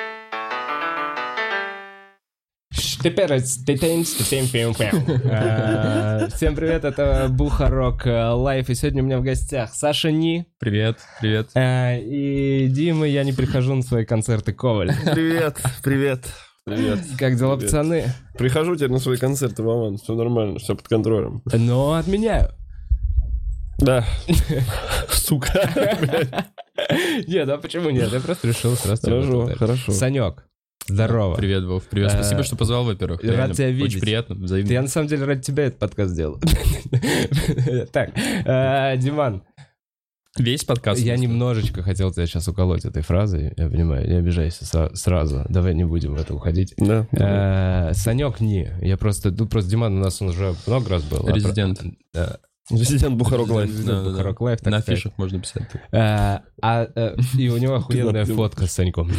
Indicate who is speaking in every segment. Speaker 1: Э, Всем привет, это Бухарок э, Лайф, и сегодня у меня в гостях Саша Ни.
Speaker 2: Привет, привет.
Speaker 1: э, И Дима, я не прихожу на свои концерты Коваль.
Speaker 3: Привет, привет. Привет.
Speaker 1: Как дела,
Speaker 3: Привет.
Speaker 1: пацаны?
Speaker 3: Прихожу теперь на свои концерты, Вован, все нормально, все под контролем.
Speaker 1: Но отменяю.
Speaker 3: Да. Сука.
Speaker 1: Нет, а почему нет? Я просто решил сразу. тебя
Speaker 3: Хорошо,
Speaker 1: поблагодарить.
Speaker 3: хорошо.
Speaker 1: Санек, здорово.
Speaker 2: Привет, Вов. Привет.
Speaker 1: Э,
Speaker 2: Спасибо, что позвал, во-первых.
Speaker 1: рад
Speaker 2: Реально,
Speaker 1: тебя
Speaker 2: Очень
Speaker 1: видеть.
Speaker 2: приятно.
Speaker 1: Да Я
Speaker 2: Взаимно.
Speaker 1: на самом деле ради тебя этот подкаст делал. Так, э, Диман,
Speaker 2: Весь подкаст.
Speaker 1: я
Speaker 2: просто.
Speaker 1: немножечко хотел тебя сейчас уколоть этой фразой. Я понимаю, не обижайся сра- сразу. Давай не будем в это уходить.
Speaker 3: Да.
Speaker 1: Э, Санек не. Я просто, тут просто Диман у нас он уже много раз был. а
Speaker 2: Резидент.
Speaker 1: про-
Speaker 3: Резидент Бухарок
Speaker 1: э,
Speaker 3: Лайф.
Speaker 1: Резидент
Speaker 2: Да-да-да.
Speaker 1: Бухарок Лайф, так
Speaker 2: На
Speaker 1: сказать.
Speaker 2: афишах можно писать. так.
Speaker 1: Э, а, э, И у него охуенная
Speaker 3: наплел.
Speaker 1: фотка с Саньком.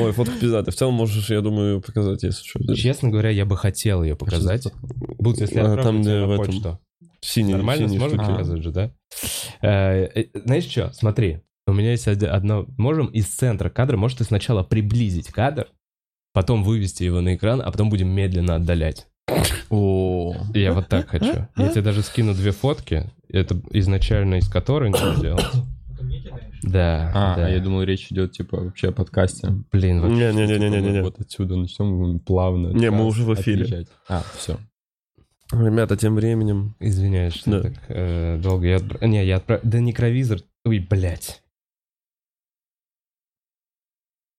Speaker 3: Ой, фотка пиздатая. В целом можешь, я думаю, показать, если что.
Speaker 1: Честно говоря, я бы хотел ее показать. Будет, если я
Speaker 3: А,
Speaker 1: отправлю
Speaker 3: там,
Speaker 1: тебе
Speaker 3: где
Speaker 1: на
Speaker 3: в этом-
Speaker 1: почту.
Speaker 3: Синий.
Speaker 1: Нормально
Speaker 3: синий
Speaker 1: сможем
Speaker 3: штуки.
Speaker 1: показать же, да? Э, э, Знаешь что, смотри, у меня есть оде- одно... Можем из центра кадра, может, ты сначала приблизить кадр, потом вывести его на экран, а потом будем медленно отдалять.
Speaker 2: О,
Speaker 1: Я вот так хочу. Я тебе даже скину две фотки, это изначально из которой ничего делать. Да,
Speaker 2: а,
Speaker 1: да.
Speaker 2: я думал, речь идет типа вообще о подкасте.
Speaker 1: Блин, вот
Speaker 3: Не-не-не-не-не-не.
Speaker 2: Вот отсюда начнем будем плавно.
Speaker 3: Не, мы
Speaker 2: раз
Speaker 3: уже в эфире.
Speaker 2: отъезжать. А, все.
Speaker 3: Ребята, тем временем.
Speaker 1: извиняюсь, что
Speaker 3: Да.
Speaker 1: так э, долго я отправ- Не, я отправ... Да не кровизор. Ой, блядь.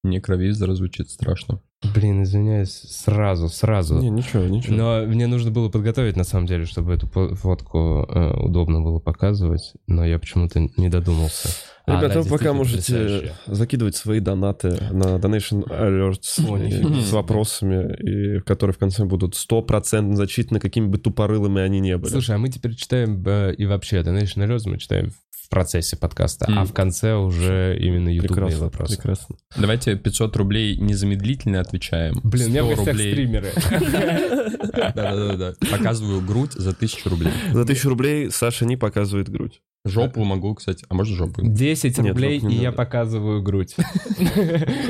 Speaker 2: Некровизор звучит страшно.
Speaker 1: Блин, извиняюсь, сразу, сразу.
Speaker 3: Не, ничего, ничего.
Speaker 1: Но мне нужно было подготовить, на самом деле, чтобы эту по- фотку э, удобно было показывать, но я почему-то не додумался. А она
Speaker 3: Ребята, вы пока
Speaker 1: действительно
Speaker 3: можете
Speaker 1: потрясающая.
Speaker 3: закидывать свои донаты на Donation
Speaker 1: О,
Speaker 3: Alerts
Speaker 1: нифига.
Speaker 3: и- с вопросами, и которые в конце будут стопроцентно зачитаны, какими бы тупорылыми они не были.
Speaker 1: Слушай, а мы теперь читаем э, и вообще Donation Alerts мы читаем в процессе подкаста, а
Speaker 2: М.
Speaker 1: в конце уже именно ютубные
Speaker 3: прекрасно,
Speaker 1: вопросы.
Speaker 3: прекрасно.
Speaker 2: Давайте 500 рублей незамедлительно отвечаем.
Speaker 1: Блин, у меня в
Speaker 2: 100
Speaker 1: гостях
Speaker 2: рублей.
Speaker 1: стримеры.
Speaker 2: Да-да-да. Показываю грудь за 1000 рублей.
Speaker 3: За тысячу рублей Саша не показывает грудь.
Speaker 2: Жопу могу, кстати. А можно жопу?
Speaker 1: 10
Speaker 3: Нет,
Speaker 1: рублей,
Speaker 3: рук не
Speaker 1: и я
Speaker 3: надо.
Speaker 1: показываю грудь.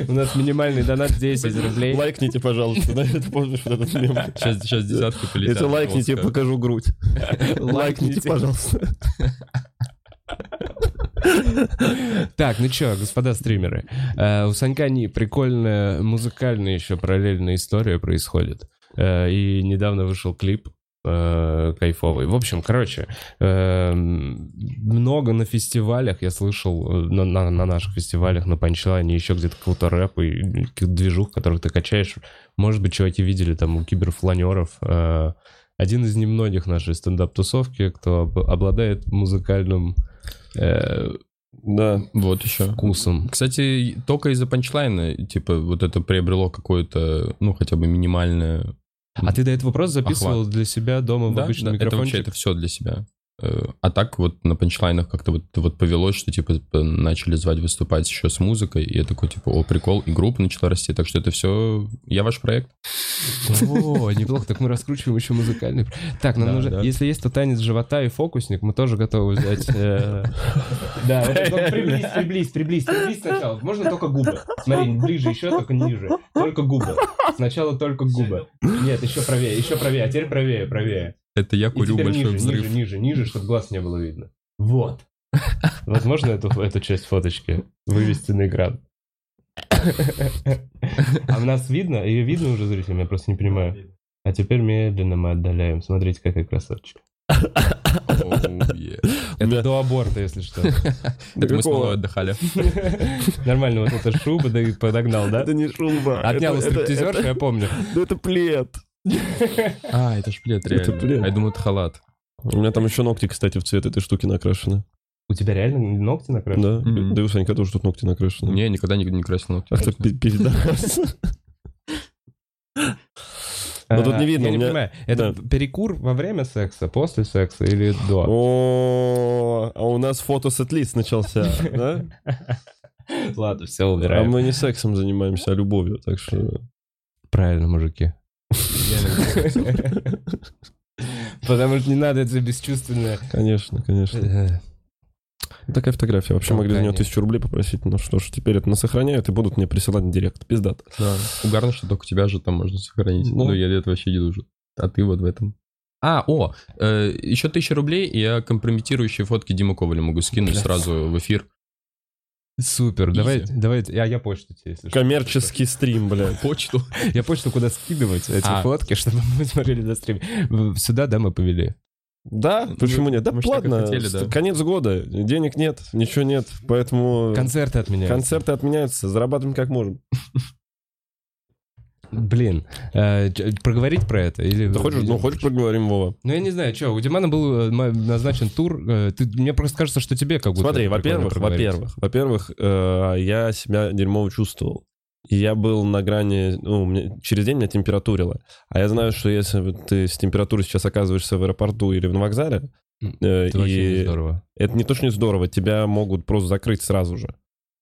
Speaker 1: У нас минимальный донат 10 рублей.
Speaker 3: Лайкните, пожалуйста, да, это помнишь вот этот мем?
Speaker 2: Сейчас, сейчас десятки полетят.
Speaker 3: Это типа. лайкните, я
Speaker 2: Оскар.
Speaker 3: покажу грудь. Лайкните, пожалуйста.
Speaker 1: Так, ну чё, господа стримеры, э, у Санька Ни прикольная музыкальная еще параллельная история происходит. Э, И недавно вышел клип э, кайфовый. В общем, короче, эм, много на фестивалях я слышал, э, на, на- на наших фестивалях, на панчлайне, еще где-то какого-то рэп и каких-то движух, которых ты качаешь. Может быть, чуваки видели там у киберфланеров. э, Один из немногих нашей стендап-тусовки, кто об- обладает музыкальным э,
Speaker 3: Да.
Speaker 2: Вот еще.
Speaker 1: вкусом.
Speaker 2: Кстати, только из-за панчлайна, типа, вот это приобрело какое-то, ну, хотя бы минимальное...
Speaker 1: А ты до этого просто записывал для себя дома в
Speaker 2: Да,
Speaker 1: обычный
Speaker 2: да, это
Speaker 1: микрофончик?
Speaker 2: вообще это все для себя. Э, А так вот на панчлайнах как-то вот, вот повелось, что типа п- начали звать выступать еще с музыкой, и я такой типа, о, прикол, и группа начала расти, так что это все, я ваш проект.
Speaker 1: О, неплохо, так мы раскручиваем еще музыкальный. Так, нам
Speaker 2: Да,
Speaker 1: нужно...
Speaker 2: да.
Speaker 1: Если есть, то танец живота и фокусник, мы тоже готовы взять... э, Да, вот это только приблизь, приблизь, приблизь, приблизь сначала. Можно только губы. Смотри, ближе еще, только ниже. Только губы. Сначала только губы. Нет, еще правее, еще правее, а теперь правее, правее.
Speaker 2: Это я
Speaker 1: И
Speaker 2: курю
Speaker 1: теперь
Speaker 2: большой
Speaker 1: ниже,
Speaker 2: взрыв.
Speaker 1: ниже, ниже, ниже, чтобы глаз не было видно. Вот. Возможно, эту, эту часть фоточки вывести на экран. А нас видно? Ее видно уже зрителям? Я просто не понимаю. А теперь медленно мы отдаляем. Смотрите, какая красавчик.
Speaker 2: Оу, е.
Speaker 1: Это
Speaker 3: Да.
Speaker 1: до аборта, если что.
Speaker 2: Это мы с
Speaker 3: Какого?
Speaker 2: Малой отдыхали.
Speaker 1: Нормально, вот эта шуба да и подогнал, да?
Speaker 3: Это не шумба.
Speaker 1: Отнял у
Speaker 3: это, это,
Speaker 1: стриптизерши,
Speaker 3: это-
Speaker 1: я помню.
Speaker 3: да это плед.
Speaker 2: А, это ж плед,
Speaker 3: Это
Speaker 2: реально.
Speaker 3: плед.
Speaker 2: А я думаю, это халат.
Speaker 3: У меня там еще ногти, кстати, в цвет этой штуки накрашены.
Speaker 1: У тебя реально ногти накрашены?
Speaker 3: Да,
Speaker 2: Мгм.
Speaker 3: да и у Санька тоже тут ногти накрашены.
Speaker 2: Не, я никогда не, не красил ногти.
Speaker 3: Ах ты
Speaker 2: честно.
Speaker 3: пи- пидорас. Ну, тут не видно,
Speaker 1: А, Я
Speaker 3: у
Speaker 1: не
Speaker 3: меня-
Speaker 1: понимаю, это перекур во время секса, после секса или до?
Speaker 3: О, а у нас фотосетлист начался, да?
Speaker 1: Ладно, все,
Speaker 3: А
Speaker 1: убираем.
Speaker 3: мы не сексом занимаемся, а любовью, так что...
Speaker 1: Правильно, мужики.
Speaker 2: Я иногда-
Speaker 1: Потому что не надо это бесчувственное.
Speaker 2: Э,
Speaker 3: Конечно, конечно.
Speaker 1: Э,
Speaker 3: Такая фотография. Вообще
Speaker 1: Да,
Speaker 3: могли за нее
Speaker 1: конечно.
Speaker 3: тысячу рублей попросить. Ну что ж, теперь это насохраняют и будут мне присылать в директ. Пиздато.
Speaker 2: Угарно, что только тебя же там можно сохранить.
Speaker 3: Ну.
Speaker 2: Ну, я это вообще не нужен. А ты вот в этом. А, о, э, еще тысяча рублей, и я компрометирующие фотки Димы Коваля могу скинуть
Speaker 1: Блядь.
Speaker 2: сразу в эфир.
Speaker 1: Супер,
Speaker 2: Изи.
Speaker 1: давай, давай, я, я почту тебе, если что.
Speaker 3: Коммерческий стрим, блядь.
Speaker 2: Почту.
Speaker 1: Я почту, куда скидывать эти
Speaker 2: А.
Speaker 1: фотки, чтобы мы смотрели на стриме. В- Сюда, да, мы повели.
Speaker 3: Да? Почему нет? Да
Speaker 2: мы ж так и
Speaker 3: ладно.
Speaker 2: хотели, да.
Speaker 3: Конец года. Денег нет, ничего нет. Поэтому
Speaker 1: Концерты отменяются.
Speaker 3: концерты отменяются. Зарабатываем как можем.
Speaker 1: Блин, э, ч- проговорить про это? Или...
Speaker 3: Ты хочешь, ну хочешь поговорим, Вова?
Speaker 1: Ну, я не знаю, что, у Димана был э, ма- назначен тур. э, Ты, мне просто кажется, что тебе как будто...
Speaker 3: Смотри,
Speaker 1: прикольно
Speaker 3: во-первых,
Speaker 1: проговорить.
Speaker 3: во-первых, во-первых, э, я себя дерьмово чувствовал. И я был на грани, ну, у меня- через день меня температурило. А я знаю, что если вот ты с температурой сейчас оказываешься в аэропорту или на вокзале,
Speaker 1: М,
Speaker 3: э,
Speaker 1: Это вообще не
Speaker 3: и
Speaker 1: здорово.
Speaker 3: это не то, что не здорово, тебя могут просто закрыть сразу же.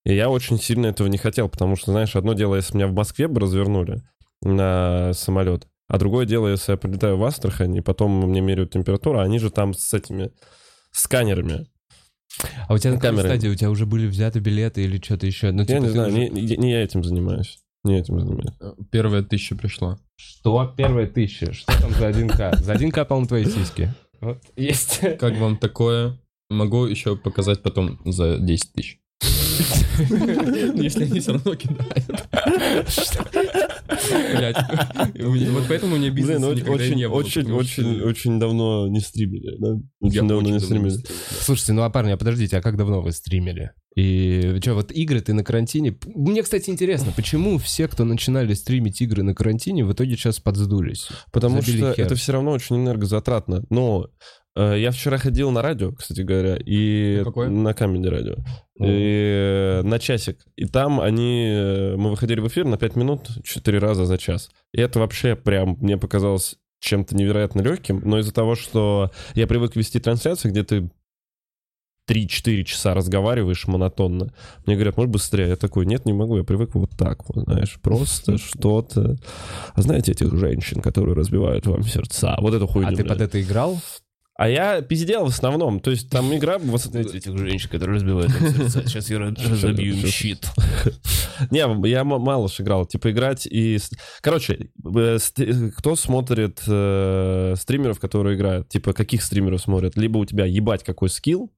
Speaker 3: И я очень сильно этого не хотел, потому что, знаешь, одно дело, если меня в Москве бы развернули на самолет, а другое дело, если я прилетаю в Астрахань, и потом мне меряют температуру, а они же там с этими сканерами.
Speaker 1: А у тебя на какой
Speaker 3: камеры.
Speaker 1: стадии? У тебя уже были взяты билеты или что-то еще? Ну,
Speaker 3: Я
Speaker 1: типа,
Speaker 3: не
Speaker 1: ты
Speaker 3: знаю,
Speaker 1: уже-
Speaker 3: не, не- не я этим занимаюсь. Не я этим занимаюсь.
Speaker 2: Первая тысяча пришла.
Speaker 1: Что? Первая тысяча. Что там за 1К? За 1К, по-моему, твои сиськи. Вот, есть.
Speaker 2: Как вам такое? Могу еще показать потом за 10 тысяч.
Speaker 3: Ну,
Speaker 2: Если они все равно кидают. Блядь. У меня- Вот поэтому у меня
Speaker 3: Блин,
Speaker 2: бизнеса
Speaker 3: очень,
Speaker 2: никогда и не
Speaker 3: очень,
Speaker 2: было.
Speaker 3: очень,
Speaker 2: потому что
Speaker 3: очень, очень давно не стримили, да? Очень
Speaker 2: я
Speaker 3: давно не
Speaker 2: очень давно
Speaker 3: стримили.
Speaker 2: не стримил.
Speaker 1: Слушайте, ну а парни, а подождите, а как давно вы стримили? И что, вот игры ты на карантине... Мне, кстати, интересно, почему все, кто начинали стримить игры на карантине, в итоге сейчас подсдулись?
Speaker 3: Потому
Speaker 1: Забили
Speaker 3: что
Speaker 1: хер.
Speaker 3: это все равно очень энергозатратно. Но э, я вчера ходил на радио, кстати говоря, и
Speaker 2: На какое?
Speaker 3: на камеди радио.
Speaker 2: О.
Speaker 1: Ну,
Speaker 3: И э, на часик. И там они... э, Мы выходили в эфир на 5 минут 4 раза за час. И это вообще прям мне показалось чем-то невероятно легким. Но из-за того, что я привык вести трансляции, где ты 3-4 часа разговариваешь монотонно. Мне говорят, может быстрее? Я такой, нет, не могу, я привык вот так, вот, знаешь, просто что-то. А знаете этих женщин, которые разбивают вам сердца? Вот эту хуйню.
Speaker 1: А ты
Speaker 3: блядь.
Speaker 1: под это играл?
Speaker 3: А я пиздел в основном, то есть там игра... в основ-
Speaker 1: этих женщин, которые разбивают сердца. Сейчас я
Speaker 3: разобью им
Speaker 1: щит.
Speaker 3: Не, я м- мало ж играл, типа играть и... с- Короче, э, ст- кто смотрит э, стримеров, которые играют? Типа каких стримеров смотрят? Либо у тебя ебать какой скилл,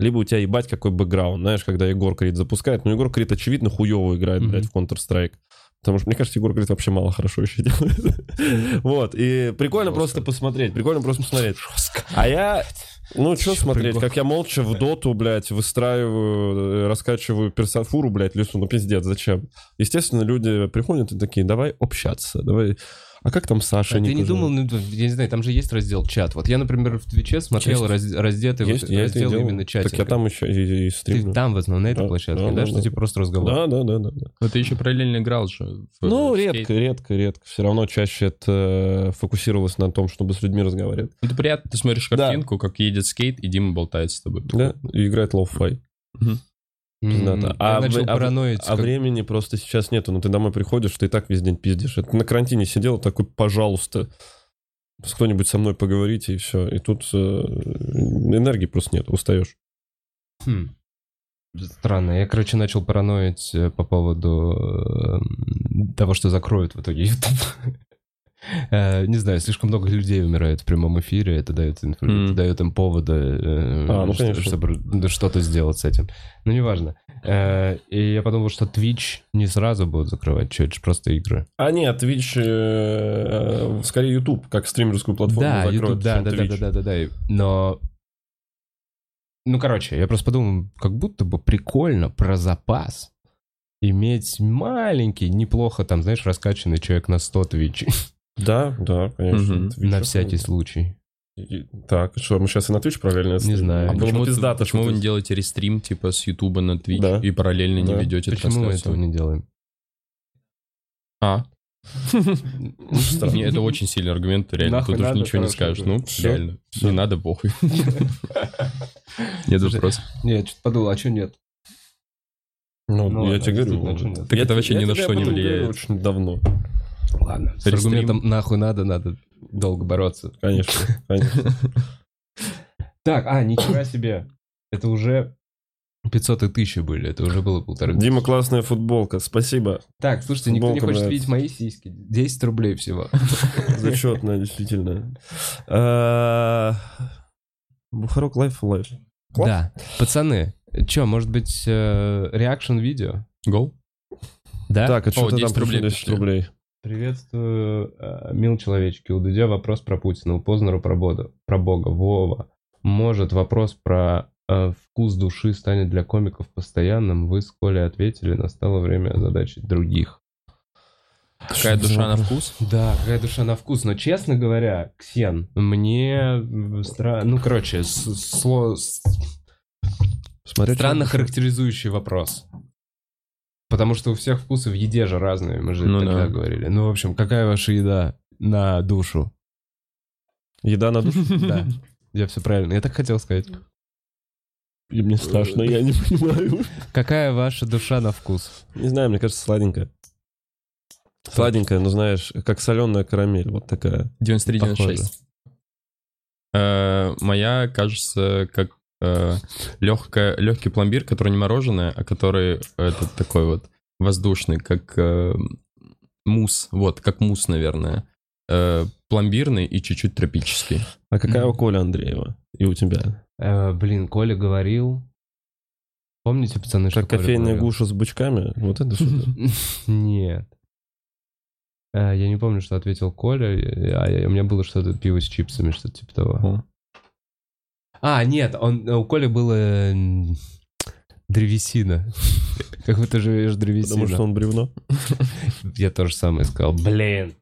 Speaker 3: либо у тебя ебать какой бэкграунд. Знаешь, когда Егор Крид запускает, ну Егор Крид, очевидно, хуёво играет,
Speaker 1: Мгм.
Speaker 3: блядь, в Counter-Strike. Потому что, мне кажется, Егор Крид вообще мало хорошо еще делает. Вот, и прикольно просто посмотреть, прикольно просто посмотреть. А я, ну, что
Speaker 1: Чё,
Speaker 3: смотреть,
Speaker 1: прикол.
Speaker 3: как я молча в доту, блядь, выстраиваю, э, раскачиваю персофуру, блядь, лесу, ну, пиздец, зачем? Естественно, люди приходят и такие, давай общаться, давай... А как там Саша?
Speaker 1: ты не
Speaker 3: Никужин?»
Speaker 1: думал, ну, я не знаю, там же есть раздел чат. Вот я, например, в Твиче смотрел
Speaker 3: Есть.
Speaker 1: раз- раздетый вот
Speaker 3: Есть, я это
Speaker 1: раздел
Speaker 3: делал.
Speaker 1: именно чатика.
Speaker 3: Так я там еще и, и стримлю.
Speaker 1: Ты там, в основном, на этой
Speaker 3: Да,
Speaker 1: площадке,
Speaker 3: да,
Speaker 1: да,
Speaker 3: да,
Speaker 1: что
Speaker 3: да.
Speaker 1: типа просто разговор?
Speaker 3: Да, да, да, да. да.
Speaker 2: Но ты еще параллельно играл же. в-
Speaker 3: Ну,
Speaker 2: в
Speaker 3: редко,
Speaker 2: скейт.
Speaker 3: редко, редко. Все равно чаще это э, фокусировалось на том, чтобы с людьми разговаривать.
Speaker 2: Это приятно, Ну, ты смотришь
Speaker 3: Да.
Speaker 2: картинку, как едет скейт, и Дима болтает с тобой.
Speaker 3: Да, и играет лоу-фай.
Speaker 1: М,
Speaker 3: Да-да. А
Speaker 1: я начал
Speaker 3: вы- а вы-
Speaker 1: параноить.
Speaker 3: А
Speaker 1: как-
Speaker 3: времени просто сейчас нету, но ты домой приходишь, ты и так весь день пиздишь. Это на карантине сидел такой, пожалуйста, с кто-нибудь со мной поговорите, и все. И тут э, энергии просто нет, устаешь.
Speaker 1: Хм. Странно. Я, короче, начал параноить э, по поводу э, того, что закроют в итоге YouTube. Э, Не знаю, слишком много людей умирает в прямом эфире, это дает, инф-
Speaker 2: М.
Speaker 1: это дает им повода, э,
Speaker 3: А, ну,
Speaker 1: что-
Speaker 3: конечно.
Speaker 1: чтобы ну, что-то сделать с этим. Ну, неважно. Э, И я подумал, что Twitch не сразу будут закрывать, что это же просто игры.
Speaker 3: А нет, Twitch, э, э, скорее YouTube, как стримерскую платформу
Speaker 1: да,
Speaker 3: закроют,
Speaker 1: YouTube, да,
Speaker 3: чем
Speaker 1: да, да,
Speaker 3: Twitch.
Speaker 1: да, да, да, да. и- Но. Ну, короче, я просто подумал, как будто бы прикольно про запас иметь маленький, неплохо там, знаешь, раскачанный человек на 100 твич
Speaker 3: Да, да, конечно.
Speaker 2: Мгм.
Speaker 3: Twitch.
Speaker 1: на всякий случай.
Speaker 3: И- Так, что, мы сейчас и на Twitch параллельно?
Speaker 1: Не знаю.
Speaker 3: А
Speaker 1: А
Speaker 3: было бы
Speaker 2: ты-
Speaker 3: пиздато,
Speaker 2: почему
Speaker 3: что
Speaker 2: вы
Speaker 3: ты-
Speaker 2: не делаете рестрим типа с Ютуба на Twitch
Speaker 3: Да.
Speaker 2: и параллельно не
Speaker 3: Да.
Speaker 2: ведете
Speaker 1: Почему мы
Speaker 2: трансляцию?
Speaker 1: этого не делаем?
Speaker 2: А,
Speaker 3: Странно.
Speaker 2: не, это очень сильный аргумент, реально.
Speaker 1: Нахуй
Speaker 2: Тут уж
Speaker 1: надо,
Speaker 2: ничего не
Speaker 1: хороший
Speaker 2: скажешь. Ну,
Speaker 1: аргумент.
Speaker 3: Всё.
Speaker 2: реально.
Speaker 3: Всё.
Speaker 2: Не надо, похуй. Нет
Speaker 1: Слушай,
Speaker 2: вопросов.
Speaker 1: Не, я что-то подумал, а что нет?
Speaker 3: Ну,
Speaker 1: Ну,
Speaker 3: я
Speaker 1: ладно,
Speaker 3: тебе говорю.
Speaker 1: действительно, очень надо.
Speaker 2: Так это вообще
Speaker 3: я
Speaker 2: ни на
Speaker 3: тебе
Speaker 2: что не
Speaker 3: об этом
Speaker 2: влияет.
Speaker 3: говорю Очень давно.
Speaker 1: Ладно. С
Speaker 2: Рестрим.
Speaker 1: аргументом нахуй надо, надо долго бороться.
Speaker 3: Конечно, конечно.
Speaker 1: Так, а, нихера себе. Это уже 500 и 1000 были, это уже было полторы тысячи.
Speaker 3: Дима, классная футболка, спасибо.
Speaker 1: Так, слушайте, никто не
Speaker 3: футболка
Speaker 1: хочет
Speaker 3: нравится.
Speaker 1: видеть мои сиськи. 10 рублей всего.
Speaker 3: Зачетная, действительно. А, Бухарок лайф лайф. Класс.
Speaker 1: Да. Пацаны, чё, может быть, реакшн-видео?
Speaker 2: Гол?
Speaker 1: Да?
Speaker 3: Так, а что ты
Speaker 2: 10
Speaker 3: там пришли
Speaker 2: рублей
Speaker 3: 10
Speaker 2: пришли.
Speaker 3: рублей?
Speaker 1: Приветствую, э, мил человечки. У Дудя вопрос про Путина, у Познера про, Бода, про Бога. Вова, может вопрос про э, вкус души станет для комиков постоянным? Вы с Колей ответили, настало время озадачить других.
Speaker 2: Какая душа на вкус?
Speaker 1: Да, какая душа на вкус, но честно говоря, Ксен, мне э, стра- ну короче, с- сло- с-
Speaker 3: Смотреть
Speaker 1: странно характеризующий вопрос. Потому что у всех вкусы в еде же разные, мы же
Speaker 2: Ну
Speaker 1: тогда
Speaker 2: да.
Speaker 1: говорили. Ну, в общем, какая ваша еда на душу?
Speaker 3: Еда на душу?
Speaker 1: Да. Я все правильно. Я так хотел сказать.
Speaker 3: И мне страшно, я не понимаю.
Speaker 1: Какая ваша душа на вкус?
Speaker 3: Не знаю, мне кажется, сладенькая. Сладенькая, ну знаешь, как соленая карамель, вот такая.
Speaker 2: 93-96. Э, Моя, кажется, как легкая, легкий пломбир, который не мороженое, а который этот такой вот воздушный, как э, мусс, вот, как мусс, наверное. Э, Пломбирный и чуть-чуть тропический.
Speaker 3: А какая
Speaker 2: Мгм.
Speaker 3: у Коли Андреева? И у тебя?
Speaker 1: Э, блин, Коля говорил... Помните, пацаны, что
Speaker 3: Как
Speaker 1: Коля
Speaker 3: кофейная
Speaker 1: говорил?
Speaker 3: гуша с бычками? Вот это что-то.
Speaker 1: Нет. Э, Я не помню, что ответил Коля, э, а я- у меня было что-то пиво с чипсами, что-то типа того.
Speaker 2: О.
Speaker 1: А, нет, он, э, у Коли было э, м, древесина. Как будто живешь
Speaker 3: Потому что
Speaker 1: древесина.
Speaker 3: он бревно.
Speaker 1: Я тоже самое сказал. Блин.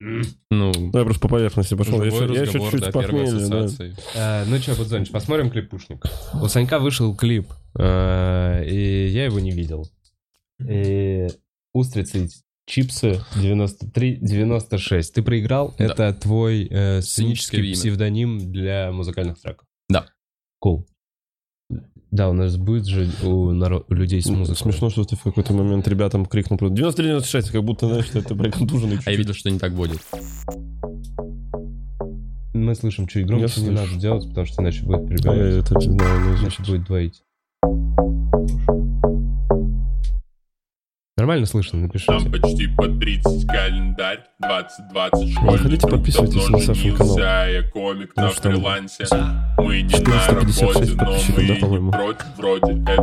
Speaker 1: М.
Speaker 2: Ну,
Speaker 3: Ну, я просто по поверхности пошел. Я
Speaker 2: живой
Speaker 3: еще- я еще
Speaker 2: разговор,
Speaker 3: чуть-чуть
Speaker 2: да,
Speaker 3: с
Speaker 2: первые
Speaker 3: похмелья, да.
Speaker 2: ассоциации.
Speaker 1: Э, Ну что, Будзонич, посмотрим клип Пушник. У Санька вышел клип, э, и я его не видел. И Устрицы, и чипсы 93-96. Ты проиграл,
Speaker 2: Да.
Speaker 1: это твой э,
Speaker 2: Сценическое
Speaker 1: сценический
Speaker 2: имя.
Speaker 1: псевдоним для музыкальных треков.
Speaker 2: Да.
Speaker 1: Cool. Да, у нас будет же у, наро- у людей с музыкой.
Speaker 3: Смешно, что ты в какой-то момент ребятам крикнул про 93-96, как будто, знаешь, это прям
Speaker 2: А
Speaker 3: контуженный
Speaker 2: я
Speaker 3: чуть-чуть.
Speaker 2: видел, что не так будет.
Speaker 1: Мы слышим чуть
Speaker 3: Я
Speaker 1: громче, не
Speaker 3: слышу.
Speaker 1: надо делать, потому что иначе будет
Speaker 3: А я
Speaker 1: прибавить.
Speaker 3: это не знаю, наизусть.
Speaker 1: Значит, будет двоить. Нормально слышно, напишите.
Speaker 4: Там почти по 30 календарь, 20-20 школьный
Speaker 3: Заходите,
Speaker 4: друг
Speaker 3: подписывайтесь
Speaker 4: давно
Speaker 3: на Сашин
Speaker 4: женился,
Speaker 3: канал.
Speaker 4: а Я комик
Speaker 3: Ну
Speaker 4: на
Speaker 3: что,
Speaker 4: фрилансе. Мы не на
Speaker 3: 456
Speaker 4: работе, но
Speaker 3: подписчиков,
Speaker 4: мы
Speaker 3: да,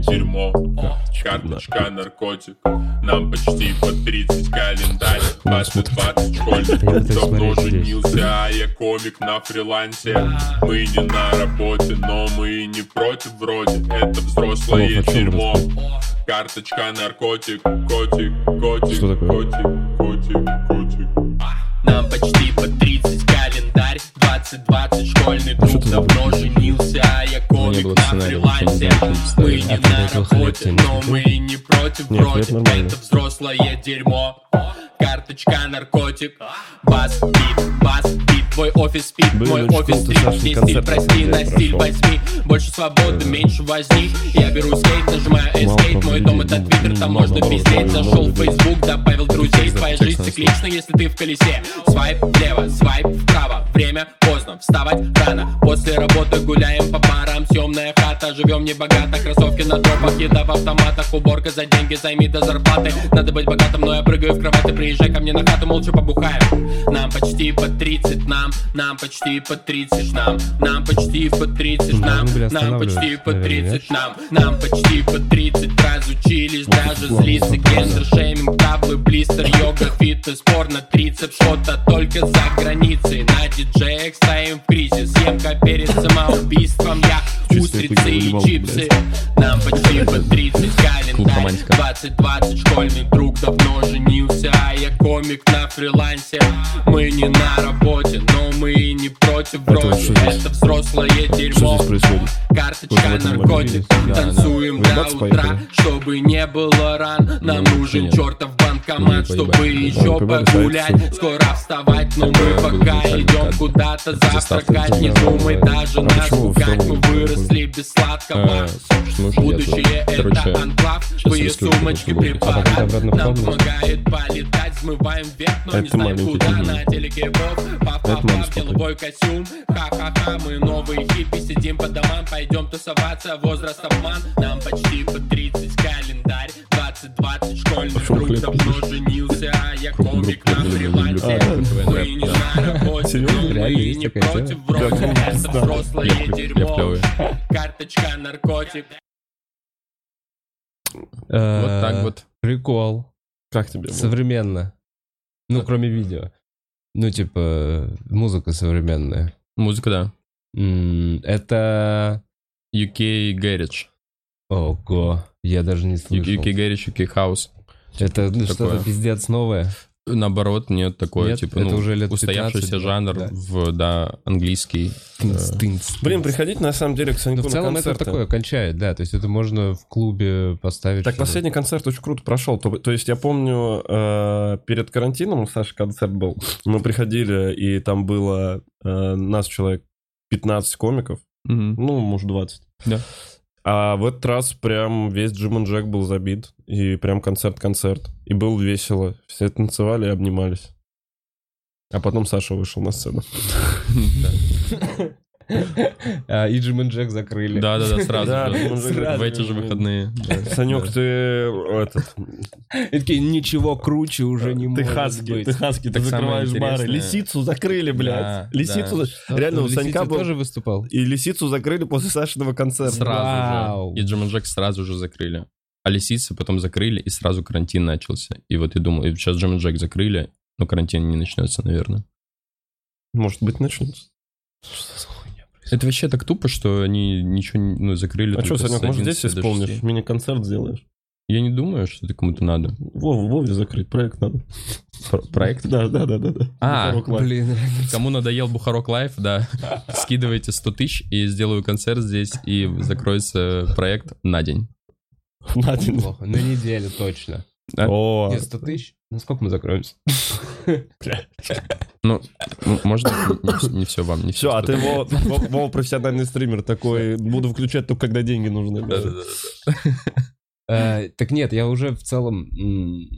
Speaker 4: и
Speaker 3: по-моему?
Speaker 4: не против, вроде. Это
Speaker 3: забыл,
Speaker 4: взрослое
Speaker 3: да.
Speaker 4: дерьмо. Карточка, наркотик. Нам почти по 30 календарь, 20-20 школьный
Speaker 1: Я
Speaker 4: друг
Speaker 1: пытаюсь
Speaker 4: давно
Speaker 1: смотреть здесь.
Speaker 4: женился, а я комик на фрилансе. Мы не на работе, но мы и не против, вроде. Это
Speaker 3: Лох, о
Speaker 4: взрослое
Speaker 3: чём
Speaker 4: дерьмо. Карточка, наркотик, котик, котик,
Speaker 3: Что такое?
Speaker 4: котик, котик, котик.
Speaker 5: Нам почти по 30 календарь 20-20 школьный друг
Speaker 3: что ты
Speaker 5: давно женился А я
Speaker 2: не
Speaker 5: комик
Speaker 2: было
Speaker 5: на
Speaker 2: сценария, вообще не
Speaker 5: фрилансе
Speaker 2: знаю, что
Speaker 5: Мы
Speaker 2: представить.
Speaker 5: не
Speaker 1: А ты
Speaker 5: на
Speaker 1: этого хлеб
Speaker 5: работе,
Speaker 1: себе не
Speaker 5: но
Speaker 1: купил?
Speaker 5: мы и не против
Speaker 3: Нет, хлеб
Speaker 5: вроде
Speaker 3: нормально.
Speaker 5: Это взрослое дерьмо Карточка, наркотик Бас, бит, бас, бит Твой офис спит,
Speaker 3: Блин,
Speaker 5: мой
Speaker 3: ну что
Speaker 5: офис
Speaker 3: ты,
Speaker 5: стрит
Speaker 3: Сашка,
Speaker 5: Не стиль,
Speaker 3: концерт
Speaker 5: прости,
Speaker 3: на
Speaker 5: на
Speaker 3: днях
Speaker 5: стиль
Speaker 3: прошел.
Speaker 5: возьми Больше свободы, меньше возни Я беру скейт, нажимаю эскейт Мой дом это твиттер, там
Speaker 3: Мало
Speaker 5: можно
Speaker 3: народу,
Speaker 5: пиздеть
Speaker 3: мало
Speaker 5: Зашел в
Speaker 3: людей. Типа
Speaker 5: Facebook, добавил друзей
Speaker 2: Чек за
Speaker 5: Твоя
Speaker 2: чек
Speaker 5: жизнь
Speaker 2: на
Speaker 5: циклична, если ты в колесе Свайп влево, свайп вправо Время поздно, вставать рано После работы гуляем по барам Съемная хата, живем небогато Кроссовки на тропах, еда в автоматах Уборка за деньги, займи до зарплаты Надо быть богатым, но я прыгаю в кровати Приезжай ко мне на хату, молча побухаем Нам почти по 30, нам, нам почти по 30 Нам, нам почти по 30
Speaker 1: Мы
Speaker 5: Нам,
Speaker 1: должны были
Speaker 5: нам почти
Speaker 1: останавливать,
Speaker 5: по
Speaker 1: наверное,
Speaker 5: 30 нам, нам почти по 30 Разучились даже злиться Гендер, шейминг, таблы, блистер, йога, фитнес, порно Трицепс, фото только за границей На диджеях стоим в кризис Съемка перед самоубийством Я
Speaker 3: Чисто я
Speaker 5: устрицы и
Speaker 3: поебал,
Speaker 5: чипсы Нам почти по 30 Календарь
Speaker 2: романтика.
Speaker 5: 20-20 Школьный друг давно женился А я комик на фрилансе Мы не на работе, но мы и не против вроде
Speaker 3: что здесь?
Speaker 5: Это взрослое
Speaker 3: Что
Speaker 5: дерьмо
Speaker 3: здесь происходит?
Speaker 5: Карточка,
Speaker 3: Вот в этом
Speaker 5: наркотик,
Speaker 3: магазине.
Speaker 5: танцуем
Speaker 3: Да, да.
Speaker 5: до
Speaker 3: Вы бац,
Speaker 5: утра,
Speaker 3: поехали.
Speaker 5: чтобы не было ран. Нам
Speaker 2: Ну,
Speaker 5: нужен
Speaker 2: нет.
Speaker 5: чертов банкомат,
Speaker 2: Ну, не
Speaker 5: чтобы
Speaker 2: поебали.
Speaker 5: еще
Speaker 3: Ну, поебали,
Speaker 5: погулять.
Speaker 3: поебали.
Speaker 5: Скоро вставать, но мы
Speaker 2: Такое было
Speaker 5: пока
Speaker 2: изначально,
Speaker 5: идем
Speaker 2: да.
Speaker 5: куда-то
Speaker 2: Это заставка,
Speaker 5: завтракать.
Speaker 2: это
Speaker 5: Не
Speaker 2: нормально,
Speaker 5: думай
Speaker 2: да.
Speaker 5: даже
Speaker 3: А
Speaker 5: нас
Speaker 3: почему вы
Speaker 5: ругать,
Speaker 3: второму
Speaker 5: мы
Speaker 3: не
Speaker 5: выросли без сладкого
Speaker 2: Э, слушай, ну уже
Speaker 5: Будущее
Speaker 2: я тут.
Speaker 5: это
Speaker 2: Короче,
Speaker 5: анклав Твои
Speaker 2: выскажу, потому
Speaker 5: сумочки
Speaker 2: что будет.
Speaker 1: А потом
Speaker 5: препарат
Speaker 1: обратно в
Speaker 5: Нам
Speaker 1: комнату.
Speaker 5: помогает полетать Смываем вверх, но не
Speaker 3: Это
Speaker 5: знаем
Speaker 3: маленький,
Speaker 5: куда
Speaker 3: мгм.
Speaker 5: На телеке боб,
Speaker 3: мама
Speaker 5: пап-пап-пап
Speaker 3: спокойно.
Speaker 5: Деловой костюм, ха-ха-ха Мы новые хиппи, сидим по домам Пойдем тусоваться, возраст обман Нам почти по 30, календарь 20-20, школьный
Speaker 3: Почему
Speaker 5: друг
Speaker 3: хлеб
Speaker 5: Давно женился, а я комик
Speaker 2: друг,
Speaker 5: на
Speaker 2: люблю, люблю,
Speaker 1: А,
Speaker 5: привате
Speaker 2: люблю.
Speaker 5: Мы не на работе,
Speaker 1: Серьезно?
Speaker 5: но мы
Speaker 1: Реально
Speaker 5: и
Speaker 1: есть
Speaker 5: не
Speaker 1: такая тема?
Speaker 5: против Вроде это взрослое
Speaker 2: Я клю- я
Speaker 5: дерьмо
Speaker 2: клевый.
Speaker 5: Карточка, наркотик
Speaker 1: Вот
Speaker 2: Вот
Speaker 3: Э,
Speaker 2: так вот.
Speaker 1: Э, Прикол.
Speaker 3: Как тебе? было?
Speaker 1: Современно. Ну, кроме видео. Ну, типа, музыка современная.
Speaker 2: Музыка, да.
Speaker 1: М, Это...
Speaker 2: UK Garage.
Speaker 1: Ого, я даже не слышал.
Speaker 2: UK Garage, UK House.
Speaker 1: Это ну, что-то
Speaker 2: Такое.
Speaker 1: пиздец новое.
Speaker 2: Наоборот, нет, такое,
Speaker 1: Нет,
Speaker 2: типа,
Speaker 1: это
Speaker 2: ну,
Speaker 1: уже лет 15,
Speaker 2: устоявшийся
Speaker 1: да.
Speaker 2: жанр э,
Speaker 1: Да.
Speaker 2: в, да, английский.
Speaker 1: Тынц, тынц,
Speaker 3: Блин,
Speaker 1: тынц.
Speaker 3: приходить на самом деле к
Speaker 1: Ну,
Speaker 3: Саньку
Speaker 1: в
Speaker 3: на
Speaker 1: целом это
Speaker 3: концерты.
Speaker 1: такое кончает, да. То есть это можно в клубе поставить.
Speaker 3: Так
Speaker 1: что-то.
Speaker 3: последний концерт очень круто прошел. То, то есть я помню, э, перед карантином у Саши концерт был. Мы приходили, и там было э, нас человек 15 комиков. Ну, может, 20.
Speaker 2: Да.
Speaker 3: А в этот раз прям весь Джим и Джек был забит. И прям концерт-концерт. И было весело. Все танцевали и обнимались. А потом Саша вышел на сцену.
Speaker 1: А, И Джим и Джек закрыли.
Speaker 2: Да-да-да, сразу
Speaker 3: Да,
Speaker 2: же.
Speaker 3: ну,
Speaker 1: Сразу
Speaker 2: В эти же выходные. да.
Speaker 3: Санек, ты этот,
Speaker 1: И такие, ничего круче уже не
Speaker 3: ты
Speaker 1: может
Speaker 3: хаски,
Speaker 1: быть.
Speaker 3: ты хаски, ты
Speaker 2: Так самое
Speaker 3: закрываешь бары.
Speaker 2: интересное-
Speaker 3: Лисицу закрыли, блядь.
Speaker 2: Да,
Speaker 3: лисицу
Speaker 2: да.
Speaker 3: за- Реально, у
Speaker 1: Лисица
Speaker 3: Санька был...
Speaker 1: тоже выступал?
Speaker 3: И лисицу закрыли после Сашиного
Speaker 1: Вау.
Speaker 3: концерта.
Speaker 2: Сразу же. И Джим и Джек сразу же закрыли. А лисицы потом закрыли, и сразу карантин начался. И вот я думал, и сейчас Джим и Джек закрыли, но карантин не начнется, наверное.
Speaker 3: Может быть, начнутся.
Speaker 2: Это вообще так тупо, что они ничего не ну, закрыли.
Speaker 3: А что,
Speaker 2: только с
Speaker 3: Санек, может, здесь
Speaker 2: 11 до 6.
Speaker 3: исполнишь? Мини-концерт сделаешь?
Speaker 2: Я не думаю, что это кому-то надо.
Speaker 3: Вову, Вове закрыть проект надо.
Speaker 2: Проект?
Speaker 3: Да, да, да, да. да.
Speaker 2: А,
Speaker 3: Бухарок Лайф.
Speaker 1: Блин,
Speaker 2: Кому надоел Бухарок Лайф, да, скидывайте 100 тысяч и сделаю концерт здесь, и закроется проект на день.
Speaker 3: На один.
Speaker 1: плохо. На неделю точно.
Speaker 2: Да.
Speaker 3: О,
Speaker 1: Нет, 100 тысяч? На сколько мы закроемся?
Speaker 2: Ну, Можно не, все вам, не все.
Speaker 3: все, а ты Вова, Вова- Вова профессиональный стример такой. Буду включать только, когда деньги нужны.
Speaker 1: Э, Так нет, я уже в целом м,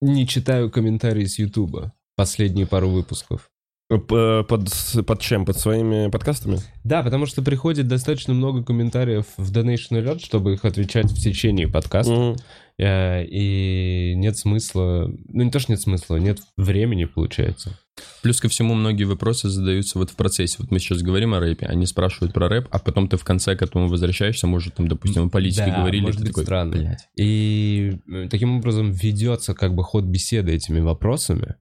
Speaker 1: не читаю комментарии с Ютуба. Последние пару выпусков.
Speaker 3: Э, П- Под, с- под чем? Под своими подкастами?
Speaker 1: Да, потому что приходит достаточно много комментариев в Donation Alert, чтобы их отвечать в течение подкаста.
Speaker 3: Мгм.
Speaker 1: Э, И нет смысла... Ну, не то, что нет смысла, нет времени, получается.
Speaker 2: Плюс ко всему, многие вопросы задаются вот в процессе. Вот мы сейчас говорим о рэпе, они спрашивают про рэп, а потом ты в конце к этому возвращаешься, может, там, допустим, о политике
Speaker 1: Да,
Speaker 2: говорили.
Speaker 1: может
Speaker 2: ты
Speaker 1: быть,
Speaker 2: такой,
Speaker 1: странно.
Speaker 2: «Блядь».
Speaker 1: И э, таким образом ведется как бы ход беседы этими вопросами.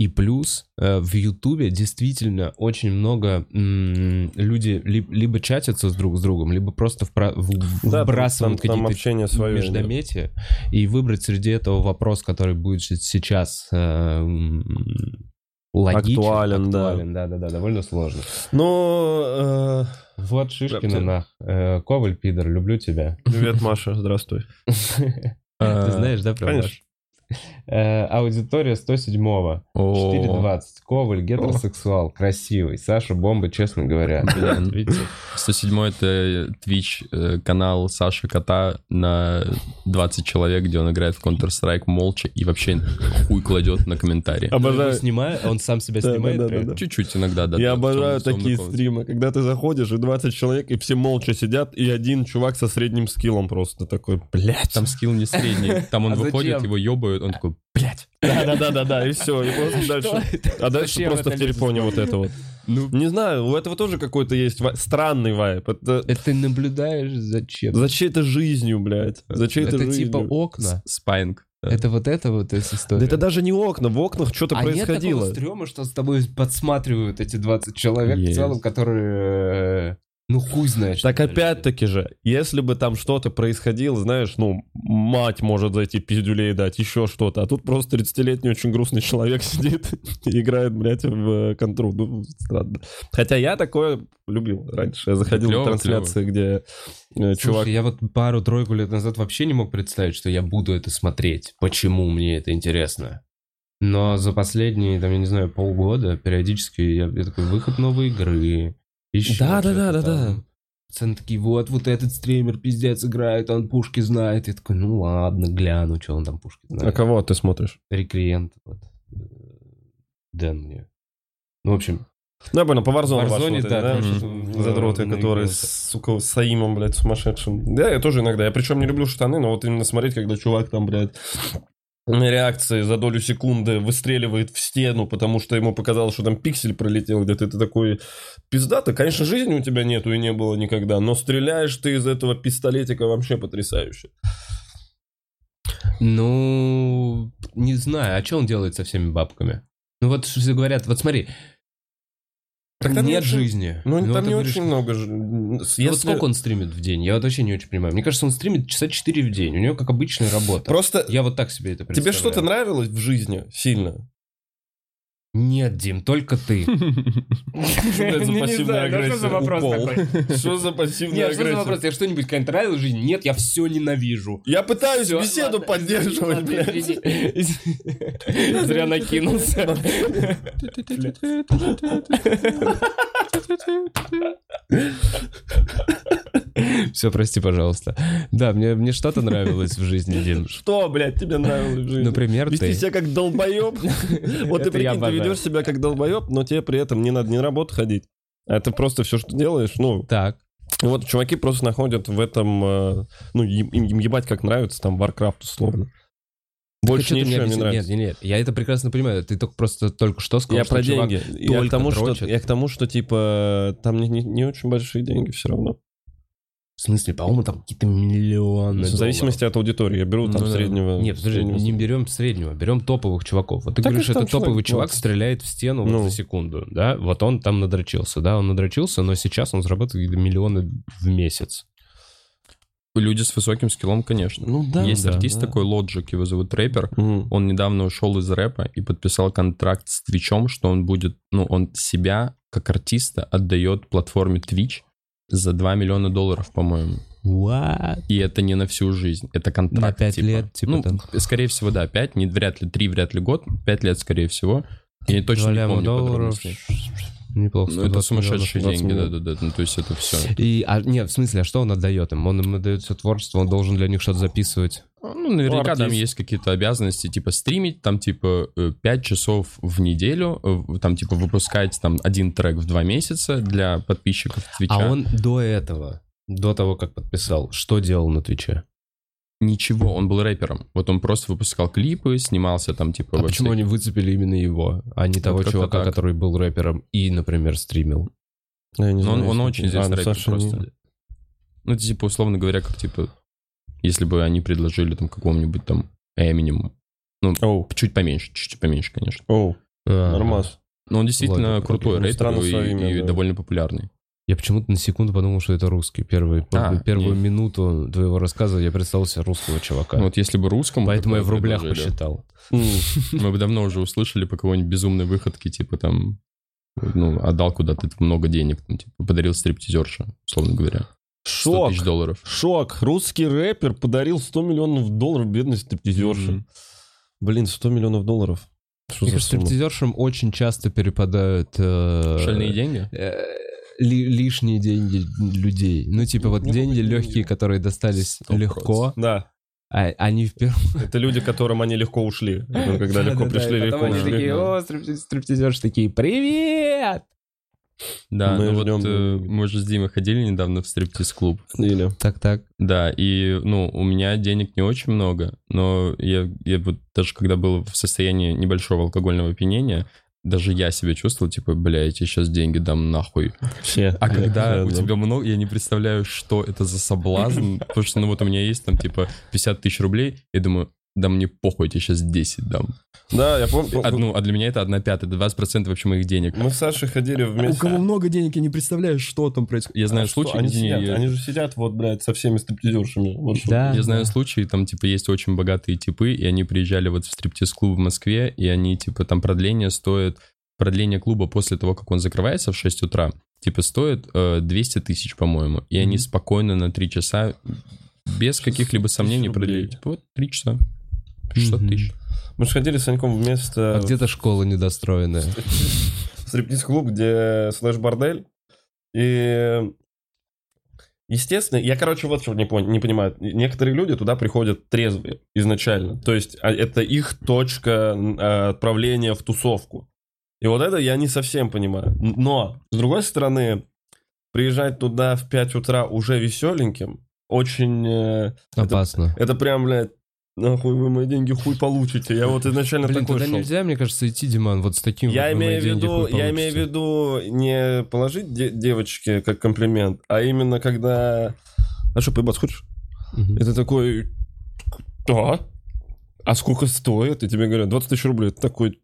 Speaker 1: И плюс э, в Ютубе действительно очень много м, люди ли- либо чатятся с друг с другом, либо просто впра- в-
Speaker 3: Да, там,
Speaker 1: вбрасывают
Speaker 3: там
Speaker 1: какие-то
Speaker 3: общение свое.
Speaker 1: междометия. И выбрать среди этого вопрос, который будет щ- сейчас э, м, логичен,
Speaker 3: Актуален, да.
Speaker 1: актуален, да. да, да, довольно сложно.
Speaker 3: Ну, э,
Speaker 1: Вот Шишкина
Speaker 3: Прям-то-
Speaker 1: нах. Э, Коваль, пидор, люблю тебя.
Speaker 3: привет, Маша, здравствуй.
Speaker 1: Ты
Speaker 2: А,
Speaker 1: знаешь, да, про
Speaker 3: Конечно.
Speaker 1: Э, Аудитория 107-го.
Speaker 2: О.
Speaker 1: 4.20. Коваль, гетеросексуал, красивый. Саша Бомба, честно говоря.
Speaker 2: Блин.
Speaker 1: Видите?
Speaker 2: 107 это Twitch э, канал Саши Кота на 20 человек, где он играет в Counter-Strike молча и вообще хуй кладет на комментарии.
Speaker 1: Он
Speaker 3: Обожаю.
Speaker 1: снимает, он сам себя
Speaker 3: Да,
Speaker 1: снимает.
Speaker 3: да, да,
Speaker 1: при этом?
Speaker 3: да.
Speaker 2: Чуть-чуть иногда, да.
Speaker 3: Я
Speaker 2: там, в темной-
Speaker 3: обожаю
Speaker 2: в темной
Speaker 3: такие
Speaker 2: комнате.
Speaker 3: стримы, когда ты заходишь, и 20 человек, и все молча сидят, и один чувак со средним скиллом просто такой, блядь.
Speaker 2: Там скилл не средний. Там он
Speaker 1: А
Speaker 2: выходит,
Speaker 1: зачем?
Speaker 2: его ебают, он такой, блядь.
Speaker 3: Да-да-да-да, и все, и просто дальше. А дальше
Speaker 1: Зачем это
Speaker 3: просто
Speaker 1: Ну.
Speaker 3: в телефоне вот это вот. Не знаю, у этого тоже какой-то есть ва- странный вайп. Это-
Speaker 1: Это ты наблюдаешь за чем?
Speaker 3: За чьей-то жизнью, блядь. За чьей-то
Speaker 1: Это
Speaker 3: жизнью.
Speaker 1: типа окна.
Speaker 2: Спайнг. да.
Speaker 1: Это вот это вот эта история.
Speaker 3: Да это даже не окна, в окнах что-то
Speaker 1: а нет
Speaker 3: происходило.
Speaker 1: такого стрёма, что с тобой подсматривают эти 20 человек в
Speaker 2: Есть.
Speaker 1: целом, которые... э, Ну, хуй знает. что
Speaker 3: Так
Speaker 1: дальше.
Speaker 3: опять-таки же, если бы там что-то происходило, знаешь, ну, мать может зайти пиздюлей дать, еще что-то. А тут просто 30-летний очень грустный человек сидит и играет, блядь, в э, контру. Ну, странно. Хотя я такое любил раньше. Я заходил
Speaker 2: Клёво,
Speaker 3: на трансляции, где э,
Speaker 1: Слушай,
Speaker 3: чувак...
Speaker 1: я вот пару-тройку лет назад вообще не мог представить, что я буду это смотреть. Почему мне это интересно? Но за последние, там, я не знаю, полгода периодически я, я такой, выход новой игры. Еще
Speaker 3: Да, да, да, да, да.
Speaker 1: Пацаны такие, вот, вот этот стример пиздец играет, он пушки знает. Я такой, ну ладно, гляну, что он там пушки
Speaker 3: А
Speaker 1: знает.
Speaker 3: кого ты смотришь?
Speaker 1: Рекриент, вот. э, Дэн мне. Ну, в общем,
Speaker 3: Ну, я понял, по Warzone.
Speaker 1: Warzone,
Speaker 3: ваш вот этот,
Speaker 1: да,
Speaker 3: да,
Speaker 2: конечно,
Speaker 3: Мгм. задроты,
Speaker 1: наигрался.
Speaker 3: которые, сука, с Саимом, блядь, сумасшедшим. Да, я тоже иногда. Я причем не люблю штаны, но вот именно смотреть, когда чувак там, блядь, на реакции за долю секунды выстреливает в стену, потому что ему показалось, что там пиксель пролетел где-то. Это такой пиздато. Конечно, жизни у тебя нету и не было никогда, но стреляешь ты из этого пистолетика вообще потрясающе.
Speaker 1: ну, не знаю, а что он делает со всеми бабками? Ну вот все говорят, вот смотри,
Speaker 3: Так
Speaker 1: нет
Speaker 3: там не очень-
Speaker 1: жизни.
Speaker 3: Ну,
Speaker 1: вот
Speaker 3: там
Speaker 1: ты
Speaker 3: не
Speaker 1: говоришь,
Speaker 3: очень много. ж-
Speaker 1: Ну,
Speaker 3: м, с- если-
Speaker 1: Вот сколько он стримит в день? Я вот вообще не очень понимаю. Мне кажется, он стримит часа 4 в день. У него, как обычная работа.
Speaker 3: Просто
Speaker 1: Я вот так себе это
Speaker 3: тебе
Speaker 1: представляю.
Speaker 3: что-то нравилось в жизни сильно?
Speaker 1: Нет, Дим, только ты.
Speaker 3: это за
Speaker 1: Ну, не
Speaker 3: пассивная
Speaker 1: знаю, ну,
Speaker 3: агрессия? Укол. Что за пассивная
Speaker 1: Нет, что за
Speaker 3: агрессия?
Speaker 1: вопрос? Я что-нибудь когда-нибудь нравилось в жизни? Нет, я все ненавижу.
Speaker 3: Я пытаюсь
Speaker 1: Всё,
Speaker 3: беседу
Speaker 1: ладно.
Speaker 3: поддерживать,
Speaker 1: Ладно,
Speaker 3: блядь.
Speaker 1: извини. Зря накинулся. Все, прости, пожалуйста. Да, мне, мне что-то нравилось в жизни, Дим.
Speaker 3: Что, блядь, тебе нравилось в жизни?
Speaker 1: Например,
Speaker 3: Вести
Speaker 1: ты.
Speaker 3: себя как долбоеб. Вот ты
Speaker 1: Это я
Speaker 3: прикинь, ты
Speaker 1: обожаю.
Speaker 3: ведешь себя как долбоеб, но тебе при этом не надо ни на работу ходить. А ты просто все, что делаешь, ну,
Speaker 1: Так.
Speaker 3: И Вот чуваки просто находят в этом, э, ну, им, им- им ебать как нравится, там, Warcraft условно. Больше
Speaker 1: Ты а чё ты мне
Speaker 3: ничего не
Speaker 1: объясни-
Speaker 3: нравится.
Speaker 1: Нет, нет, нет, я это прекрасно понимаю. Ты только просто только что сказал,
Speaker 3: я
Speaker 1: что
Speaker 3: про
Speaker 1: чувак-
Speaker 3: деньги. Я к,
Speaker 1: только
Speaker 3: тому, что,
Speaker 1: дрочит.
Speaker 3: я к тому, что, типа, там не, не- не очень большие деньги все равно.
Speaker 1: В смысле, по-моему, там какие-то миллионы
Speaker 3: Ну, в зависимости от аудитории. Я беру там
Speaker 1: Ну да.
Speaker 3: среднего.
Speaker 1: Нет, подожди,
Speaker 3: среднего.
Speaker 1: не берем среднего, берем топовых чуваков. Вот ты
Speaker 3: Так и
Speaker 1: говоришь,
Speaker 3: что
Speaker 1: это
Speaker 3: там
Speaker 1: топовый
Speaker 3: человек,
Speaker 1: чувак
Speaker 3: ну.
Speaker 1: стреляет в стену вот
Speaker 3: Ну.
Speaker 1: за секунду, да? Вот он там надрочился, да, он надрочился, но сейчас он зарабатывает миллионы в месяц.
Speaker 2: Люди с высоким скиллом, конечно.
Speaker 3: Ну да.
Speaker 2: Есть
Speaker 1: да,
Speaker 2: артист
Speaker 1: да.
Speaker 2: такой, Logic, его зовут рэпер.
Speaker 3: Мгм.
Speaker 2: Он недавно ушел из рэпа и подписал контракт с Твичом, что он будет, ну, он себя как артиста отдает платформе Twitch за 2 миллиона долларов, по-моему. И это не на всю жизнь, это контракт.
Speaker 1: На пять
Speaker 2: типа.
Speaker 1: лет, типа,
Speaker 2: ну,
Speaker 1: там.
Speaker 2: скорее всего, да, 5, не, вряд ли 3, вряд ли год, 5 лет, скорее всего. Я точно не
Speaker 1: Два ляма
Speaker 2: помню
Speaker 1: долларов.
Speaker 2: подробностей.
Speaker 1: Неплохо.
Speaker 2: Ну, это
Speaker 1: 120 миллионов.
Speaker 2: сумасшедшие
Speaker 3: 20
Speaker 2: деньги,
Speaker 3: миллионов.
Speaker 2: да-да-да, ну, то есть это все.
Speaker 1: И, а, нет, в смысле, а что он отдает им? Он им отдает все творчество, он должен для них что-то записывать.
Speaker 2: Ну, наверняка там
Speaker 3: артист.
Speaker 2: есть какие-то обязанности, типа стримить, там, типа, 5 часов в неделю, э, в- там, типа, выпускать, там, один трек в 2 месяца для подписчиков Твича.
Speaker 1: А он до этого, до того, как подписал, что делал на Твиче?
Speaker 2: Ничего, он был рэпером. Вот он просто выпускал клипы, снимался там, типа,
Speaker 1: А
Speaker 2: во
Speaker 1: почему
Speaker 2: всяких-
Speaker 1: они выцепили именно его, а не того
Speaker 2: как-то
Speaker 1: чувака,
Speaker 2: так.
Speaker 1: который был рэпером и, например, стримил?
Speaker 3: Я не
Speaker 2: Ну, он,
Speaker 3: знаю,
Speaker 2: он
Speaker 3: если-
Speaker 2: очень
Speaker 3: А,
Speaker 2: известный
Speaker 3: ну,
Speaker 2: рэпер
Speaker 3: Саша не-
Speaker 2: просто. Ну, это, типа, условно говоря, как, типа, если бы они предложили, там, какому-нибудь, там, Эминему. Ну,
Speaker 3: Оу,
Speaker 2: чуть поменьше, чуть-чуть поменьше, конечно.
Speaker 3: оу,
Speaker 1: А,
Speaker 3: нормас.
Speaker 2: Но он действительно
Speaker 1: Логика.
Speaker 2: крутой
Speaker 3: Ну, странно
Speaker 2: рэпер и,
Speaker 3: свое имя,
Speaker 2: и
Speaker 3: да.
Speaker 2: довольно популярный.
Speaker 1: Я почему-то на секунду подумал, что это русский. Первый,
Speaker 2: А,
Speaker 1: первую
Speaker 2: не.
Speaker 1: минуту твоего рассказа я представил себе русского чувака.
Speaker 2: Ну, вот если бы русскому...
Speaker 1: Поэтому я в
Speaker 2: такое
Speaker 1: рублях
Speaker 2: предложили,
Speaker 1: посчитал.
Speaker 2: Мы бы давно уже услышали по какой-нибудь безумной выходке, типа там, ну, отдал куда-то много денег, там, типа, подарил стриптизерше, условно говоря. 100
Speaker 3: Шок.
Speaker 2: тысяч долларов.
Speaker 3: Шок. Русский рэпер подарил 100 миллионов долларов бедной стриптизерше.
Speaker 2: Мгм.
Speaker 3: Блин, 100 миллионов долларов. Что
Speaker 1: Мне
Speaker 3: за
Speaker 1: кажется,
Speaker 3: сумма?
Speaker 1: стриптизершам очень часто перепадают... э,
Speaker 2: Шальные деньги?
Speaker 1: э, ли- лишние деньги людей. Ну, типа, вот
Speaker 3: Ну,
Speaker 1: деньги
Speaker 3: деньги.
Speaker 1: легкие, которые достались
Speaker 2: Сто
Speaker 1: легко,
Speaker 3: Да,
Speaker 1: а они в первом...
Speaker 3: это люди, которым они легко ушли. Ну, Когда легко пришли, легко
Speaker 1: Потом они
Speaker 3: ушли.
Speaker 1: такие,
Speaker 2: да.
Speaker 1: о, стрип- стриптизерши такие, привет!
Speaker 2: Да,
Speaker 3: Мы
Speaker 2: ну вот
Speaker 3: ждем
Speaker 2: э,
Speaker 3: деньги.
Speaker 2: мы же с Димой ходили недавно в стриптиз-клуб.
Speaker 3: Или...
Speaker 1: Так-так.
Speaker 2: Да, и, ну, у меня денег не очень много, но я, я вот даже когда был в состоянии небольшого алкогольного опьянения, даже я себя чувствовал, типа, бля, я тебе сейчас деньги дам нахуй.
Speaker 3: Все.
Speaker 2: А когда
Speaker 3: Э, Да,
Speaker 2: у
Speaker 3: да.
Speaker 2: тебя много, я не представляю, что это за соблазн, потому что, ну, вот у меня есть там, типа, 50 тысяч рублей, и думаю, да мне похуй, я тебе сейчас 10 дам.
Speaker 3: Да, я помню.
Speaker 2: Одну, а для меня это одна пятая, это 20% вообще моих денег.
Speaker 3: Мы с Сашей ходили
Speaker 2: У
Speaker 3: вместе. А
Speaker 2: кого много денег, я не представляю, что там происходит. А Я знаю
Speaker 3: Что,
Speaker 2: случаи,
Speaker 3: они,
Speaker 2: извини,
Speaker 3: сидят,
Speaker 2: я-
Speaker 3: они же сидят вот, блядь, со всеми стриптизершами. Вот что.
Speaker 1: Да.
Speaker 2: Я знаю случаи, там, типа, есть очень богатые типы, и они приезжали вот в стриптиз-клуб в Москве, и они, типа, там продление стоит, продление клуба после того, как он закрывается в 6 утра, типа, стоит э, 200 тысяч, по-моему, и они спокойно на 3 часа без каких-либо сомнений
Speaker 3: рублей.
Speaker 2: продлили. Типа, вот 3 часа, 600
Speaker 1: Мгм.
Speaker 2: тысяч.
Speaker 3: Мы же ходили с Саньком вместо
Speaker 1: А где-то школа недостроенная.
Speaker 3: стриптиз-клуб, где слэш-бордель. И Естественно, я, короче, вот чего не, пон- не понимаю. Некоторые люди туда приходят трезвые изначально. То есть а, это их точка м, э, отправления в тусовку. И вот это я не совсем понимаю. Но, с другой стороны, приезжать туда в 5 утра уже веселеньким, очень... э,
Speaker 1: Опасно.
Speaker 3: это прям, блядь, нахуй вы мои деньги хуй получите. Я вот изначально
Speaker 1: Блин,
Speaker 3: такой
Speaker 1: туда
Speaker 3: шел.
Speaker 1: нельзя, мне кажется, идти, Диман, вот с таким
Speaker 3: Я
Speaker 1: вот, ну,
Speaker 3: имею в
Speaker 1: на деньги
Speaker 3: виду,
Speaker 1: хуй
Speaker 3: я имею в
Speaker 1: получится.
Speaker 3: виду не положить де- девочке как комплимент, а именно когда... А что, поебаться хочешь?
Speaker 1: Мгм.
Speaker 3: Это такой... Да? А сколько стоит? И тебе говорят, 20 тысяч рублей. Ты такой...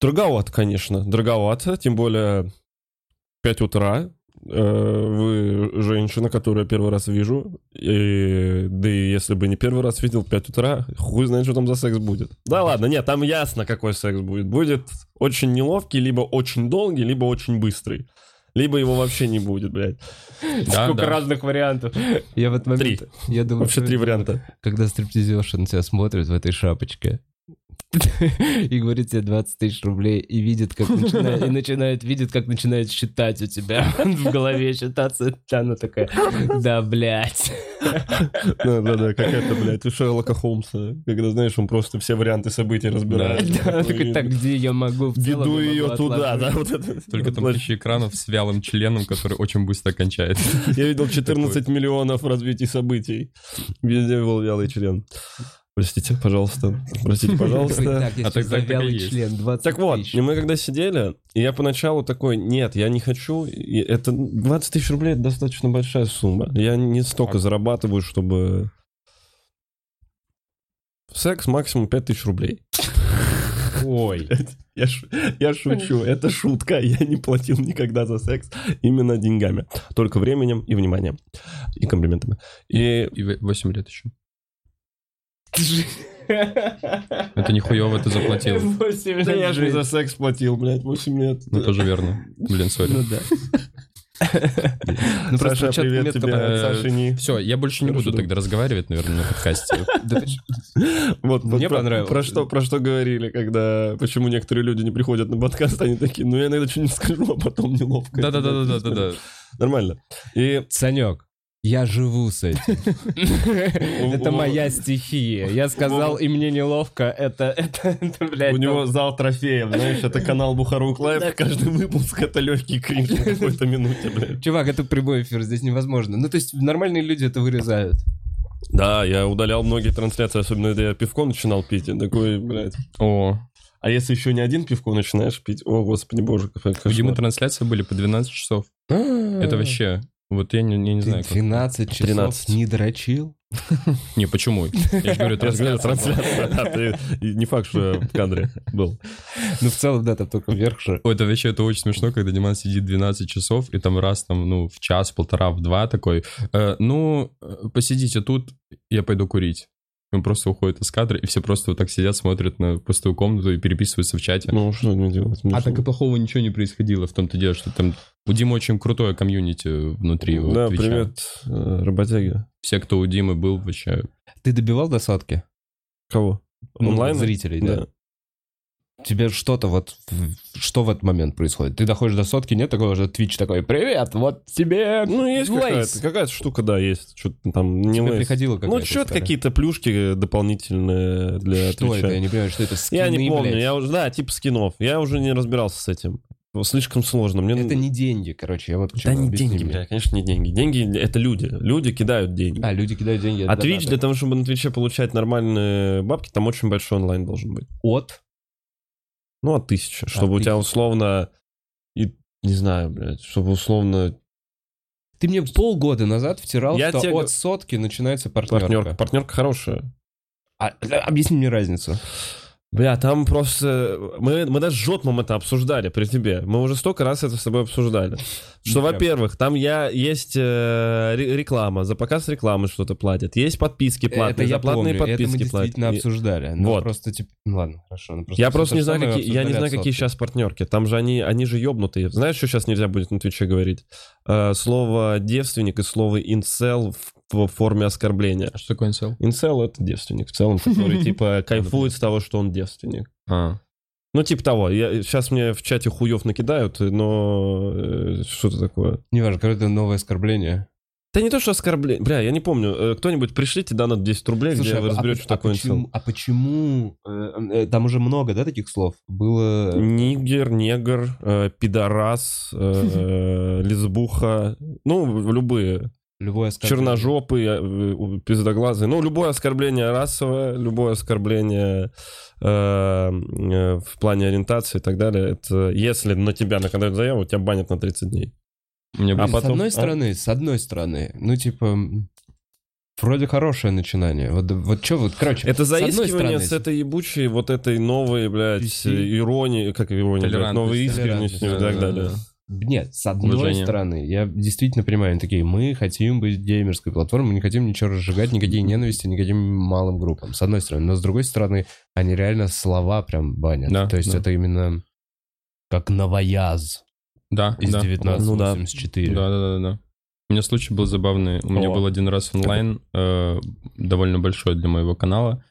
Speaker 3: Дороговато, конечно. Дороговато, тем более 5 утра. Э, Вы женщина, которую я первый раз вижу. И, да и если бы не первый раз видел 5 утра, хуй знает, что там за секс будет. Да ладно, нет, там ясно, какой секс будет. Будет очень неловкий, либо очень долгий, либо очень быстрый. Либо его вообще не будет, блядь.
Speaker 2: Да,
Speaker 3: Сколько
Speaker 2: да.
Speaker 3: разных вариантов.
Speaker 1: Я в этот момент...
Speaker 3: Три.
Speaker 1: Я думаю,
Speaker 3: Вообще три варианта.
Speaker 1: когда стриптизерша на тебя смотрит в этой шапочке и говорит тебе 20 тысяч рублей и видит, как начинает, и начинает, видит, как начинает считать у тебя в голове считаться, она такая, да, блядь.
Speaker 3: Да, да, да, как это, блядь, у Шерлока Холмса, когда, знаешь, он просто все варианты событий разбирает.
Speaker 1: Да, она такая, так, где я могу в целом, я могу
Speaker 3: Веду ее туда, да,
Speaker 1: отложить».
Speaker 3: вот это.
Speaker 2: Только там
Speaker 3: Значит,
Speaker 2: тысячи экранов с вялым членом, который очень быстро кончается.
Speaker 3: Я видел 14 миллионов развитий событий. Везде был вялый член. Простите, пожалуйста. Простите, пожалуйста.
Speaker 1: Так, я
Speaker 2: А так-
Speaker 1: сейчас
Speaker 2: так и
Speaker 1: завялый
Speaker 2: есть.
Speaker 1: член, 20
Speaker 3: Так вот,
Speaker 1: тысяч.
Speaker 3: и мы когда сидели, и я поначалу такой, нет, я не хочу, и это 20 тысяч рублей, это достаточно большая сумма. Я не столько зарабатываю, чтобы... Секс максимум 5 тысяч рублей.
Speaker 1: Ой.
Speaker 3: Я, ш- я шучу, это шутка. Я не платил никогда за секс именно деньгами. Только временем и вниманием. И комплиментами. И
Speaker 2: И 8 лет еще. Это нихуево ты заплатил.
Speaker 3: да я же не за секс платил, блядь, 8 лет.
Speaker 2: Ну, тоже верно. Блин, сори.
Speaker 1: Ну да. Ну просто
Speaker 3: Саша,
Speaker 1: чё-то
Speaker 3: привет
Speaker 1: метко
Speaker 3: тебе. э,
Speaker 1: понравилось.
Speaker 3: Саша, не...
Speaker 2: Все, я больше не
Speaker 3: Хорошо,
Speaker 2: буду
Speaker 3: да.
Speaker 2: тогда разговаривать, наверное, на подкасте.
Speaker 1: Да почему?
Speaker 3: Вот, вот
Speaker 1: Мне
Speaker 3: про,
Speaker 1: понравилось.
Speaker 3: Про что, про что говорили, когда... Почему некоторые люди не приходят на подкаст, они такие, ну я иногда что-нибудь скажу, а потом неловко.
Speaker 2: Да-да-да-да-да-да.
Speaker 3: Нормально. И
Speaker 1: Санек, я живу с этим. Это
Speaker 3: У- у-
Speaker 1: моя стихия. Я сказал, и мне неловко. Это, это, это, блядь.
Speaker 3: у него
Speaker 1: ну,
Speaker 3: зал трофеев, знаешь, это канал Бухарук Лайф. Каждый выпуск это легкий кринж на какой-то минуте, блядь.
Speaker 1: ну, Чувак, это прямой эфир, здесь невозможно. Ну, то есть нормальные люди это вырезают.
Speaker 3: Да, я удалял многие трансляции, особенно когда я пивко начинал пить. Я такой, блядь.
Speaker 2: О,
Speaker 3: А если еще не один пивко начинаешь пить, о, господи боже, какой
Speaker 2: у
Speaker 3: кошмар.
Speaker 2: Димы трансляции были по 12 часов. Это вообще... Вот я не, я не
Speaker 1: Ты
Speaker 2: знаю, как.
Speaker 1: 12 часов
Speaker 3: 13.
Speaker 1: не дрочил?
Speaker 2: Не, почему? Я же говорю,
Speaker 3: Я же говорю,
Speaker 2: трансляция.
Speaker 3: трансляция, да, ты- и не факт, что я в кадре был.
Speaker 1: Ну, в целом, да, там только вверх же.
Speaker 2: Ой, это вообще это очень смешно, когда Диман сидит 12 часов, и там раз там, ну, в час, полтора, в два такой, «Э, ну, э, посидите тут, я пойду курить. И Он просто уходит из кадра, и все просто вот так сидят, смотрят на пустую комнату и переписываются в чате.
Speaker 3: Ну, что мне делать? Мне
Speaker 2: а
Speaker 3: что-
Speaker 2: так и плохого ничего не происходило в том-то дело, что там у Димы очень крутое комьюнити внутри у
Speaker 3: Да,
Speaker 2: Твича.
Speaker 3: привет, э, работяги.
Speaker 2: Все, кто у Димы был, вообще...
Speaker 1: Ты добивал досадки?
Speaker 3: Кого?
Speaker 1: Ну,
Speaker 3: Онлайн?
Speaker 1: Зрителей, да.
Speaker 3: Да.
Speaker 1: Тебе что-то вот... Что в этот момент происходит? Ты доходишь до сотки, нет такого же Twitch такой, привет, вот тебе
Speaker 3: Ну, есть
Speaker 1: лейс».
Speaker 3: какая-то, какая-то штука, да, есть. Что-то там не
Speaker 1: Тебе
Speaker 3: лейс.
Speaker 1: приходило
Speaker 3: Ну,
Speaker 1: какая-то
Speaker 3: что-то
Speaker 1: история?
Speaker 3: какие-то плюшки э, дополнительные для
Speaker 1: Что
Speaker 3: Твича.
Speaker 1: это? Я не понимаю, что это скины,
Speaker 3: Я не помню,
Speaker 1: блядь.
Speaker 3: я уже, да, типа скинов. Я уже не разбирался с этим. Слишком сложно. Мне
Speaker 1: Это не деньги, короче, я вот к
Speaker 3: да
Speaker 1: чему
Speaker 3: не
Speaker 1: объясни
Speaker 3: деньги,
Speaker 1: мне.
Speaker 3: бля, конечно, не деньги. Деньги — это люди. Люди кидают деньги.
Speaker 1: А, люди кидают деньги.
Speaker 3: а
Speaker 1: да,
Speaker 3: Twitch,
Speaker 1: да,
Speaker 3: для
Speaker 1: да.
Speaker 3: того, чтобы на Твиче получать нормальные бабки, там очень большой онлайн должен быть.
Speaker 1: От?
Speaker 3: Ну, от тысячи. Чтобы у тебя
Speaker 1: тысячи.
Speaker 3: условно... И, не знаю, блядь, чтобы условно...
Speaker 1: Ты мне полгода назад втирал,
Speaker 3: Я
Speaker 1: что
Speaker 3: тебе
Speaker 1: от сотки начинается партнерка.
Speaker 3: Партнерка. Партнерка хорошая.
Speaker 1: А, да, объясни мне разницу.
Speaker 3: Бля, там просто... Мы, мы даже с Жотмом это обсуждали при тебе. Мы уже столько раз это с тобой обсуждали. Что, во-первых, там я есть э, ре- реклама, за показ рекламы что-то платят, есть подписки
Speaker 1: Э, это
Speaker 3: платные,
Speaker 1: я
Speaker 3: за платные
Speaker 1: помню, это мы
Speaker 3: подписки
Speaker 1: действительно
Speaker 3: платят.
Speaker 1: обсуждали. но
Speaker 3: Вот.
Speaker 1: Просто типа, ну ладно, хорошо. ну
Speaker 3: Я
Speaker 1: всё
Speaker 3: просто
Speaker 1: то
Speaker 3: не
Speaker 1: же
Speaker 3: знаю,
Speaker 1: самое
Speaker 3: какие, я не
Speaker 1: обсуждали
Speaker 3: знаю,
Speaker 1: от
Speaker 3: какие
Speaker 1: сотки.
Speaker 3: сейчас партнерки. Там же они, они же ебнутые. Знаешь, что сейчас нельзя будет на Твиче говорить? Э, слово девственник и слово инсел в, в форме оскорбления.
Speaker 2: Что такое инсел?
Speaker 3: Инсел это девственник в целом, который типа кайфует с того, что он девственник.
Speaker 2: А,
Speaker 3: Ну, типа того. Я, сейчас мне в чате хуев накидают, но э, что-то такое.
Speaker 1: Неважно, короче, это новое оскорбление.
Speaker 3: Да не то, что оскорбление. Бля, я не помню. Э, Кто-нибудь пришлите донат 10 рублей, где
Speaker 1: Слушай,
Speaker 3: вы
Speaker 1: а
Speaker 3: разберете,
Speaker 1: поч-
Speaker 3: что такое
Speaker 1: а почему,
Speaker 3: инцел.
Speaker 1: а почему, э, э, Там уже много, да, таких слов? Было...
Speaker 3: Нигер, негр, э, пидорас, э, лесбуха, ну, любые.
Speaker 1: Любое оскорбление.
Speaker 3: Черножопые, э, у- пиздоглазые. Ну, любое оскорбление расовое, любое оскорбление э, э, в плане ориентации и так далее. Это если на тебя накидают заяву, тебя банят на 30 дней.
Speaker 2: Мне
Speaker 3: А
Speaker 1: Блин,
Speaker 3: потом-
Speaker 1: С одной
Speaker 3: а?
Speaker 1: стороны, с одной стороны, ну, типа, м, вроде хорошее начинание. Вот, вот что вот, короче,
Speaker 3: Это
Speaker 1: с одной стороны,
Speaker 3: заискивание с этой ебучей, вот этой новой, блядь,
Speaker 1: PC.
Speaker 3: э, иронии, как ирония, блядь,
Speaker 2: Толерантность,
Speaker 3: новой
Speaker 1: Э,
Speaker 3: искренностью и так
Speaker 2: толерантность, да,
Speaker 3: далее.
Speaker 2: да,
Speaker 1: Нет, с одной
Speaker 2: Уважение.
Speaker 1: стороны, я действительно понимаю, они такие, мы хотим быть геймерской платформой, мы не хотим ничего разжигать, никакие ненависти, никаким малым группам, с одной стороны. Но с другой стороны, они реально слова прям банят.
Speaker 2: Да,
Speaker 1: То есть
Speaker 2: да.
Speaker 1: это именно как новояз
Speaker 2: Да,
Speaker 1: из
Speaker 2: да.
Speaker 1: 1984.
Speaker 2: Да, да, да, да. У меня случай был забавный. У меня
Speaker 3: О.
Speaker 2: был один раз онлайн, э, довольно большой для моего канала.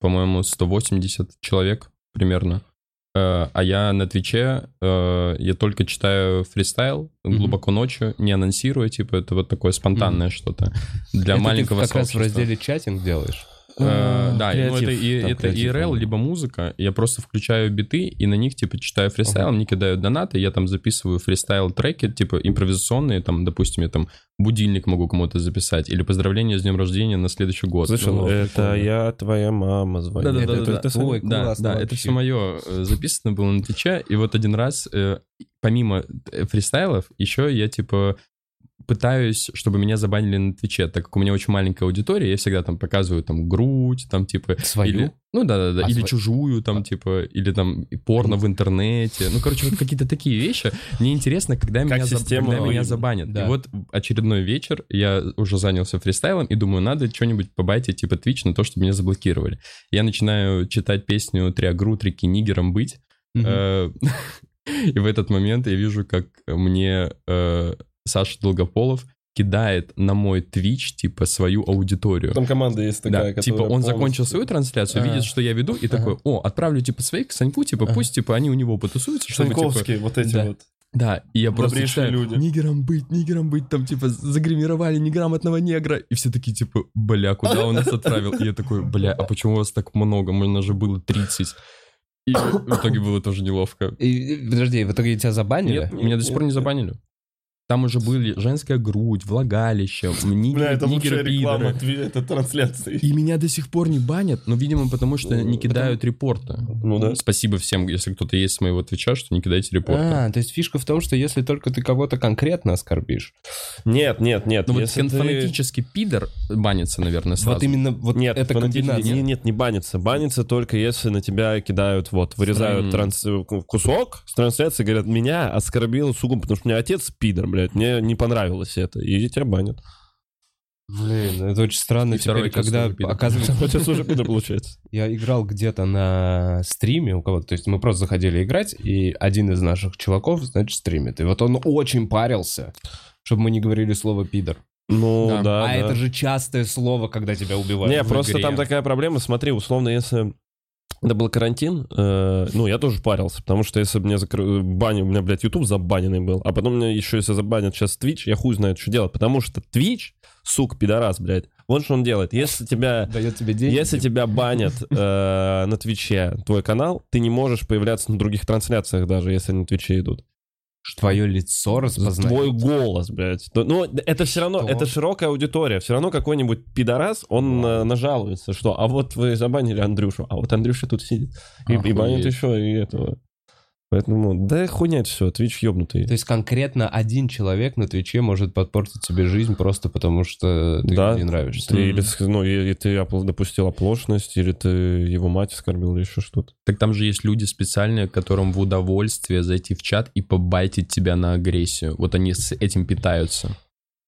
Speaker 2: По-моему, 180 человек примерно. Э, а я на Твиче, э, я только читаю фристайл
Speaker 1: Мгм.
Speaker 2: глубоко ночью, не анонсируя, типа, это вот такое спонтанное что-то для
Speaker 1: Это
Speaker 2: маленького
Speaker 1: ты как раз в
Speaker 2: сообщества.
Speaker 1: разделе чатинг делаешь.
Speaker 2: Э,
Speaker 3: А,
Speaker 2: Да, ну это
Speaker 3: креатив.
Speaker 2: и-
Speaker 1: там
Speaker 2: это
Speaker 1: креатив,
Speaker 2: IRL,
Speaker 1: да.
Speaker 2: либо музыка. Я просто включаю биты и на них, типа, читаю фристайл, мне кидают донаты, я там записываю фристайл треки, типа, импровизационные, там, допустим, я там будильник могу кому-то записать или поздравление с днем рождения на следующий год.
Speaker 3: Слышал?
Speaker 2: Ну,
Speaker 3: это я, твоя мама звонит.
Speaker 2: да, да,
Speaker 3: Это
Speaker 2: да,
Speaker 3: ты
Speaker 2: да.
Speaker 3: сам?
Speaker 1: Ой,
Speaker 2: Да,
Speaker 1: классно
Speaker 2: да,
Speaker 1: вообще.
Speaker 2: это все мое записано было на Твиче, и вот один раз, э, помимо э, фристайлов, еще я, типа, пытаюсь, чтобы меня забанили на Твиче, так как у меня очень маленькая аудитория, я всегда там показываю там грудь, там, типа,
Speaker 1: Свою?
Speaker 2: или- ну да, да, да.
Speaker 1: А,
Speaker 2: или
Speaker 1: свой-
Speaker 2: чужую, там, типа, или там и порно в интернете. Ну, короче, вот какие-то такие вещи. Мне интересно, когда, меня, заб-
Speaker 3: система
Speaker 2: когда меня
Speaker 3: выявлена.
Speaker 2: забанят.
Speaker 1: Да.
Speaker 2: И вот очередной вечер я уже занялся фристайлом и думаю, надо что-нибудь побайтить, типа Twitch, на то, чтобы меня заблокировали. Я начинаю читать песню «Триагру, трики нигером быть».
Speaker 1: Мгм.
Speaker 2: Э, И в этот момент я вижу, как мне э, Саша Долгополов кидает на мой Twitch, типа, свою аудиторию.
Speaker 3: Там команда есть
Speaker 2: Да,
Speaker 3: такая,
Speaker 2: типа
Speaker 3: которая
Speaker 2: он закончил
Speaker 3: полностью-
Speaker 2: свою трансляцию,
Speaker 3: А.
Speaker 2: видит, что я веду, и такой, о, отправлю типа своих к Саньку, типа
Speaker 3: Ага.
Speaker 2: пусть типа они у него потусуются, чтобы типа...
Speaker 3: Шаньковские, вот эти
Speaker 2: да.
Speaker 3: вот.
Speaker 2: Да, и я просто
Speaker 3: Добрейшие
Speaker 2: читаю,
Speaker 3: люди.
Speaker 2: нигером быть, нигером быть, там типа загримировали неграмотного негра, и все такие типа, бля, куда он нас отправил? И я такой, бля, а почему у вас так много? У нас же было 30. И в итоге было тоже неловко.
Speaker 1: И- и- подожди, в итоге тебя забанили?
Speaker 2: Нет, меня до сих пор не забанили. Там уже были женская грудь, влагалище,
Speaker 3: Бля,
Speaker 2: нигер,
Speaker 3: это лучшая
Speaker 2: нигер
Speaker 3: реклама, тви- это трансляции.
Speaker 2: И меня до сих пор не банят, но, Ну, видимо, потому что не
Speaker 3: Потому-
Speaker 2: кидают репорты.
Speaker 3: Ну да.
Speaker 2: Спасибо всем, если кто-то есть с моего твича, что не кидайте репорты.
Speaker 1: А, то есть фишка в том, что если только ты кого-то конкретно оскорбишь,
Speaker 3: Нет, нет, нет.
Speaker 2: Ну вот
Speaker 3: если ты-
Speaker 2: фанатический пидор банится, наверное, сразу.
Speaker 1: вот именно вот
Speaker 3: Нет,
Speaker 1: эта
Speaker 3: фанатически-
Speaker 1: комбинация.
Speaker 3: не- Нет, не банится. Банится только если на тебя кидают, вот, вырезают
Speaker 2: Мгм.
Speaker 3: транс- кусок с трансляции, говорят, меня оскорбил сугубо, потому что у меня отец пидор, блядь, мне не понравилось это, и тебя банят.
Speaker 1: Блин, это очень странно
Speaker 2: И
Speaker 1: теперь,
Speaker 2: второй часть
Speaker 1: когда,
Speaker 2: тоже пидор.
Speaker 1: оказывается,
Speaker 3: Вот сейчас уже пидор получается.
Speaker 1: я играл где-то на стриме у кого-то, то есть мы просто заходили играть, и один из наших чуваков, значит, стримит. И вот он очень парился, чтобы мы не говорили слово «пидор».
Speaker 3: Ну
Speaker 2: Да.
Speaker 3: да, да.
Speaker 1: а это же частое слово, когда тебя убивают
Speaker 3: Не,
Speaker 1: типа, в
Speaker 3: просто
Speaker 1: игре.
Speaker 3: там такая проблема. Смотри, условно, если это был карантин, э, ну, я тоже парился, потому что если бы мне закры... баню, у меня, блядь, YouTube забаненный был, а потом мне еще если забанят сейчас Twitch, я хуй знает, что делать, потому что Twitch, сук, пидорас, блядь, вот что он делает. Если тебя...
Speaker 1: Дает тебе деньги.
Speaker 3: Если тебя банят э, на Твиче твой канал, ты не можешь появляться на других трансляциях даже, если они на Твиче идут.
Speaker 1: Твое лицо распознает.
Speaker 3: Твой голос, блядь. Ну, Ну, это все равно,
Speaker 1: Что?
Speaker 3: это широкая аудитория. Все равно какой-нибудь пидорас, он э, нажалуется, что а вот вы забанили Андрюшу, а вот Андрюша тут сидит. И, и
Speaker 2: Охуеть.
Speaker 3: банят еще и этого. Поэтому, да хуйня все, Твич ёбнутый.
Speaker 1: То есть конкретно один человек на Твиче может подпортить себе жизнь просто потому, что ты
Speaker 3: Да.
Speaker 1: ему не нравишься.
Speaker 3: Ты или, с- ну, и- и ты опл- допустил оплошность, или ты его мать оскорбил, или еще что-то.
Speaker 2: Так там же есть люди специальные, которым в удовольствие зайти в чат и побайтить тебя на агрессию. Вот они с этим питаются.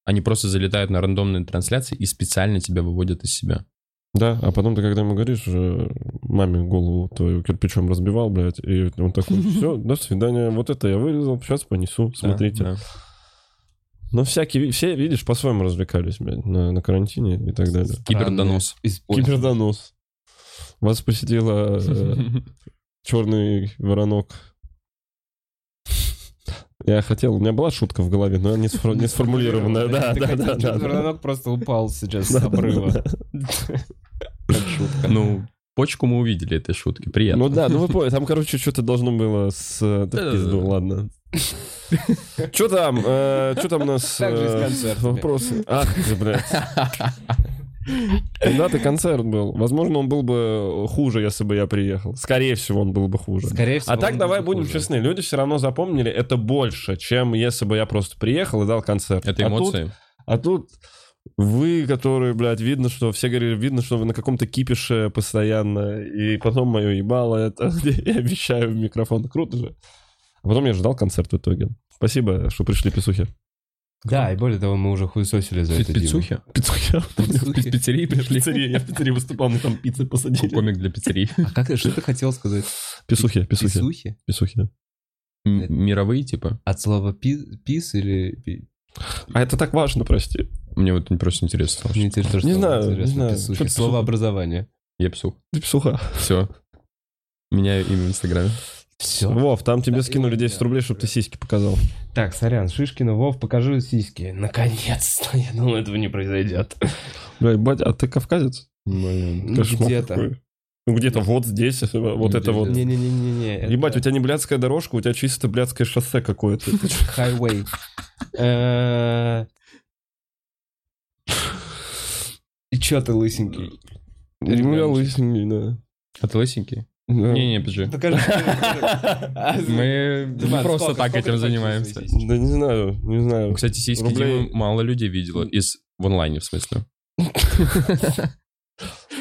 Speaker 2: Они просто залетают на рандомные трансляции и специально тебя выводят из себя.
Speaker 3: Да, а потом ты когда ему говоришь, э, маме голову твою кирпичом разбивал, блядь, и он такой, все, до свидания, вот это я вырезал, сейчас понесу, смотрите.
Speaker 2: Да, да.
Speaker 3: Но всякие, ви- все, видишь, по-своему развлекались, блядь, на, на карантине и так далее.
Speaker 2: Кибердонос.
Speaker 1: Использование.
Speaker 3: Кибердонос. Вас э, посетила черный воронок. Я хотел, у меня была шутка в голове, но она не, сфор- не сформулированная. Да,
Speaker 1: Ты
Speaker 3: да,
Speaker 1: хотел,
Speaker 3: да,
Speaker 1: чтобы
Speaker 3: да, да.
Speaker 1: Вернонок просто упал сейчас с обрыва.
Speaker 2: Ну, почку мы увидели этой шутки. Приятно.
Speaker 3: Ну да, ну вы поняли, там, короче, что-то должно было с... да в пизду, ладно. Что там? Что там у нас?
Speaker 1: Так же из
Speaker 3: э,
Speaker 1: концерта.
Speaker 3: Вопросы. Ах, ты, блядь. Когда-то концерт был. Возможно, он был бы хуже, если бы я приехал. Скорее всего, он был бы хуже.
Speaker 1: Скорее всего.
Speaker 3: А так
Speaker 1: он
Speaker 3: давай
Speaker 1: будет
Speaker 3: будем
Speaker 1: хуже.
Speaker 3: честны, люди все равно запомнили это больше, чем если бы я просто приехал и дал концерт.
Speaker 2: Это
Speaker 3: А тут-
Speaker 2: эмоции.
Speaker 3: а тут вы, которые, блядь, видно, что все говорили, видно, что вы на каком-то кипише постоянно, и потом мое ебало это, я обещаю в микрофон, круто же. А потом я ждал концерт в итоге. Спасибо, что пришли писухи.
Speaker 1: Да, и более того, мы уже хуесосили за это. Дима.
Speaker 2: Пиццухи?
Speaker 3: Пиццухи.
Speaker 2: Из пиццерии пришли.
Speaker 3: Я в пиццерии выступал, мы там пиццы посадили.
Speaker 2: Комик для пиццерии.
Speaker 1: А как, что ты хотел сказать?
Speaker 3: Писухи, писухи,
Speaker 1: Писухи?
Speaker 3: писухи.
Speaker 2: М- Мировые, типа.
Speaker 1: От слова пи- пис или... пи-
Speaker 3: А это так важно, прости.
Speaker 2: Мне вот просто интересно стало, что
Speaker 1: Мне теперь тоже
Speaker 3: Не
Speaker 1: стало
Speaker 3: знаю, не
Speaker 1: интересно,
Speaker 3: знаю.
Speaker 1: писухи.
Speaker 3: Что-то
Speaker 1: Словообразование.
Speaker 2: я псух.
Speaker 3: Ты писуха.
Speaker 2: Все. Меняю имя в Инстаграме.
Speaker 1: Все.
Speaker 3: Вов, там тебе
Speaker 1: Да,
Speaker 3: скинули
Speaker 1: и-
Speaker 3: 10 рублей, чтобы ты сиськи показал.
Speaker 1: Так, сорян, Шишкина, Вов, покажи сиськи. Наконец-то, я думал, этого не произойдет.
Speaker 3: Блядь, батя, а ты кавказец?
Speaker 1: Ну,
Speaker 3: Кошмар
Speaker 1: Где-то. Ну,
Speaker 3: какой. Ну, где-то вот здесь, э, вот это вот.
Speaker 1: Не-не-не-не. это
Speaker 3: Ебать, у тебя не блядская дорожка, у тебя чисто блядское шоссе какое-то. Ты чё?
Speaker 1: Highway. Э, И чё ты лысенький?
Speaker 3: Ну, я лысенький, да.
Speaker 2: А ты лысенький?
Speaker 3: Да.
Speaker 2: Не-не, подожди.
Speaker 1: Покажи.
Speaker 2: Ну, Мы
Speaker 1: Диман,
Speaker 2: не просто
Speaker 1: сколько-
Speaker 2: так
Speaker 1: сколько
Speaker 2: этим
Speaker 1: ты
Speaker 2: занимаемся.
Speaker 1: хочешь
Speaker 3: Да не знаю, не знаю.
Speaker 2: Кстати, сиськи
Speaker 3: Рублей-
Speaker 2: Димы мало людей видела. Из... В онлайне, в смысле.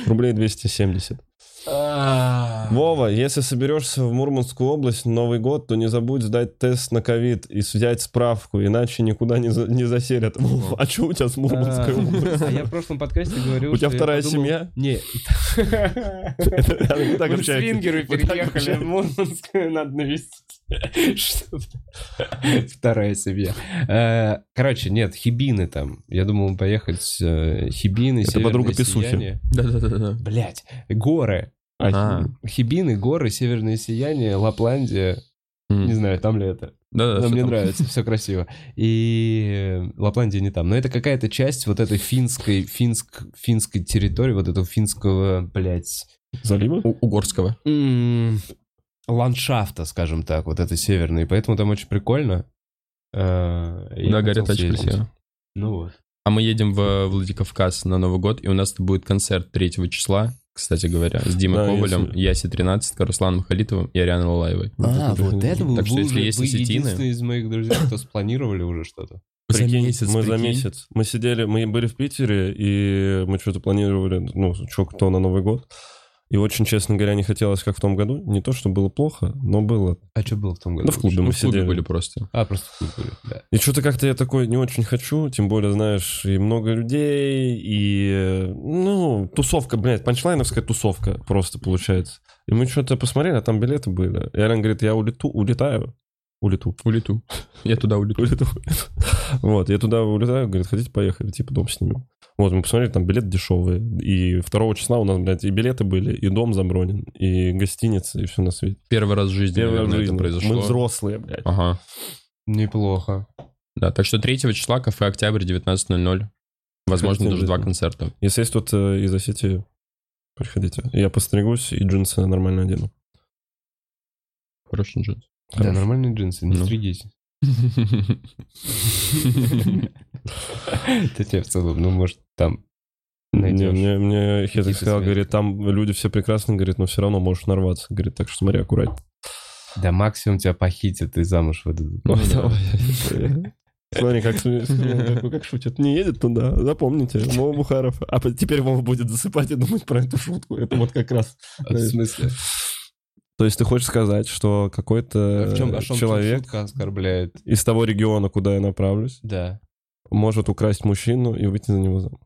Speaker 3: Рублей 270.
Speaker 1: А.
Speaker 3: Вова, если соберешься в Мурманскую область на Новый год, то не забудь сдать тест на ковид и взять справку, иначе никуда не, за- не заселят. Вова, а что у тебя с Мурманской областью?
Speaker 1: А я в прошлом подкасте говорил,
Speaker 3: У тебя
Speaker 1: что я
Speaker 3: вторая
Speaker 1: подумал-
Speaker 3: семья?
Speaker 1: Не.
Speaker 3: Это так
Speaker 1: Мы
Speaker 3: общаются.
Speaker 1: свингеры
Speaker 3: Вот так
Speaker 1: переехали в
Speaker 3: общаются.
Speaker 1: Мурманскую, надо навестить. Что это? Вторая семья. Э, Короче, нет, Хибины там. Я думал поехать э, Хибины,
Speaker 3: Это
Speaker 1: Северное
Speaker 3: подруга Писухи.
Speaker 1: сияние.
Speaker 2: Да-да-да.
Speaker 1: Блять, горы.
Speaker 2: А.
Speaker 1: Хибины, горы, северное сияние, Лапландия. Не
Speaker 2: М.
Speaker 1: знаю, там ли это.
Speaker 2: Да-да,
Speaker 1: Но
Speaker 2: всё
Speaker 1: мне
Speaker 2: там.
Speaker 1: нравится, все красиво. И э, Лапландия не там. Но это какая-то часть вот этой финской, финск, финской территории, вот этого финского, блядь,
Speaker 3: Залива?
Speaker 2: У- Угорского.
Speaker 1: м, ландшафта, скажем так, вот это северный. Поэтому там очень прикольно. А, Да,
Speaker 2: Да, горят очень красиво.
Speaker 1: Ну вот.
Speaker 2: А мы едем в Владикавказ на Новый год, и у нас будет концерт 3 числа, кстати говоря, с Димой
Speaker 3: Да,
Speaker 2: Ковалем,
Speaker 3: если-
Speaker 2: Яси 13, Русланом Халитовым и Арианой Лалаевой.
Speaker 1: А, вот это вы
Speaker 2: Так что
Speaker 1: вы
Speaker 2: если
Speaker 1: уже-
Speaker 2: есть
Speaker 1: вы
Speaker 2: осетины-
Speaker 1: единственные из моих друзей, кто спланировали уже что-то.
Speaker 3: Прикинь, мы за
Speaker 2: прикинь.
Speaker 3: месяц. Мы сидели, мы были в Питере, и мы что-то планировали, ну, что кто на Новый год. И очень, честно говоря, не хотелось, как в том году. Не то, что было плохо, но было.
Speaker 1: А что было в том году?
Speaker 3: Ну, в клубе
Speaker 2: Мы,
Speaker 3: мы
Speaker 2: в клубе
Speaker 3: сидели.
Speaker 2: были просто.
Speaker 1: А, просто в клубе, да.
Speaker 3: И что-то как-то я такой не очень хочу, тем более, знаешь, и много людей, и, э, ну, тусовка, блядь, панчлайновская тусовка просто получается. И мы что-то посмотрели, а там билеты были. И Арен говорит, я улету, улетаю. Улету.
Speaker 2: Улету. Я туда улету.
Speaker 3: улету. Вот, я туда улетаю, говорит, хотите поехали, типа дом снимем. Вот, мы посмотрели, там билеты дешевые. И 2 числа у нас, блядь, и билеты были, и дом забронен, и гостиница, и все на свете.
Speaker 2: Первый раз в жизни,
Speaker 3: Первый раз в
Speaker 2: наверное,
Speaker 3: жизни.
Speaker 2: это произошло.
Speaker 3: Мы взрослые, блядь.
Speaker 2: Ага.
Speaker 1: Неплохо.
Speaker 2: Да, так что 3 числа, кафе «Октябрь», 19.00. Возможно, даже два
Speaker 3: Октябрь.
Speaker 2: концерта.
Speaker 3: Если есть тут э, из Осетии, приходите. Я постригусь и джинсы нормально одену.
Speaker 2: Хороший джинс.
Speaker 1: Да, нормальные джинсы, не
Speaker 2: Ну.
Speaker 1: стригись. Да тебе в целом, ну, может, там
Speaker 3: Не,
Speaker 1: найдешь.
Speaker 3: мне, мне Хедрик
Speaker 1: Какие-то
Speaker 3: сказал,
Speaker 1: свои.
Speaker 3: говорит, там люди все прекрасно, говорит, но все равно можешь нарваться. Говорит, так что смотри, аккуратно.
Speaker 1: Да максимум тебя похитят и замуж выдадут.
Speaker 3: Ой,
Speaker 2: Ну,
Speaker 3: давай. Смотри, как, сме- сме- как- как шутят. Не едет туда, запомните, Вова Бухаров. А по- теперь Вова будет засыпать и думать про эту шутку. Это вот как раз.
Speaker 1: В смысле?
Speaker 3: То есть ты хочешь сказать, что какой-то
Speaker 1: А
Speaker 3: э,
Speaker 1: В чем, о чем
Speaker 3: человек
Speaker 1: шутка оскорбляет?
Speaker 3: из того региона, куда я направлюсь,
Speaker 1: Да.
Speaker 3: может украсть мужчину и выйти за него замуж?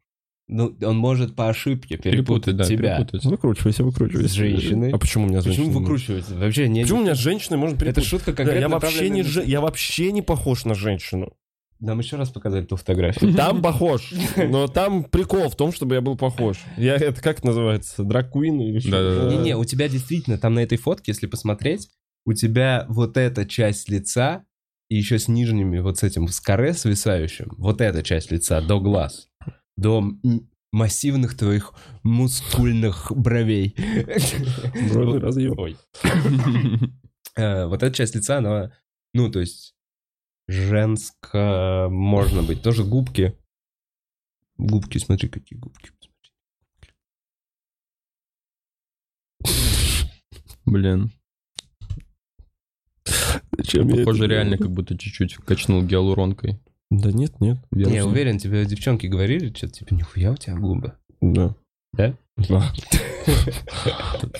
Speaker 1: Ну, он может по ошибке перепутать
Speaker 2: да,
Speaker 1: тебя.
Speaker 2: перепутать.
Speaker 3: Выкручивайся, выкручивайся.
Speaker 1: С женщиной.
Speaker 3: А почему у меня женщина?
Speaker 1: Почему выкручивается? Вообще не...
Speaker 3: Почему у меня женщина может
Speaker 1: Это
Speaker 3: перепутать?
Speaker 1: шутка
Speaker 3: Да,
Speaker 1: конкретно
Speaker 3: я вообще, не
Speaker 1: направленная на-
Speaker 3: же- я вообще не похож на женщину.
Speaker 1: Нам еще раз показали ту фотографию.
Speaker 3: Там похож, но там прикол в том, чтобы я был похож. Я это как это называется? Дракуин или что?
Speaker 2: Да-да-да.
Speaker 1: Не-не, у тебя действительно там на этой фотке, если посмотреть, у тебя вот эта часть лица и еще с нижними вот с этим, с коре свисающим, вот эта часть лица, до глаз, до м- массивных твоих мускульных бровей.
Speaker 3: Бройлы разъем.
Speaker 1: Э, Вот эта часть лица, она, ну, то есть, женско можно быть. Тоже губки. Губки, смотри, какие губки.
Speaker 2: Блин. Ну,
Speaker 3: Зачем я
Speaker 2: Похоже,
Speaker 3: это
Speaker 2: реально
Speaker 3: делаю?
Speaker 2: как будто чуть-чуть качнул гиалуронкой.
Speaker 3: Да нет, нет.
Speaker 1: Не,
Speaker 2: Вирусом.
Speaker 1: уверен, тебе девчонки говорили, что типа, нихуя у тебя губы.
Speaker 3: Да.
Speaker 1: Да?
Speaker 3: Да.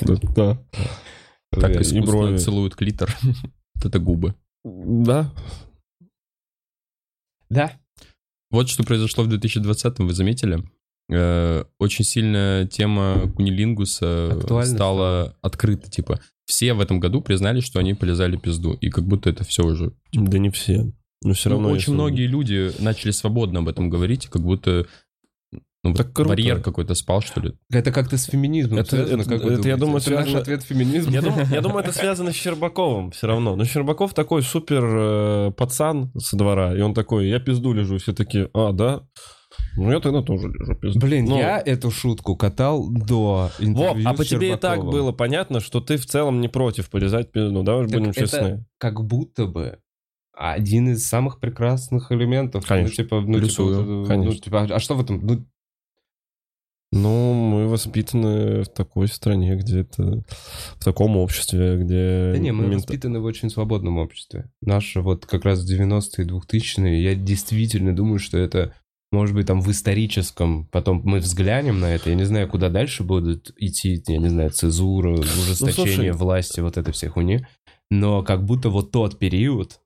Speaker 3: Да, Да.
Speaker 2: Так
Speaker 1: Уверен.
Speaker 3: и-
Speaker 2: искусственно
Speaker 3: брови.
Speaker 2: целуют клитор. Вот это губы.
Speaker 3: Да.
Speaker 1: Да.
Speaker 2: Вот что произошло в 2020-м, вы заметили? Э, Очень сильно тема кунилингуса
Speaker 1: Актуальна
Speaker 2: стала открыта, типа. Все в этом году признали, что они полезали пизду, и как будто это все уже.
Speaker 3: Да не все. Но все
Speaker 2: Ну,
Speaker 3: равно... если-
Speaker 2: очень многие люди начали свободно об этом говорить, и как будто ну, вот
Speaker 3: Так круто.
Speaker 2: барьер какой-то спал, что ли.
Speaker 1: Это как-то с феминизмом
Speaker 3: Это-
Speaker 1: связано,
Speaker 3: это-
Speaker 1: как вы
Speaker 3: это, я
Speaker 1: думаете?
Speaker 3: думаю,
Speaker 1: Это наш
Speaker 3: связано-
Speaker 1: ответ феминизм.
Speaker 3: Я думаю, я думаю, это связано с Щербаковым все равно. Но Щербаков такой супер э, пацан со двора. И он такой, я пизду лежу. Все такие, а, да? Ну, я тогда тоже лежу пизду.
Speaker 1: Блин,
Speaker 3: Ну,
Speaker 1: я эту шутку катал до
Speaker 3: Вов,
Speaker 1: интервью
Speaker 3: а
Speaker 1: с
Speaker 3: по тебе и так
Speaker 1: Щербаковым.
Speaker 3: было понятно, что ты в целом не против полезать пизду. Давай
Speaker 1: Так
Speaker 3: будем
Speaker 1: это-
Speaker 3: честны.
Speaker 1: как будто бы один из самых прекрасных элементов.
Speaker 3: Конечно.
Speaker 1: Ну, типа, ну, типа,
Speaker 2: Рисую,
Speaker 1: вот это, ну,
Speaker 3: конечно.
Speaker 1: типа, а- а что в этом? Ну,
Speaker 3: Ну, мы воспитаны в такой стране, где это... В таком обществе, где...
Speaker 1: да не, мы
Speaker 3: мент-
Speaker 1: воспитаны в очень свободном обществе. Наши вот как раз 90-е, 2000-е, я действительно думаю, что это, может быть, там в историческом, потом мы взглянем на это, я не знаю, куда дальше будут идти, я не знаю, цезура, ужесточение
Speaker 3: слушай.
Speaker 1: власти, вот это все хуйни. Но как будто вот тот период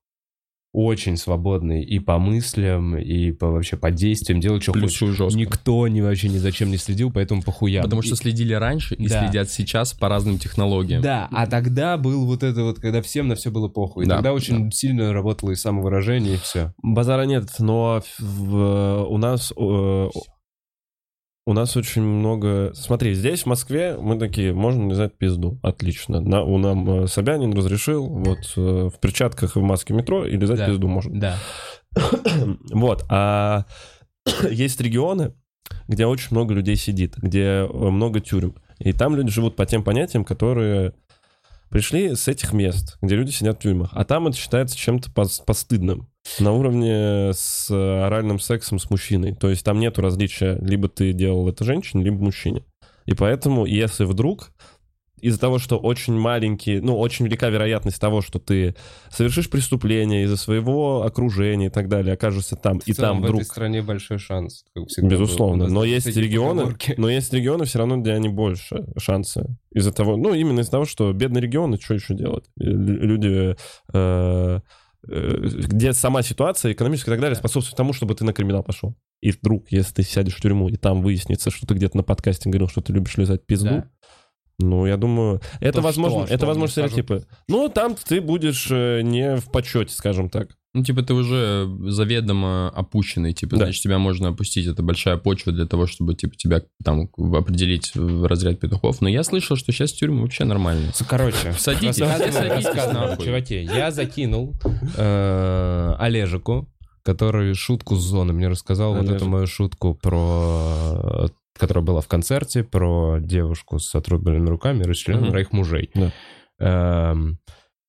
Speaker 1: очень свободный и по мыслям, и по вообще по действиям, делать, что хочешь.
Speaker 2: Плюсую жестко.
Speaker 1: Никто ни вообще ни за чем не следил, поэтому похуя.
Speaker 2: Потому что следили раньше и
Speaker 1: Да.
Speaker 2: следят сейчас по разным технологиям.
Speaker 1: Да, а тогда был вот это вот, когда всем на все было похуй. И
Speaker 2: Да,
Speaker 1: тогда очень сильно работало и самовыражение, и все.
Speaker 3: Базара нет, но в- у нас... э, У нас очень много... Смотри, здесь, в Москве, мы такие, можно лизать пизду. Отлично. На, у нам э, Собянин разрешил вот э, в перчатках и в маске метро и лизать
Speaker 1: Да.
Speaker 3: пизду можно.
Speaker 1: Да.
Speaker 3: Вот, а есть регионы, где очень много людей сидит, где э, много тюрем. И там люди живут по тем понятиям, которые пришли с этих мест, где люди сидят в тюрьмах. А там это считается чем-то пос- постыдным. На уровне с э, оральным сексом с мужчиной. То есть там нету различия, либо ты делал это женщине, либо мужчине. И поэтому, если вдруг из-за того, что очень маленькие, ну, очень велика вероятность того, что ты совершишь преступление из-за своего окружения и так далее, окажешься там, и
Speaker 1: В целом,
Speaker 3: там
Speaker 1: в этой
Speaker 3: вдруг...
Speaker 1: стране большой шанс. как всегда был.
Speaker 3: Безусловно,
Speaker 1: У нас
Speaker 3: но
Speaker 1: даже
Speaker 3: есть
Speaker 1: всякие
Speaker 3: регионы,
Speaker 1: поговорки.
Speaker 3: но есть регионы все равно, где они больше шансы. Из-за того, ну, именно из-за того, что бедные регионы, что еще делать? Э, лю- Люди, э, э, где сама ситуация экономическая и так далее способствует тому, чтобы ты на криминал пошел. И вдруг, если ты сядешь в тюрьму, и там выяснится, что ты где-то на подкасте говорил, что ты любишь лизать пизду,
Speaker 1: Да.
Speaker 3: ну, я думаю, это
Speaker 1: что?
Speaker 3: возможно,
Speaker 1: Что
Speaker 3: это
Speaker 1: мне
Speaker 3: возможно стереотипы. Ну, там ты будешь э, не в почете, скажем так.
Speaker 2: Ну, типа, ты уже заведомо опущенный, типа,
Speaker 3: Да.
Speaker 2: значит, тебя можно опустить, это большая почва для того, чтобы, типа, тебя там в- определить в разряд петухов. Но я слышал, что сейчас тюрьма вообще нормальная.
Speaker 1: Короче,
Speaker 2: Садитесь,
Speaker 1: рассказываю,
Speaker 2: садитесь
Speaker 1: рассказываю,
Speaker 2: нахуй.
Speaker 1: Чуваки, я закинул э, Олежику, который шутку с зоны мне рассказал, вот
Speaker 3: Олежек.
Speaker 1: эту мою шутку про... э, Которая была в концерте, про девушку с отрубленными руками, расчлененную,
Speaker 2: Мгм.
Speaker 1: про их мужей.
Speaker 3: Да.
Speaker 1: Эм,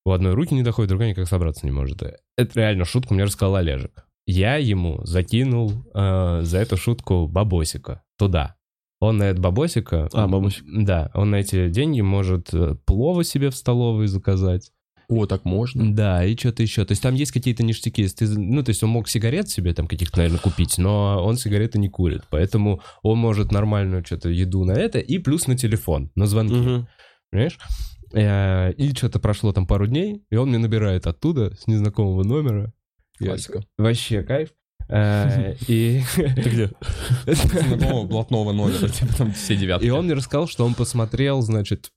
Speaker 1: у одной руки не доходит, другая никак собраться не может. Это реально шутку мне рассказал Олежек. Я ему закинул э, за эту шутку бабосика туда. Он на этот бабосика...
Speaker 3: А, бабусик.
Speaker 1: Да, он на эти деньги может э, плова себе в столовой заказать.
Speaker 2: О, так можно?
Speaker 1: Да, и что-то еще. То есть там есть какие-то ништяки. Если ты за- ну, то есть он мог сигарет себе там каких-то, наверное, купить, но он сигареты не курит. Поэтому он может нормальную что-то еду на это и плюс на телефон, на звонки. Понимаешь? Э, И что-то прошло там пару дней, и он мне набирает оттуда с незнакомого номера. Я-
Speaker 2: Классика.
Speaker 1: Вообще кайф. Э, И
Speaker 3: Ты где?
Speaker 2: Знакомого типа, блатного номера, типа, там все девятки.
Speaker 1: И он мне рассказал, что он посмотрел, значит...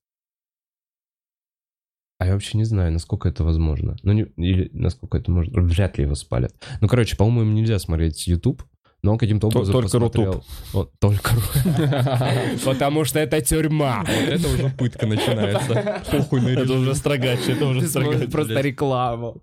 Speaker 1: А я вообще не знаю, насколько это возможно. Ну, не- или насколько это можно... Вряд ли его спалят. Ну, короче, по-моему, им нельзя смотреть YouTube, но он каким-то
Speaker 3: То-
Speaker 1: образом
Speaker 3: только
Speaker 1: посмотрел...
Speaker 3: Рутуб.
Speaker 1: Он- только Рутуб. Потому что это тюрьма.
Speaker 2: Вот это уже пытка начинается. Похуй на
Speaker 3: Это уже строгач, это уже
Speaker 1: Ты смотришь
Speaker 3: строгач.
Speaker 1: просто рекламу.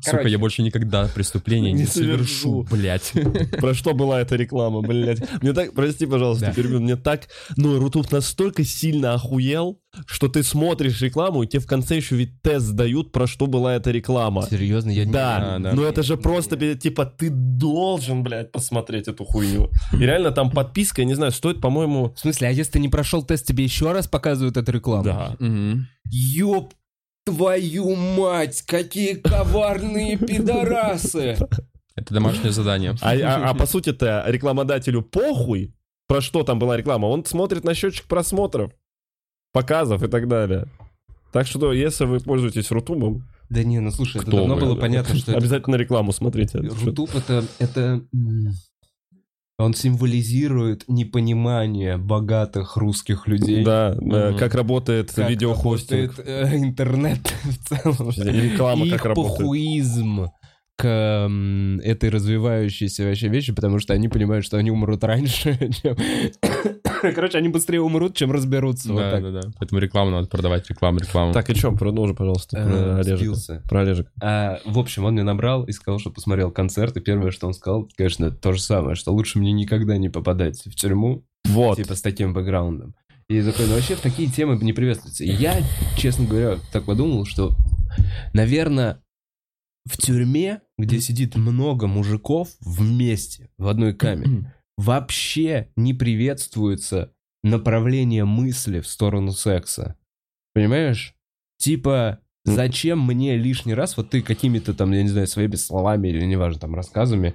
Speaker 2: Сука, я больше никогда преступления
Speaker 3: Не
Speaker 2: не совершу, блядь.
Speaker 3: Про что была эта реклама, блядь? Мне так, прости, пожалуйста,
Speaker 1: Да.
Speaker 3: перебью, мне так, ну, Рутуб настолько сильно охуел, что ты смотришь рекламу, и тебе в конце еще ведь тест дают, про что была эта реклама.
Speaker 1: Серьезно, я не...
Speaker 3: Да,
Speaker 2: А, да.
Speaker 3: но это же просто, блядь, типа, ты должен, блядь, посмотреть эту хуйню. И реально там подписка, я не знаю, стоит, по-моему...
Speaker 1: В смысле, а если ты не прошел тест, тебе еще раз показывают эту рекламу?
Speaker 3: Да.
Speaker 2: Мгм.
Speaker 1: Ёб твою мать, какие коварные пидорасы!
Speaker 2: Это домашнее задание.
Speaker 3: А, а- а по сути-то рекламодателю похуй, про что там была реклама. Он смотрит на счетчик просмотров, показов и так далее. Так что, если вы пользуетесь Рутубом,
Speaker 1: Да не, ну слушай, это
Speaker 2: Кто
Speaker 1: давно
Speaker 2: вы?
Speaker 1: было понятно, что это
Speaker 3: Обязательно рекламу смотрите.
Speaker 1: Рутуб это, это м, он символизирует непонимание богатых русских людей.
Speaker 3: Да, да,
Speaker 2: Мгм.
Speaker 3: как работает
Speaker 1: Как
Speaker 3: видеохостинг.
Speaker 1: работает, э, интернет в целом.
Speaker 3: Реклама
Speaker 1: И
Speaker 3: как
Speaker 1: их
Speaker 3: работает.
Speaker 1: похуизм к м, этой развивающейся вообще вещи, потому что они понимают, что они умрут раньше, чем... Короче, они быстрее умрут, чем разберутся. вот
Speaker 2: Да,
Speaker 1: так.
Speaker 2: да, да. Поэтому рекламу надо продавать, рекламу, рекламу.
Speaker 3: Так, и что, продолжи, пожалуйста, про
Speaker 1: Э,
Speaker 3: Олежика.
Speaker 1: сбился.
Speaker 3: Про Олежика.
Speaker 1: А, в общем, он мне набрал и сказал, что посмотрел концерт, и первое, что он сказал, конечно, то же самое, что лучше мне никогда не попадать в тюрьму,
Speaker 3: Вот.
Speaker 1: типа с таким бэкграундом. И такой, ну вообще в такие темы не приветствуется. И я, честно говоря, так подумал, что, наверное, в тюрьме, где сидит много мужиков вместе в одной камере, вообще не приветствуется направление мысли в сторону секса. Понимаешь? Типа, зачем мне лишний раз, вот ты какими-то там, я не знаю, своими словами или неважно, там, рассказами,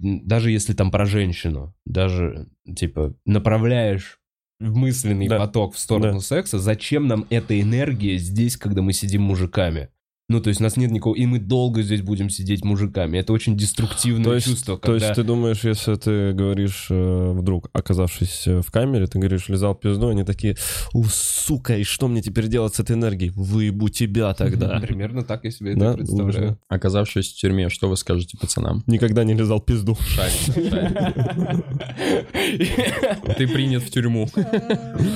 Speaker 1: м, даже если там про женщину, даже, типа, направляешь мысленный
Speaker 3: Да.
Speaker 1: поток в сторону
Speaker 3: Да.
Speaker 1: секса, зачем нам эта энергия здесь, когда мы сидим мужиками? Ну, то есть у нас нет никого, и мы долго здесь будем сидеть мужиками. Это очень деструктивное
Speaker 3: То есть,
Speaker 1: чувство,
Speaker 3: то
Speaker 1: когда...
Speaker 3: есть ты думаешь, если ты говоришь, э, вдруг оказавшись э, в камере, ты говоришь, лизал пизду, они такие, у, сука, и что мне теперь делать с этой энергией? Выебу тебя тогда.
Speaker 1: Примерно так я себе это
Speaker 3: Да,
Speaker 1: представляю.
Speaker 3: можно.
Speaker 2: Оказавшись в тюрьме, что вы скажете пацанам?
Speaker 3: Никогда не лизал пизду.
Speaker 2: Шарик, шарик. Ты принят в тюрьму.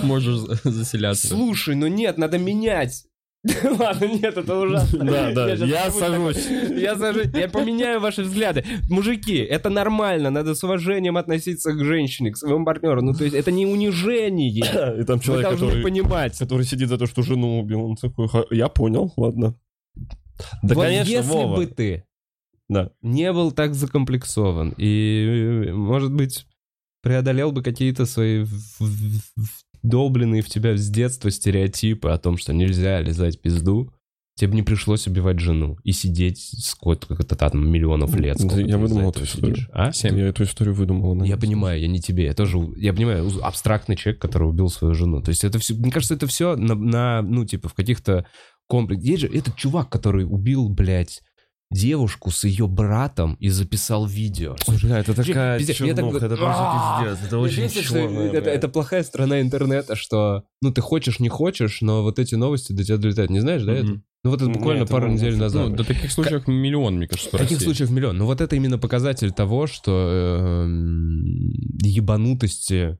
Speaker 2: Можешь за- заселяться.
Speaker 1: Слушай, ну нет, надо менять. Ладно, нет, это ужасно.
Speaker 3: Да, да,
Speaker 1: щас
Speaker 3: я
Speaker 1: живу
Speaker 3: сажусь.
Speaker 1: такой, Я сажусь, я поменяю ваши взгляды. Мужики, это нормально, надо с уважением относиться к женщине, к своему партнеру. Ну, то есть это не унижение.
Speaker 3: И там
Speaker 1: Вы
Speaker 3: человек,
Speaker 1: должны
Speaker 3: который...
Speaker 1: понимать.
Speaker 3: который сидит за то, что жену убил, он такой, «Ха, я понял, ладно. Да,
Speaker 1: вот
Speaker 3: конечно,
Speaker 1: если
Speaker 3: Вова.
Speaker 1: бы ты
Speaker 3: Да.
Speaker 1: не был так закомплексован и, может быть, преодолел бы какие-то свои в- в- в- вдолбленные в тебя с детства стереотипы о том, что нельзя лизать пизду, тебе бы не пришлось убивать жену и сидеть сколько-то там миллионов лет.
Speaker 3: Ну, Да,
Speaker 1: сколько
Speaker 3: я
Speaker 1: ты
Speaker 3: выдумал
Speaker 1: из-за
Speaker 3: эту
Speaker 1: этого
Speaker 3: историю.
Speaker 1: сидишь. А?
Speaker 2: Семь.
Speaker 3: Я эту историю выдумал. она.
Speaker 1: Я понимаю, я не тебе, я тоже, я понимаю, уз- абстрактный человек, который убил свою жену. То есть это все, мне кажется, это все на, на, ну, типа, в каких-то комплексах. Есть же этот чувак, который убил, блядь, девушку с ее братом и записал видео.
Speaker 3: Ой, бля, это
Speaker 1: Жи-
Speaker 3: такая
Speaker 1: пиздец, я так
Speaker 3: чернуха,
Speaker 1: вот-
Speaker 3: это просто
Speaker 1: А-а-а.
Speaker 3: пиздец, это
Speaker 1: Мне
Speaker 3: очень
Speaker 1: бесит, что
Speaker 3: черная,
Speaker 1: это,
Speaker 3: бля.
Speaker 1: это плохая сторона интернета, что, ну, ты хочешь, не хочешь, но вот эти новости до тебя долетают. Не знаешь, да, это?
Speaker 2: Мгм.
Speaker 1: Ну, вот это
Speaker 3: Не,
Speaker 1: буквально
Speaker 3: это
Speaker 1: пару
Speaker 3: было
Speaker 1: недель
Speaker 3: очень
Speaker 1: назад.
Speaker 2: Ну, до таких случаев миллион, мне кажется, в
Speaker 1: Таких
Speaker 2: России.
Speaker 1: случаев миллион. Но вот это именно показатель того, что эм, ебанутости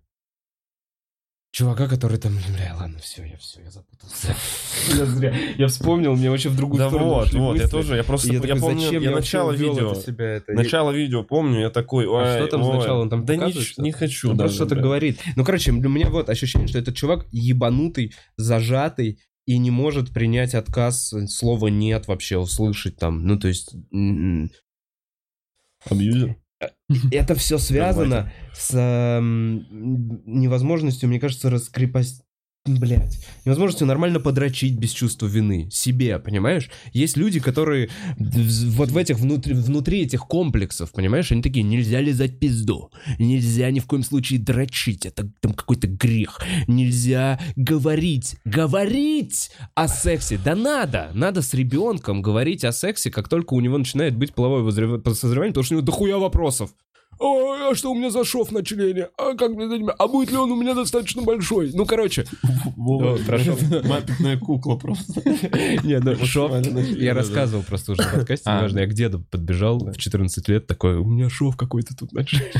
Speaker 1: чувака, который там, бля, ладно, все, я все, я запутался. Я зря. Я вспомнил, мне вообще в другую
Speaker 3: Да
Speaker 1: сторону
Speaker 3: вот,
Speaker 1: ушли
Speaker 3: вот, я
Speaker 1: мысли.
Speaker 3: тоже, я
Speaker 1: И
Speaker 3: просто, я,
Speaker 1: такой,
Speaker 3: помню,
Speaker 1: зачем
Speaker 3: я
Speaker 1: вообще
Speaker 3: начало
Speaker 1: увёл
Speaker 3: видео,
Speaker 1: от себя это? А
Speaker 3: начало видео помню, я такой, ой,
Speaker 1: что там
Speaker 3: ой.
Speaker 1: сначала, он там
Speaker 3: Да
Speaker 1: показывает
Speaker 3: нич-
Speaker 1: что-то?
Speaker 3: не хочу
Speaker 1: Он
Speaker 3: даже,
Speaker 1: просто что-то
Speaker 3: бля.
Speaker 1: говорит. Ну, короче, у меня вот ощущение, что этот чувак ебанутый, зажатый и не может принять отказ, слова «нет» вообще услышать там. Ну, то есть... м, м.
Speaker 3: Абьюзер?
Speaker 1: Это все связано с эм, невозможностью, мне кажется, раскрепость... Блять. Невозможностью нормально подрочить без чувства вины себе, понимаешь? Есть люди, которые вз- вот в этих внутри, внутри этих комплексов, понимаешь, они такие, нельзя лизать пизду, нельзя ни в коем случае дрочить, это там какой-то грех, нельзя говорить, говорить о сексе, да надо, надо с ребенком говорить о сексе, как только у него начинает быть половое возре- созревание, потому что у него дохуя вопросов. «Ой, а что у меня за шов на члене? А как мне за ним? А будет ли он у меня достаточно большой? Ну, короче.
Speaker 3: Вова,
Speaker 1: Ну, прошу.
Speaker 3: Маппетная кукла просто.
Speaker 1: Не, ну, шов.
Speaker 3: Максимально нахуй,
Speaker 1: Я
Speaker 3: да,
Speaker 1: рассказывал просто уже в подкасте,
Speaker 2: А.
Speaker 1: неважно, я к деду подбежал в 14 лет, такой, у меня шов какой-то тут на члене».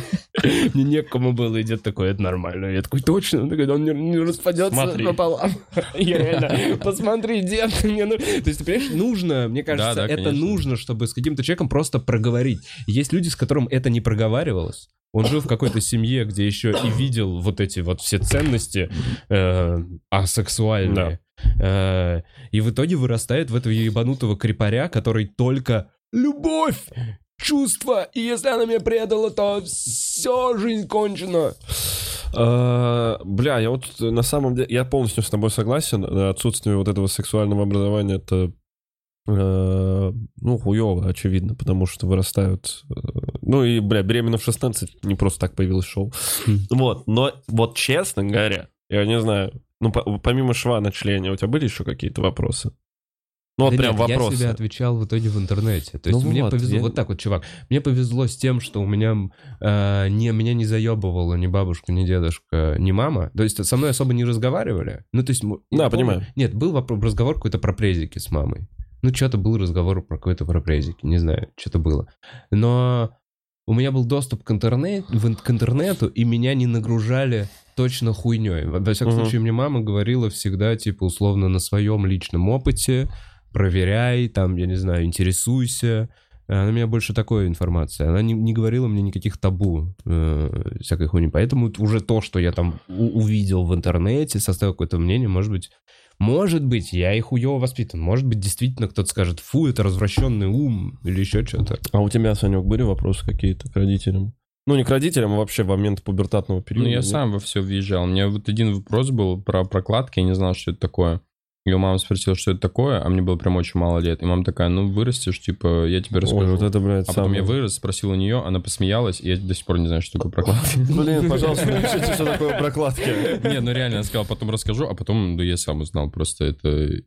Speaker 1: Мне некому было, и дед такой, это нормально. Я такой, точно? Он такой, он не, не распадется
Speaker 3: Смотри.
Speaker 1: пополам. Я реально, посмотри, дед, мне ну-» То есть, ты понимаешь, нужно, мне кажется,
Speaker 2: да,
Speaker 1: это
Speaker 2: конечно.
Speaker 1: нужно, чтобы с каким-то человеком просто проговорить. Есть люди, с которым это не проговаривалось. Он жил в какой-то семье, где еще и видел вот эти вот все ценности э, асексуальные. Э, и в итоге вырастает в этого ебанутого крепаря, который только любовь, чувство, и если она меня предала, то все, жизнь кончена.
Speaker 3: А, Бля, я вот э, на самом деле, я полностью с тобой согласен. э, Отсутствие вот этого сексуального образования это э, ну, хуево, очевидно, потому что вырастают... э, Ну и, бля, беременна в 16, не просто так появилось шоу.
Speaker 1: Хм.
Speaker 3: Вот, но вот честно говоря, я не знаю, ну, по- помимо шва на члене, у тебя были еще какие-то вопросы? Ну, вот
Speaker 1: Да
Speaker 3: прям
Speaker 1: нет, Я себе
Speaker 3: вопросы.
Speaker 1: отвечал в итоге в интернете. То есть
Speaker 3: Ну
Speaker 1: мне
Speaker 3: вот,
Speaker 1: повезло,
Speaker 3: я-
Speaker 1: вот так вот, чувак, мне повезло с тем, что у меня э, не, меня не заебывала ни бабушка, ни дедушка, ни мама. То есть со мной особо не разговаривали. Ну, то есть... м-
Speaker 3: Да,
Speaker 1: я помню-
Speaker 3: понимаю.
Speaker 1: Нет, был вопрос- разговор какой-то про презики с мамой. Ну, что-то был разговор про какой-то про презики, не знаю, что-то было. Но у меня был доступ к, интернет, в ин- к интернету, и меня не нагружали точно хуйней. Во во всяком
Speaker 3: Мгм.
Speaker 1: случае, мне мама говорила всегда, типа, условно, на своем личном опыте, проверяй, там, я не знаю, интересуйся. Э, Она меня больше такой информации. Она не, не говорила мне никаких табу э, всякой хуйни. Поэтому т- уже то, что я там у- увидел в интернете, составил какое-то мнение, может быть, может быть, я и хуево воспитан. Может быть, действительно кто-то скажет, фу, это развращенный ум или еще что-то.
Speaker 3: А у тебя, Санек, были вопросы какие-то к родителям? Ну, не к родителям, а вообще в момент пубертатного периода.
Speaker 2: Ну, я
Speaker 3: нет?
Speaker 2: сам во все въезжал. У меня вот один вопрос был про прокладки, я не знал, что это такое. Ее мама спросила, что это такое, а мне было прям очень мало лет. И мама такая, ну, вырастешь, типа, я тебе расскажу.
Speaker 3: Ой, вот это, блядь,
Speaker 2: а потом
Speaker 3: самое-
Speaker 2: я вырос, спросил у нее, она посмеялась, и я до сих пор не знаю, что такое прокладки.
Speaker 3: Блин, пожалуйста, напишите, что такое прокладки.
Speaker 2: Не, ну реально, я сказал, потом расскажу, а потом, да я сам узнал, просто это...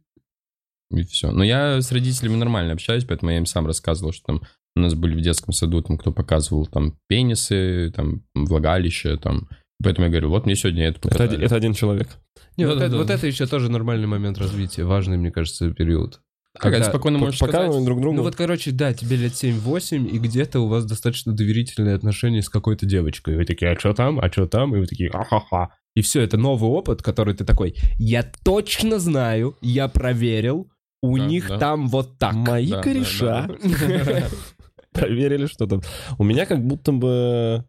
Speaker 2: И все. Но я с родителями нормально общаюсь, поэтому я им сам рассказывал, что там у нас были в детском саду, там кто показывал там пенисы, там влагалище, там... Поэтому я говорю, вот мне сегодня это
Speaker 3: Это,
Speaker 2: показали.
Speaker 3: оди- это один человек.
Speaker 1: Не,
Speaker 2: Да,
Speaker 1: вот,
Speaker 2: да,
Speaker 1: это,
Speaker 2: да.
Speaker 1: вот это еще тоже нормальный момент развития, важный, мне кажется, период.
Speaker 2: Как это
Speaker 1: Когда-
Speaker 2: А, спокойно
Speaker 3: П-
Speaker 2: можешь сказать?
Speaker 3: Показываем друг другу.
Speaker 1: Ну вот, короче, да, тебе лет 7-8, и где-то у вас достаточно доверительные отношения с какой-то девочкой. И вы такие, а что там, а что там? И вы такие, ахаха. И все, это новый опыт, который ты такой, я точно знаю, я проверил, у
Speaker 2: Да,
Speaker 1: них
Speaker 2: да.
Speaker 1: там вот так.
Speaker 3: Мои
Speaker 2: Да, да,
Speaker 3: кореша проверили, что там. У меня как будто бы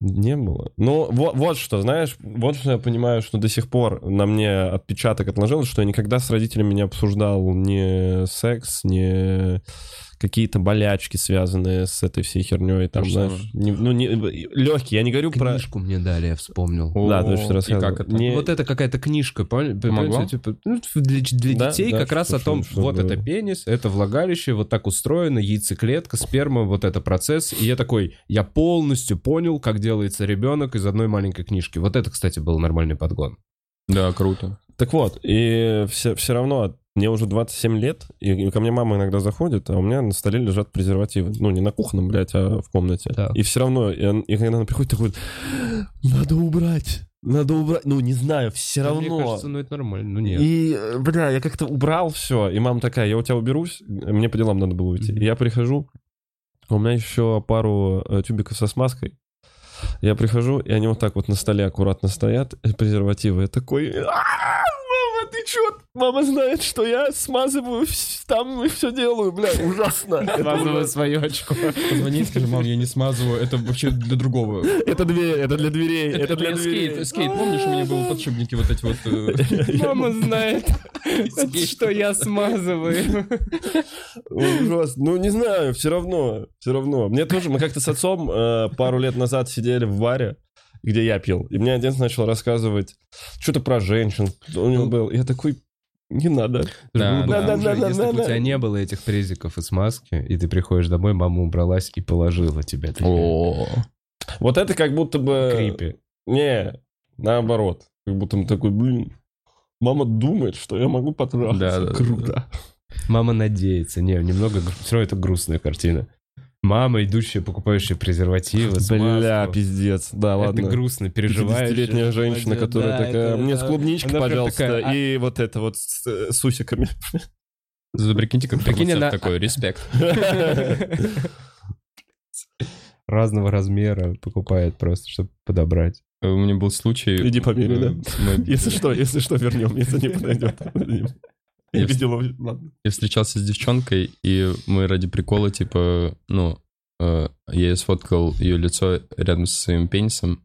Speaker 3: не было. Ну, вот, вот что, знаешь, вот что я понимаю, что до сих пор на мне отпечаток отложился, что я никогда с родителями не обсуждал ни секс, ни какие-то болячки, связанные с этой всей херней. Там,
Speaker 2: же
Speaker 3: знаешь, не- ну, легкий, я не говорю про...
Speaker 1: Книжку мне дали, я вспомнил.
Speaker 2: О,
Speaker 3: Да, ты
Speaker 2: и
Speaker 3: что рассказывал.
Speaker 2: как это?
Speaker 3: Не- э,
Speaker 1: Вот это какая-то книжка, поняли?
Speaker 2: Помогла?
Speaker 1: понимаете, типа, ну, для, для
Speaker 3: Да,
Speaker 1: детей
Speaker 3: да,
Speaker 1: как раз
Speaker 3: что-
Speaker 1: о том,
Speaker 2: ну,
Speaker 3: что- что
Speaker 1: вот
Speaker 3: было.
Speaker 1: это пенис, это влагалище, вот так устроено, яйцеклетка, сперма, вот это процесс. И я такой, я полностью понял, как делается ребенок из одной маленькой книжки. Вот это, кстати, был нормальный подгон.
Speaker 2: Да, круто.
Speaker 3: Так вот, и все, все равно мне уже 27 лет, и ко мне мама иногда заходит, а у меня на столе лежат презервативы. Ну, не на кухонном, блядь, а в комнате.
Speaker 1: Да.
Speaker 3: И все равно, и, он- и когда она приходит, такой, надо убрать, надо убрать. Ну, не знаю, все равно.
Speaker 1: Мне кажется, ну это нормально, ну нет.
Speaker 3: И, э, бля, я как-то убрал все. И мама такая, я у тебя уберусь, мне по делам надо было уйти.
Speaker 1: Мгм.
Speaker 3: И Я прихожу, у меня еще пару э, тюбиков со смазкой. Я прихожу, и они вот так вот на столе аккуратно стоят, э, презервативы. Я такой, «А, мама, ты че? Мама знает, что я смазываю вс- там и все делаю, бля, ужасно. Это,
Speaker 1: свое очко.
Speaker 2: Позвони, и скажи, мам, я не смазываю, это вообще для другого.
Speaker 3: это дверь, это для дверей, Э, это для дверей.
Speaker 2: скейт, скейт, помнишь, у меня были подшипники вот эти вот...
Speaker 1: Мама знает, что я смазываю.
Speaker 3: Ужасно. Ну, не знаю, все равно, все равно. Мне тоже, мы как-то с отцом э, пару лет назад сидели в баре, где я пил, и мне отец начал рассказывать что-то про женщин, у него
Speaker 1: Ну.
Speaker 3: был. Я такой, не надо.
Speaker 1: Было
Speaker 2: Да,
Speaker 1: бы
Speaker 3: да,
Speaker 1: хуже,
Speaker 3: да, да,
Speaker 1: если бы
Speaker 3: да,
Speaker 1: у тебя
Speaker 3: да.
Speaker 1: не было этих презиков и смазки, и ты приходишь домой, мама убралась и положила тебя.
Speaker 2: О,
Speaker 3: Вот это как будто бы...
Speaker 1: Крипи.
Speaker 3: Не, наоборот. Как будто он такой, блин, мама думает, что я могу потрахаться.
Speaker 2: Да, да, да,
Speaker 3: Круто.
Speaker 1: Мама надеется. Не, немного, все равно это грустная картина. Мама, идущая, покупающая презервативы,
Speaker 3: Бля,
Speaker 1: смазку.
Speaker 3: пиздец. Да,
Speaker 1: Это
Speaker 3: ладно.
Speaker 1: грустно, переживаешь.
Speaker 3: летняя женщина,
Speaker 1: Да,
Speaker 3: которая
Speaker 1: да,
Speaker 3: такая,
Speaker 1: это-
Speaker 3: мне
Speaker 1: да.
Speaker 3: с клубничкой,
Speaker 1: Она прям
Speaker 3: пожалуйста,
Speaker 1: такая, а-
Speaker 3: и вот это вот с, э, с усиками.
Speaker 2: Да прикиньте, как
Speaker 1: Прикинь,
Speaker 2: фармацевт
Speaker 1: она-
Speaker 2: такой, респект.
Speaker 1: разного размера покупает просто, чтобы подобрать.
Speaker 2: Э, У меня был случай...
Speaker 3: Иди по мере, да?
Speaker 2: э, мы-
Speaker 3: Если что, если что, вернем, если не подойдет. дадим. Я
Speaker 2: Если-
Speaker 3: видел, ладно.
Speaker 2: я встречался с девчонкой, и мы ради прикола, типа, ну, э, я ей сфоткал ее лицо рядом со своим пенисом.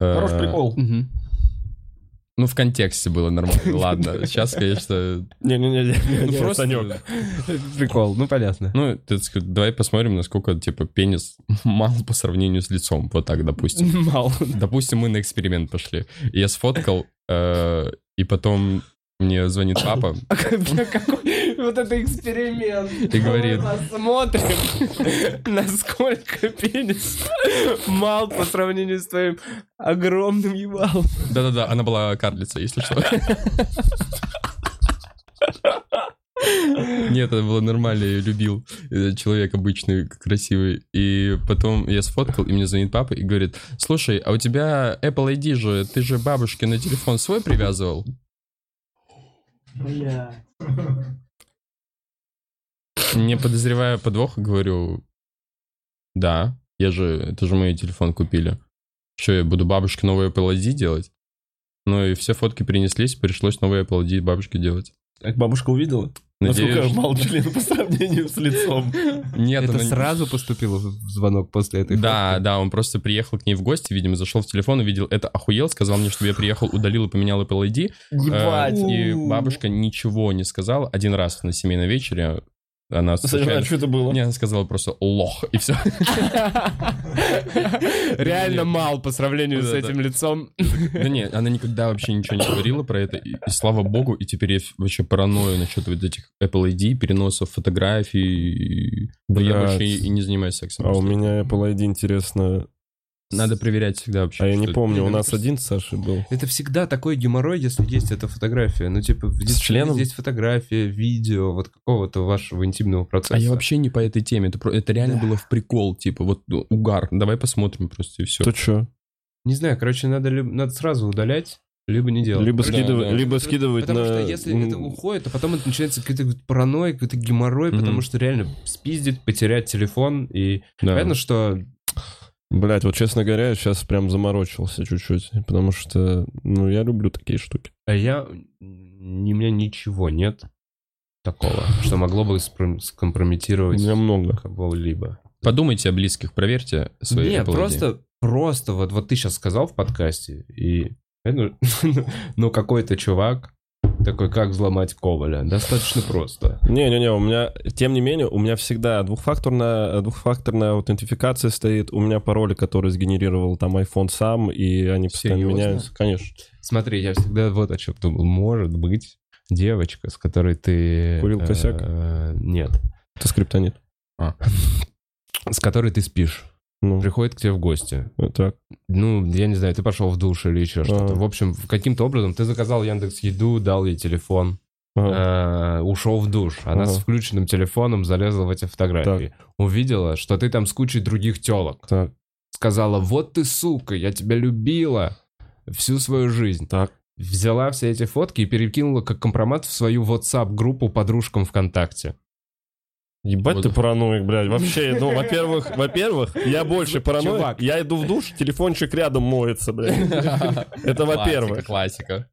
Speaker 2: Э,
Speaker 3: Хорош
Speaker 1: А.
Speaker 3: прикол.
Speaker 2: Ну, в контексте было нормально. Ладно, сейчас, конечно...
Speaker 3: Не-не-не,
Speaker 2: ну,
Speaker 3: не,
Speaker 2: просто-
Speaker 3: Санек.
Speaker 1: Прикол, ну понятно.
Speaker 2: Ну, ты ск- давай посмотрим, насколько, типа, пенис мал по сравнению с лицом. Вот так, допустим.
Speaker 1: Мало.
Speaker 2: Допустим, мы на эксперимент пошли. И Я сфоткал, э, и потом мне звонит папа
Speaker 1: Какой- Вот это эксперимент.
Speaker 2: и говорит...
Speaker 1: Посмотрим, насколько пенис мал по сравнению с твоим огромным ебалом.
Speaker 2: Да-да-да, она была карлица, если что. Нет, это было нормально, я ее любил. Э, Человек обычный, красивый. И потом я сфоткал, и мне звонит папа и говорит, слушай, а у тебя Apple ID же, ты же бабушке на телефон свой привязывал? Не подозревая подвоха, говорю, да, я же, это же мы телефон купили. Что, я буду бабушке новый Apple ID делать? Ну и все фотки принеслись, пришлось новый Apple ID бабушке делать.
Speaker 3: Как бабушка увидела? Насколько
Speaker 2: Надеюсь,
Speaker 3: мал член по сравнению с лицом.
Speaker 2: нет,
Speaker 1: Это
Speaker 2: она не-
Speaker 1: сразу поступило в звонок после этой
Speaker 2: Да, да, он просто приехал к ней в гости, видимо, зашел в телефон, увидел это, охуел, сказал мне, чтобы я приехал, удалил и поменял Apple ID. Э, И бабушка ничего не сказала. Один раз на семейном вечере она
Speaker 3: Саня,
Speaker 2: случайно-
Speaker 3: а что это было?
Speaker 2: Не, она сказала просто лох, и все.
Speaker 1: Реально мал по сравнению с
Speaker 2: Да, да.
Speaker 1: этим лицом.
Speaker 2: Да нет, она никогда вообще ничего не говорила про это, и, и слава богу, и теперь я вообще паранойю насчет вот этих Apple ID, переносов фотографий, и- да я
Speaker 3: Блядь.
Speaker 2: вообще и, и не занимаюсь сексом.
Speaker 3: А у
Speaker 2: просто.
Speaker 3: меня Apple ID интересно.
Speaker 2: Надо проверять всегда вообще.
Speaker 3: А я не
Speaker 2: что-
Speaker 3: помню, у нас один с Сашей был.
Speaker 1: Это всегда такой геморрой, если есть эта фотография. Ну, типа, в детстве
Speaker 3: членом?
Speaker 1: есть фотография, видео, вот какого-то вашего интимного процесса.
Speaker 2: А я вообще не по этой теме, это, про- это реально было в прикол, типа, вот ну, угар, давай посмотрим просто и все.
Speaker 3: То что?
Speaker 1: Не знаю, короче, надо, либо- надо сразу удалять, либо не делать.
Speaker 3: Либо
Speaker 2: Да,
Speaker 3: скидывать,
Speaker 2: да.
Speaker 3: либо
Speaker 1: Потому-
Speaker 3: скидывать
Speaker 1: Потому
Speaker 3: на...
Speaker 1: что если это
Speaker 3: м,
Speaker 1: уходит, то потом это начинается какая-то паранойя, какой-то геморрой,
Speaker 2: Мгм.
Speaker 1: потому что реально спиздит, потерять телефон. И понятно, что
Speaker 3: Блять, вот честно говоря, я сейчас прям заморочился чуть-чуть, потому что, ну, я люблю такие штуки.
Speaker 1: а я... м, У меня ничего нет такого, что могло бы спро-
Speaker 3: У
Speaker 1: скомпрометировать
Speaker 3: меня много.
Speaker 1: кого-либо.
Speaker 2: Подумайте о близких, проверьте свои
Speaker 1: Не,
Speaker 2: Apple ID.
Speaker 1: просто, просто вот, вот ты сейчас сказал в подкасте, и ну, ну какой-то чувак такой, как взломать Коваля, достаточно просто.
Speaker 3: Не-не-не, у меня, тем не менее, у меня всегда двухфакторная, двухфакторная аутентификация стоит. У меня пароли, которые сгенерировал там iPhone сам, и они постоянно
Speaker 1: Серьезно?
Speaker 3: меняются. Конечно.
Speaker 1: Смотри, я всегда вот о чем думал. Может быть, девочка, с которой ты...
Speaker 3: Курил
Speaker 1: э,
Speaker 3: косяк?
Speaker 1: э, Нет.
Speaker 3: Это скриптонит.
Speaker 1: С которой ты спишь.
Speaker 3: Ну,
Speaker 1: Приходит к тебе в гости.
Speaker 3: вот так.
Speaker 1: Ну, я не знаю, ты пошел в душ или еще что-то.
Speaker 3: А.
Speaker 1: В общем, каким-то образом ты заказал Яндекс Еду, дал ей телефон.
Speaker 3: Ага.
Speaker 1: э, ушел в душ. Она
Speaker 3: Ага.
Speaker 1: с включенным телефоном залезла в эти фотографии. Увидела, что ты там с кучей других телок.
Speaker 3: Так.
Speaker 1: Сказала, вот ты сука, я тебя любила всю свою жизнь.
Speaker 3: Так.
Speaker 1: Взяла все эти фотки и перекинула как компромат в свою WhatsApp-группу подружкам ВКонтакте.
Speaker 3: Ебать
Speaker 2: Вот.
Speaker 3: ты параноик, блядь. Вообще, ну, во-первых, во-первых, я больше параноик.
Speaker 1: Чувак.
Speaker 3: Я иду в душ, телефончик рядом моется, блядь. Это во-первых.
Speaker 2: Классика.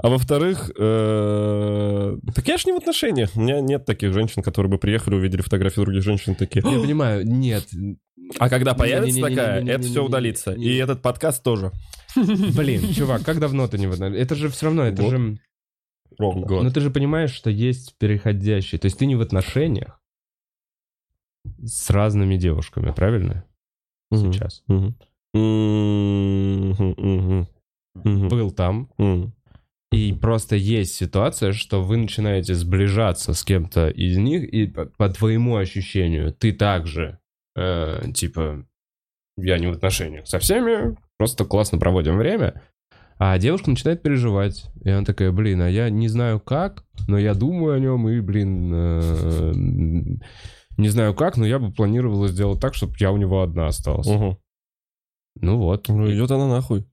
Speaker 3: А во-вторых, э, так я ж не в отношениях. У меня нет таких женщин, которые бы приехали, увидели фотографии других женщин, такие...
Speaker 1: Я понимаю, нет.
Speaker 3: А когда появится
Speaker 1: Не-не-не-не-не-не-не-не-не-не-не.
Speaker 3: такая, это все удалится. И этот подкаст тоже.
Speaker 1: Блин, чувак, как давно ты не в одно- Это же все равно, это
Speaker 3: Вот.
Speaker 1: же...
Speaker 3: Ровно.
Speaker 2: Год.
Speaker 1: Но ты же понимаешь, что есть переходящие. То есть ты не в отношениях с разными девушками, правильно?
Speaker 3: Мгм.
Speaker 1: Сейчас.
Speaker 3: Мгм. Мгм, мгм, мгм,
Speaker 1: Был там,
Speaker 3: мгм.
Speaker 1: и просто есть ситуация, что вы начинаете сближаться с кем-то из них, и по, по твоему ощущению, ты также, э, типа, я не в отношениях со всеми, просто классно проводим время. А девушка начинает переживать. И она такая, блин, а я не знаю как, но я думаю о нем, и, блин, э, не знаю как, но я бы планировала сделать так, чтобы я у него одна осталась.
Speaker 3: Мгм.
Speaker 1: Ну вот,
Speaker 3: Ну, идет она нахуй.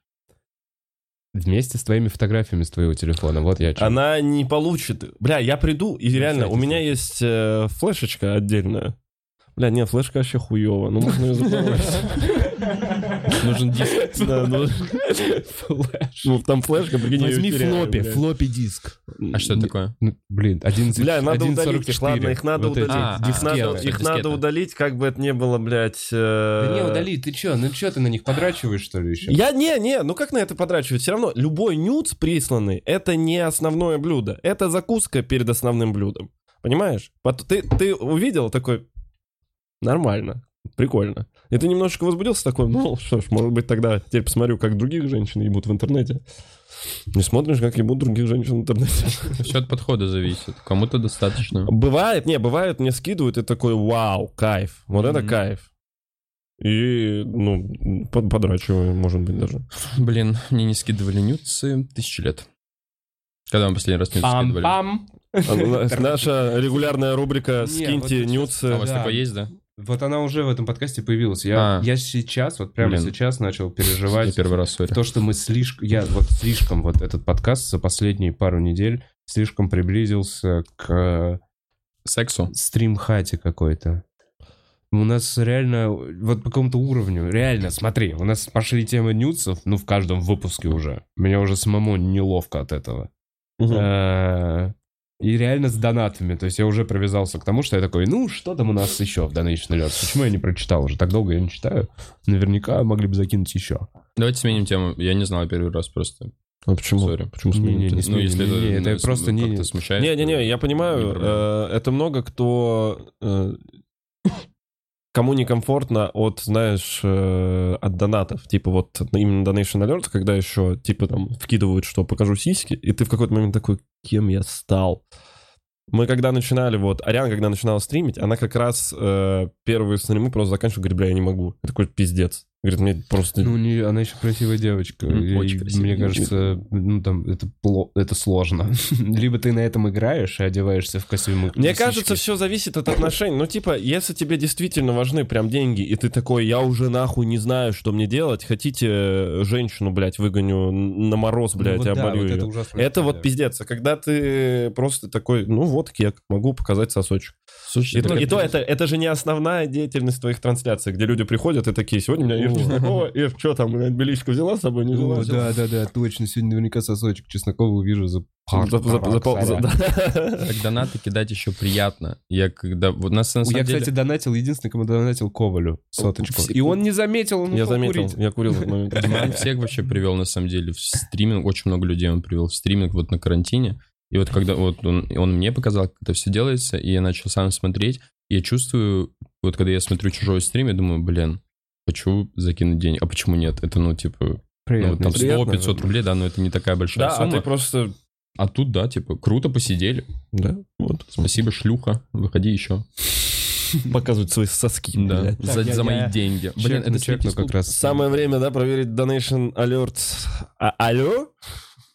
Speaker 1: вместе с твоими фотографиями с твоего телефона, вот я о чём.
Speaker 3: Она не получит. Бля, я приду, и реально, у
Speaker 1: сайте
Speaker 3: меня есть э, флешечка отдельная. Бля, нет, флешка вообще хуево. Ну, можно ее запороть.
Speaker 2: Нужен диск.
Speaker 3: Да, ну, ну, там флешка, прикинь, я её
Speaker 1: Возьми
Speaker 3: теряю,
Speaker 1: флоппи,
Speaker 3: бля.
Speaker 1: флоппи диск.
Speaker 2: А что это такое?
Speaker 1: Ну, Блин, 11,
Speaker 3: Бля, надо
Speaker 1: 11,
Speaker 3: удалить их, ладно, их надо
Speaker 1: вот эти
Speaker 3: удалить.
Speaker 2: А, а,
Speaker 3: Их
Speaker 1: дискеты.
Speaker 3: надо- Их надо
Speaker 2: Дискеты.
Speaker 3: удалить, как бы это ни было, блядь.
Speaker 1: Да не,
Speaker 3: э,
Speaker 1: удали, ты чё, ну чё ты на них подрачиваешь, что ли, еще?
Speaker 3: Я не, не, ну как на это подрачивать? Все равно любой нюц присланный это не основное блюдо, это закуска перед основным блюдом, понимаешь? Пот- Ты ты увидел такой нормально, прикольно, и ты немножечко возбудился такой, ну что ж, может быть тогда теперь посмотрю, как других женщин ебут в интернете. Не смотришь, как ебут других женщин в интернете?
Speaker 2: Все от подхода зависит. Кому-то достаточно.
Speaker 3: Бывает, не, бывает, мне скидывают, и такой, вау, кайф, вот это
Speaker 2: Мгм.
Speaker 3: кайф. И, ну, под- подрачиваю, может быть, даже.
Speaker 2: Блин, мне не скидывали нюцы тысячи лет. Когда вам последний раз нюцы скидывали? А
Speaker 1: Пам-пам.
Speaker 3: ну, Наша регулярная рубрика
Speaker 1: Не, вот
Speaker 3: «Скиньте
Speaker 1: это
Speaker 3: нюцы».
Speaker 2: у вас
Speaker 1: Да.
Speaker 2: такое есть, да?
Speaker 1: Вот она уже в этом подкасте появилась. Я,
Speaker 2: А.
Speaker 1: я сейчас, вот прямо
Speaker 2: Блин.
Speaker 1: сейчас начал
Speaker 2: Я
Speaker 1: переживать
Speaker 2: первый раз, сори.
Speaker 1: то, что мы слишком... Я вот слишком вот этот подкаст за последние пару недель слишком приблизился к э,
Speaker 2: Сексу?
Speaker 1: стрим-хате какой-то. У нас реально, вот по какому-то уровню, реально, смотри, у нас пошли темы нюцев, ну, в каждом выпуске уже. Мне уже самому неловко от этого.
Speaker 3: Мгм.
Speaker 1: Э, И реально с донатами. То есть я уже привязался к тому, что я такой, ну, что там у нас еще в Donation Alert? Почему я не прочитал уже? Так долго я не читаю. Наверняка могли бы закинуть еще.
Speaker 2: Давайте сменим тему. Я не знал первый раз просто.
Speaker 3: А почему?
Speaker 2: Сори.
Speaker 3: Почему
Speaker 1: Не-не-не,
Speaker 3: сменили?
Speaker 1: не
Speaker 2: Ну,
Speaker 1: сменим.
Speaker 2: если
Speaker 1: Не-не,
Speaker 2: это,
Speaker 1: это
Speaker 2: ну, с-
Speaker 1: просто не-
Speaker 2: как-то
Speaker 1: не-
Speaker 2: смущает.
Speaker 3: Не-не-не, я
Speaker 2: Не
Speaker 3: понимаю,
Speaker 2: проблема.
Speaker 3: э, это много кто... э, Кому некомфортно от, знаешь, э, от донатов. Типа вот именно Donation Alert, когда еще, типа там, вкидывают, что покажу сиськи, и ты в какой-то момент такой, кем я стал? Мы когда начинали, вот, Ариана, когда начинала стримить, она как раз э, первые стримы просто заканчивала, говорит, бля, я не могу. Я такой, пиздец. Говорит, мне просто...
Speaker 1: Ну, не, она еще красивая девочка.
Speaker 2: М,
Speaker 1: И
Speaker 2: очень красивая
Speaker 1: Мне
Speaker 2: девочка.
Speaker 1: кажется, ну, там, это, пло- это сложно. Либо ты на этом играешь и одеваешься в костюмы.
Speaker 3: Мне
Speaker 1: лисички.
Speaker 3: кажется, все зависит от отношений. Ну, типа, если тебе действительно важны прям деньги, и ты такой, я уже нахуй не знаю, что мне делать, хотите э, женщину, блять, выгоню на мороз,
Speaker 1: Ну,
Speaker 3: блядь,
Speaker 1: вот да,
Speaker 3: оболью
Speaker 1: вот
Speaker 3: её».
Speaker 1: это ужасно.
Speaker 3: Это вот пиздец. А когда ты просто такой, ну вот, я могу показать сосочек.
Speaker 2: Слушай,
Speaker 3: И,
Speaker 2: так
Speaker 3: то- и
Speaker 2: это-
Speaker 3: то, это, это же не основная деятельность твоих трансляций, где люди приходят и такие, сегодня у меня Ир Чеснокова, Ир, что там, блядь, беличку взяла с собой, не взяла?
Speaker 1: О, да, да, да, точно. Сегодня наверняка сосочек Чеснокова увижу за...
Speaker 3: А, За- за- за- за- за- за- да.
Speaker 2: Так донаты кидать еще приятно. Я когда... Вот нас на самом
Speaker 1: Я,
Speaker 2: деле...
Speaker 1: кстати, донатил, единственный, кому донатил Ковалю соточку.
Speaker 3: Все-
Speaker 1: И он не заметил, он
Speaker 3: Я
Speaker 1: ушел
Speaker 3: заметил, Ну,
Speaker 1: курить.
Speaker 3: я курил в этот момент.
Speaker 2: Диман всех вообще привел, на самом деле, в стриминг. Очень много людей он привел в стриминг вот на карантине. И вот когда вот он, он мне показал, как это все делается, и я начал сам смотреть, я чувствую, вот когда я смотрю чужой стрим, я думаю, блин, хочу закинуть денег. А почему нет? Это, ну, типа, ну,
Speaker 1: Приятно.
Speaker 2: там
Speaker 3: приятно.
Speaker 2: 100-500 рублей, да, но это не такая большая
Speaker 3: Да, а
Speaker 2: сумма.
Speaker 3: ты просто...
Speaker 2: а тут, да, типа, круто посидели.
Speaker 3: Да, вот.
Speaker 2: Спасибо, шлюха, выходи еще.
Speaker 3: Показывать свои соски,
Speaker 2: Да,
Speaker 3: блядь.
Speaker 2: за, за мои деньги. Блин,
Speaker 1: чекну
Speaker 2: это
Speaker 3: ну,
Speaker 2: слепец клуб.
Speaker 1: как раз.
Speaker 3: Самое время, да, проверить Donation Alert. А, алло?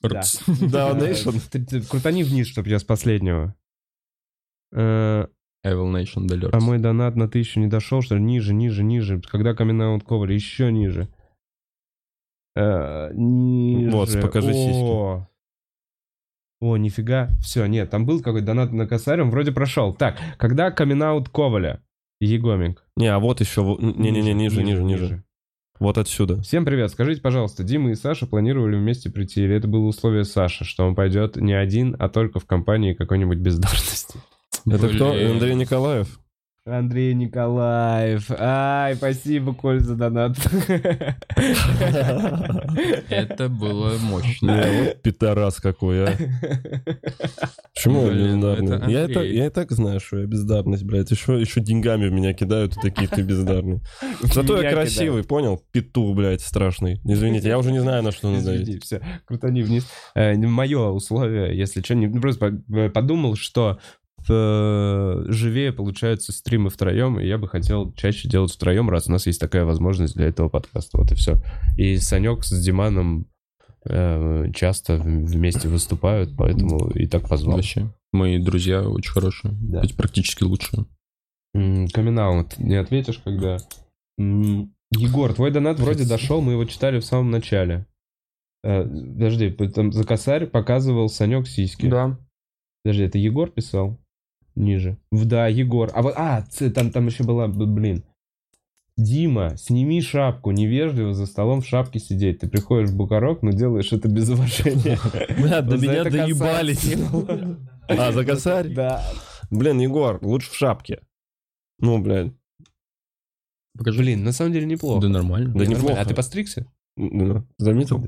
Speaker 2: Рц.
Speaker 3: Donation?
Speaker 1: Ты- ты Крутани вниз, чтобы я с последнего. Э,
Speaker 2: Evil Nation Alerts.
Speaker 1: А мой донат на тысячу не дошел, что ли? Ниже, ниже, ниже. Когда камин Ковали? Еще ниже. Э, ниже.
Speaker 3: Вот, покажи
Speaker 1: О.
Speaker 3: сиськи.
Speaker 1: О, нифига. Все, нет, там был какой-то донат на косарь, он вроде прошел. Так, когда камин Коваля? Егомик.
Speaker 3: Не, а вот еще... вот- Не-не-не, ниже, ниже, ниже. Вот отсюда.
Speaker 1: Всем привет. Скажите, пожалуйста, Дима и Саша планировали вместе прийти, или это было условие Саши, что он пойдет не один, а только в компании какой-нибудь бездарности?
Speaker 3: Это
Speaker 2: Блин.
Speaker 3: кто? Андрей Николаев.
Speaker 1: Андрей Николаев. Ай, спасибо, Коль, за донат.
Speaker 2: Это было мощно.
Speaker 3: Не, вот пидорас какой, а. Почему я
Speaker 2: Блин,
Speaker 3: бездарный?
Speaker 2: это
Speaker 3: Я и так-
Speaker 2: Андрей.
Speaker 3: Я и так знаю, что я бездарность, блядь. Еще, еще деньгами в меня кидают, и такие ты бездарный. Зато я
Speaker 1: Меня
Speaker 3: красивый, понял? Петух, блядь, страшный. Извините, я уже не знаю, на что надавить.
Speaker 1: Извини, все, крутани вниз. Мое условие, если что, не ну, просто по- подумал, что э, живее получаются стримы втроем, и я бы хотел чаще делать втроем, раз у нас есть такая возможность для этого подкаста. Вот и все. И Санек с Диманом э, часто в- вместе выступают, поэтому и так позвал.
Speaker 2: Вообще. Мои друзья очень хорошие.
Speaker 1: Да.
Speaker 2: Хоть Практически лучшие.
Speaker 1: Каминаут, не ответишь, когда... М, Егор, твой донат вроде дошел, мы его читали в самом начале. Э, Подожди, там за косарь показывал Санек сиськи.
Speaker 2: Да.
Speaker 1: Подожди, это Егор писал? ниже. В- Да, Егор. А вот, а, ц- там, там еще была, б- блин. Дима, сними шапку, невежливо за столом в шапке сидеть. Ты приходишь в Букарок, но делаешь это без уважения.
Speaker 3: Бля, до
Speaker 1: За
Speaker 3: меня
Speaker 1: это косарь
Speaker 3: доебались.
Speaker 1: скинул.
Speaker 3: А, за косарь?
Speaker 1: Да.
Speaker 3: Блин, Егор, лучше в шапке. Ну, блядь.
Speaker 2: Покажи.
Speaker 1: Блин, на самом деле неплохо.
Speaker 2: Да нормально.
Speaker 3: Да
Speaker 1: Нормально.
Speaker 3: неплохо.
Speaker 1: А ты постригся?
Speaker 3: Ну, Заметил?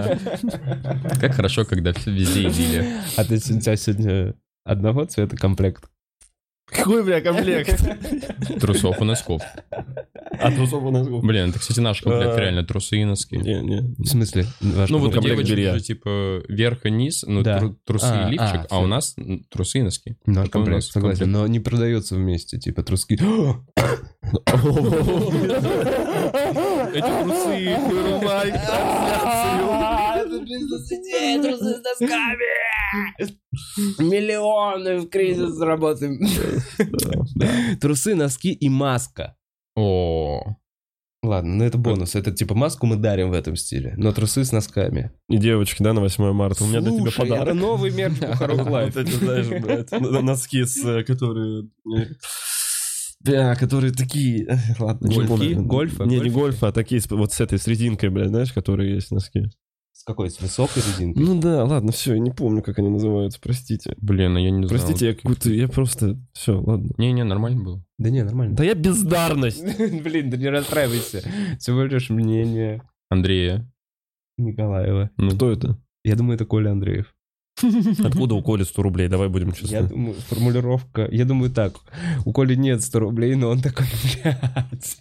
Speaker 2: Как хорошо, когда все везде идили.
Speaker 1: А ты с- у тебя сегодня одного цвета комплект?
Speaker 3: Какой, бля, комплект?
Speaker 2: Трусов и носков.
Speaker 3: А трусов у нас губ.
Speaker 2: Блин, так, кстати, наш комплект
Speaker 3: Э,
Speaker 2: реально трусы и носки.
Speaker 3: Не, не.
Speaker 1: В смысле? Ваш
Speaker 2: Ну вот у
Speaker 3: комплект
Speaker 1: комплект?
Speaker 2: девочек
Speaker 3: белья.
Speaker 2: же типа верх и низ, ну
Speaker 1: Да.
Speaker 2: тру- трусы
Speaker 1: А,
Speaker 2: и лифчик,
Speaker 1: а,
Speaker 2: а у
Speaker 1: всё.
Speaker 2: нас м, трусы и носки.
Speaker 1: Наш
Speaker 2: Это у
Speaker 1: ну, комплект,
Speaker 2: нас
Speaker 1: согласен.
Speaker 2: комплект.
Speaker 1: Но не продается вместе, типа труски.
Speaker 3: Эти трусы, их вырубай.
Speaker 1: Миллионы в кризис заработаем. Трусы, носки и маска.
Speaker 2: О,
Speaker 1: Ладно, ну это бонус. Это типа маску мы дарим в этом стиле. Но трусы с носками.
Speaker 3: И девочки, да, на 8 марта. У меня для тебя
Speaker 1: Слушай, это
Speaker 3: подарок.
Speaker 1: новый мерч Бухарок
Speaker 3: Вот
Speaker 1: Лайф.
Speaker 3: эти, знаешь, блядь, н- н- носки, с, э, которые... э, Бля, А, которые такие... э, Ладно, не
Speaker 1: Гольфи?
Speaker 3: помню.
Speaker 1: Гольфы?
Speaker 3: Не, не
Speaker 1: Гольфики?
Speaker 3: гольфы, а такие с- вот с этой, с резинкой, блядь, знаешь, которые есть носки.
Speaker 1: С какой? С высокой резинкой?
Speaker 3: Ну да, ладно, все, я не помню, как они называются, простите.
Speaker 2: блин, а я не знал.
Speaker 3: Простите, я какую-то... Я просто... Все, ладно.
Speaker 2: Не-не, нормально было.
Speaker 1: Да не, нормально.
Speaker 3: Да я бездарность!
Speaker 1: Блин, да не расстраивайся. Всего лишь мнение
Speaker 2: Андрея.
Speaker 1: Николаева.
Speaker 2: Ну,
Speaker 3: Кто это?
Speaker 1: Я думаю, это Коля Андреев.
Speaker 3: Откуда у Коли 100 рублей? Давай будем
Speaker 1: Я думаю, формулировка... Я думаю так, у Коли нет 100 рублей, но он такой, блядь.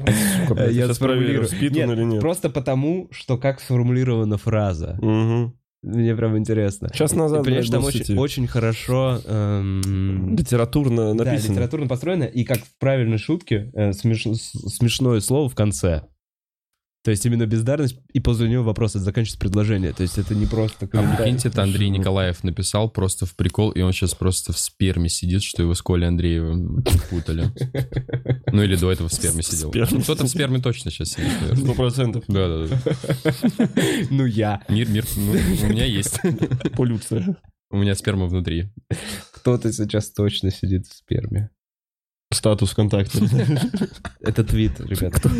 Speaker 3: Сука, блядь,
Speaker 1: я
Speaker 3: сейчас
Speaker 1: сформулирую.
Speaker 3: проверю, спит
Speaker 1: Нет,
Speaker 3: он или нет.
Speaker 1: Просто потому, что как сформулирована фраза.
Speaker 3: Мгм.
Speaker 1: Мне прям интересно.
Speaker 3: Час назад,
Speaker 1: Понимаешь,
Speaker 3: блядь,
Speaker 1: там
Speaker 3: был в
Speaker 1: очень,
Speaker 3: сети.
Speaker 1: очень хорошо... эм,
Speaker 3: Литературно
Speaker 1: да,
Speaker 3: написано.
Speaker 1: литературно построено, и как в правильной шутке э, смеш- с- смешное слово в конце. То есть именно бездарность, и после него вопрос, это заканчивается предложение. То есть это не просто...
Speaker 2: А
Speaker 1: комментарий.
Speaker 2: прикиньте, это Андрей Николаев написал просто в прикол, и он сейчас просто в сперме сидит, что его с Колей Андреевым путали. Ну или до этого в сперме сидел.
Speaker 3: Сперме.
Speaker 2: Кто-то в сперме точно сейчас сидит, наверное.
Speaker 3: Сто процентов.
Speaker 2: Да-да-да.
Speaker 1: Ну я.
Speaker 2: Мир, мир, ну, у меня есть.
Speaker 3: Полюция.
Speaker 2: У меня сперма внутри.
Speaker 1: Кто-то сейчас точно сидит в сперме.
Speaker 3: Статус ВКонтакте.
Speaker 1: Это твит, ребята.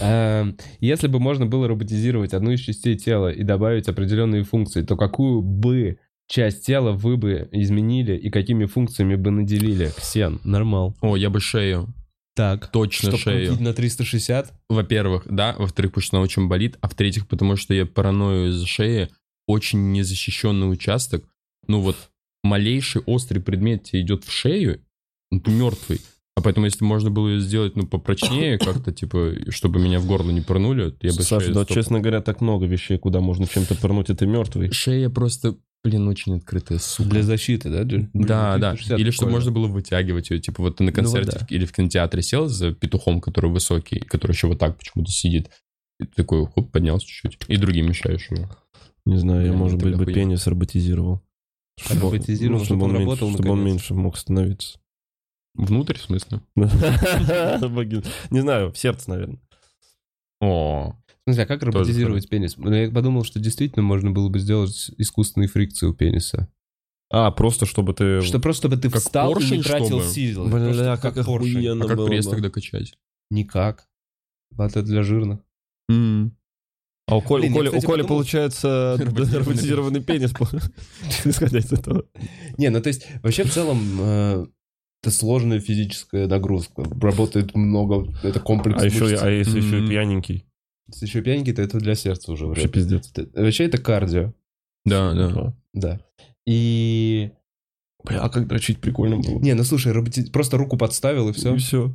Speaker 1: Эм, Если бы можно было роботизировать одну из частей тела и добавить определенные функции, то какую бы часть тела вы бы изменили и какими функциями бы наделили? Ксен, нормал.
Speaker 2: О, я бы шею.
Speaker 1: Так.
Speaker 2: Точно
Speaker 1: Чтоб
Speaker 2: шею.
Speaker 1: крутить на 360?
Speaker 2: Во-первых, да. Во-вторых, потому что она очень болит. А в-третьих, потому что я паранойю из-за шеи. Очень незащищенный участок. Ну вот, малейший острый предмет тебе идет в шею, ну, ты мертвый. А поэтому, если можно было ее сделать, ну, попрочнее как-то, типа, и чтобы меня в горло не пырнули, то я бы
Speaker 3: Саша, ну а
Speaker 2: шею
Speaker 3: да,
Speaker 2: стоп-
Speaker 3: честно говоря, так много вещей, куда можно чем-то пырнуть, и ты мертвый.
Speaker 2: Шея просто, блин, очень открытая, сука.
Speaker 1: Для защиты, да? Джин?
Speaker 2: Да,
Speaker 1: Блин,
Speaker 2: да.
Speaker 1: 360
Speaker 2: Или чтобы
Speaker 1: прикольно.
Speaker 2: можно было вытягивать ее. Типа вот ты на
Speaker 1: Ну вот
Speaker 2: концерте
Speaker 1: да.
Speaker 2: в- или в кинотеатре сел за петухом, который высокий, который еще вот так почему-то сидит. И ты такой, хоп, поднялся чуть-чуть. И другим мешаешь уже.
Speaker 3: Не знаю, я,
Speaker 2: Блин,
Speaker 3: может
Speaker 2: это
Speaker 3: быть, бы
Speaker 2: охуенно.
Speaker 3: пенис роботизировал. Чтобы-
Speaker 1: Роботизировал,
Speaker 3: ну,
Speaker 1: чтобы он
Speaker 3: меньше-
Speaker 1: работал,
Speaker 3: Чтобы он
Speaker 1: наконец.
Speaker 3: меньше мог становиться.
Speaker 2: Внутрь, в смысле?
Speaker 3: Богин. Не знаю, в сердце, наверное.
Speaker 2: О,
Speaker 1: В смысле, а как роботизировать пенис? Ну, я подумал, что действительно можно было бы сделать искусственные фрикции у пениса.
Speaker 3: А, просто чтобы ты...
Speaker 1: Что просто бы ты
Speaker 2: Как
Speaker 1: встал и
Speaker 2: поршень,
Speaker 1: не тратил
Speaker 2: чтобы?
Speaker 1: силы. Просто
Speaker 3: Бля, как
Speaker 1: поршень.
Speaker 3: охуенно
Speaker 2: а как
Speaker 3: было
Speaker 2: пресс
Speaker 3: бы.
Speaker 2: тогда качать?
Speaker 1: Никак. Вот это для жирных.
Speaker 3: А у Коли,
Speaker 1: Блин, я,
Speaker 3: у Коли,
Speaker 1: кстати,
Speaker 3: у Коли
Speaker 1: подумал-
Speaker 3: получается
Speaker 2: Роботизированный
Speaker 3: роботизированный пенис, исходя из этого.
Speaker 1: Не, ну то есть вообще в целом э, это сложная физическая нагрузка. Работает много, это комплекс
Speaker 3: А еще,
Speaker 1: мышц.
Speaker 3: а если
Speaker 2: Мгм.
Speaker 3: еще и пьяненький?
Speaker 1: Если еще пьяненький, то это для сердца уже
Speaker 3: Вообще
Speaker 1: вред.
Speaker 3: пиздец.
Speaker 1: Это- Вообще это кардио,
Speaker 2: Да, да.
Speaker 1: да. И...
Speaker 3: Бля, а как дрочить прикольно было.
Speaker 1: Не, ну слушай, роботи- просто руку подставил и все.
Speaker 3: И все.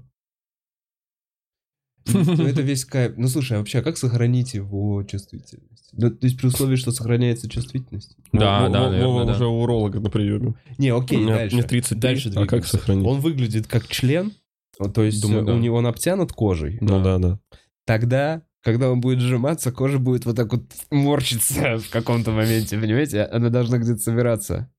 Speaker 1: Ну, это весь кайф. Ну, слушай, а вообще, а как сохранить его чувствительность? Ну, то есть при условии, что сохраняется чувствительность?
Speaker 2: Да, да,
Speaker 3: Вова
Speaker 2: наверное, да.
Speaker 3: уже у уролога на приеме.
Speaker 1: Не, окей,
Speaker 3: Мне-
Speaker 1: дальше.
Speaker 3: мне 33,
Speaker 1: Дальше
Speaker 3: а
Speaker 1: двигаемся.
Speaker 3: как сохранить?
Speaker 1: Он выглядит как член, ну, то есть
Speaker 2: Думаю,
Speaker 1: э,
Speaker 2: да.
Speaker 1: у него он обтянут кожей.
Speaker 3: Ну да, да.
Speaker 1: Тогда, когда он будет сжиматься, кожа будет вот так вот морщиться в каком-то моменте, понимаете? Она должна где-то собираться.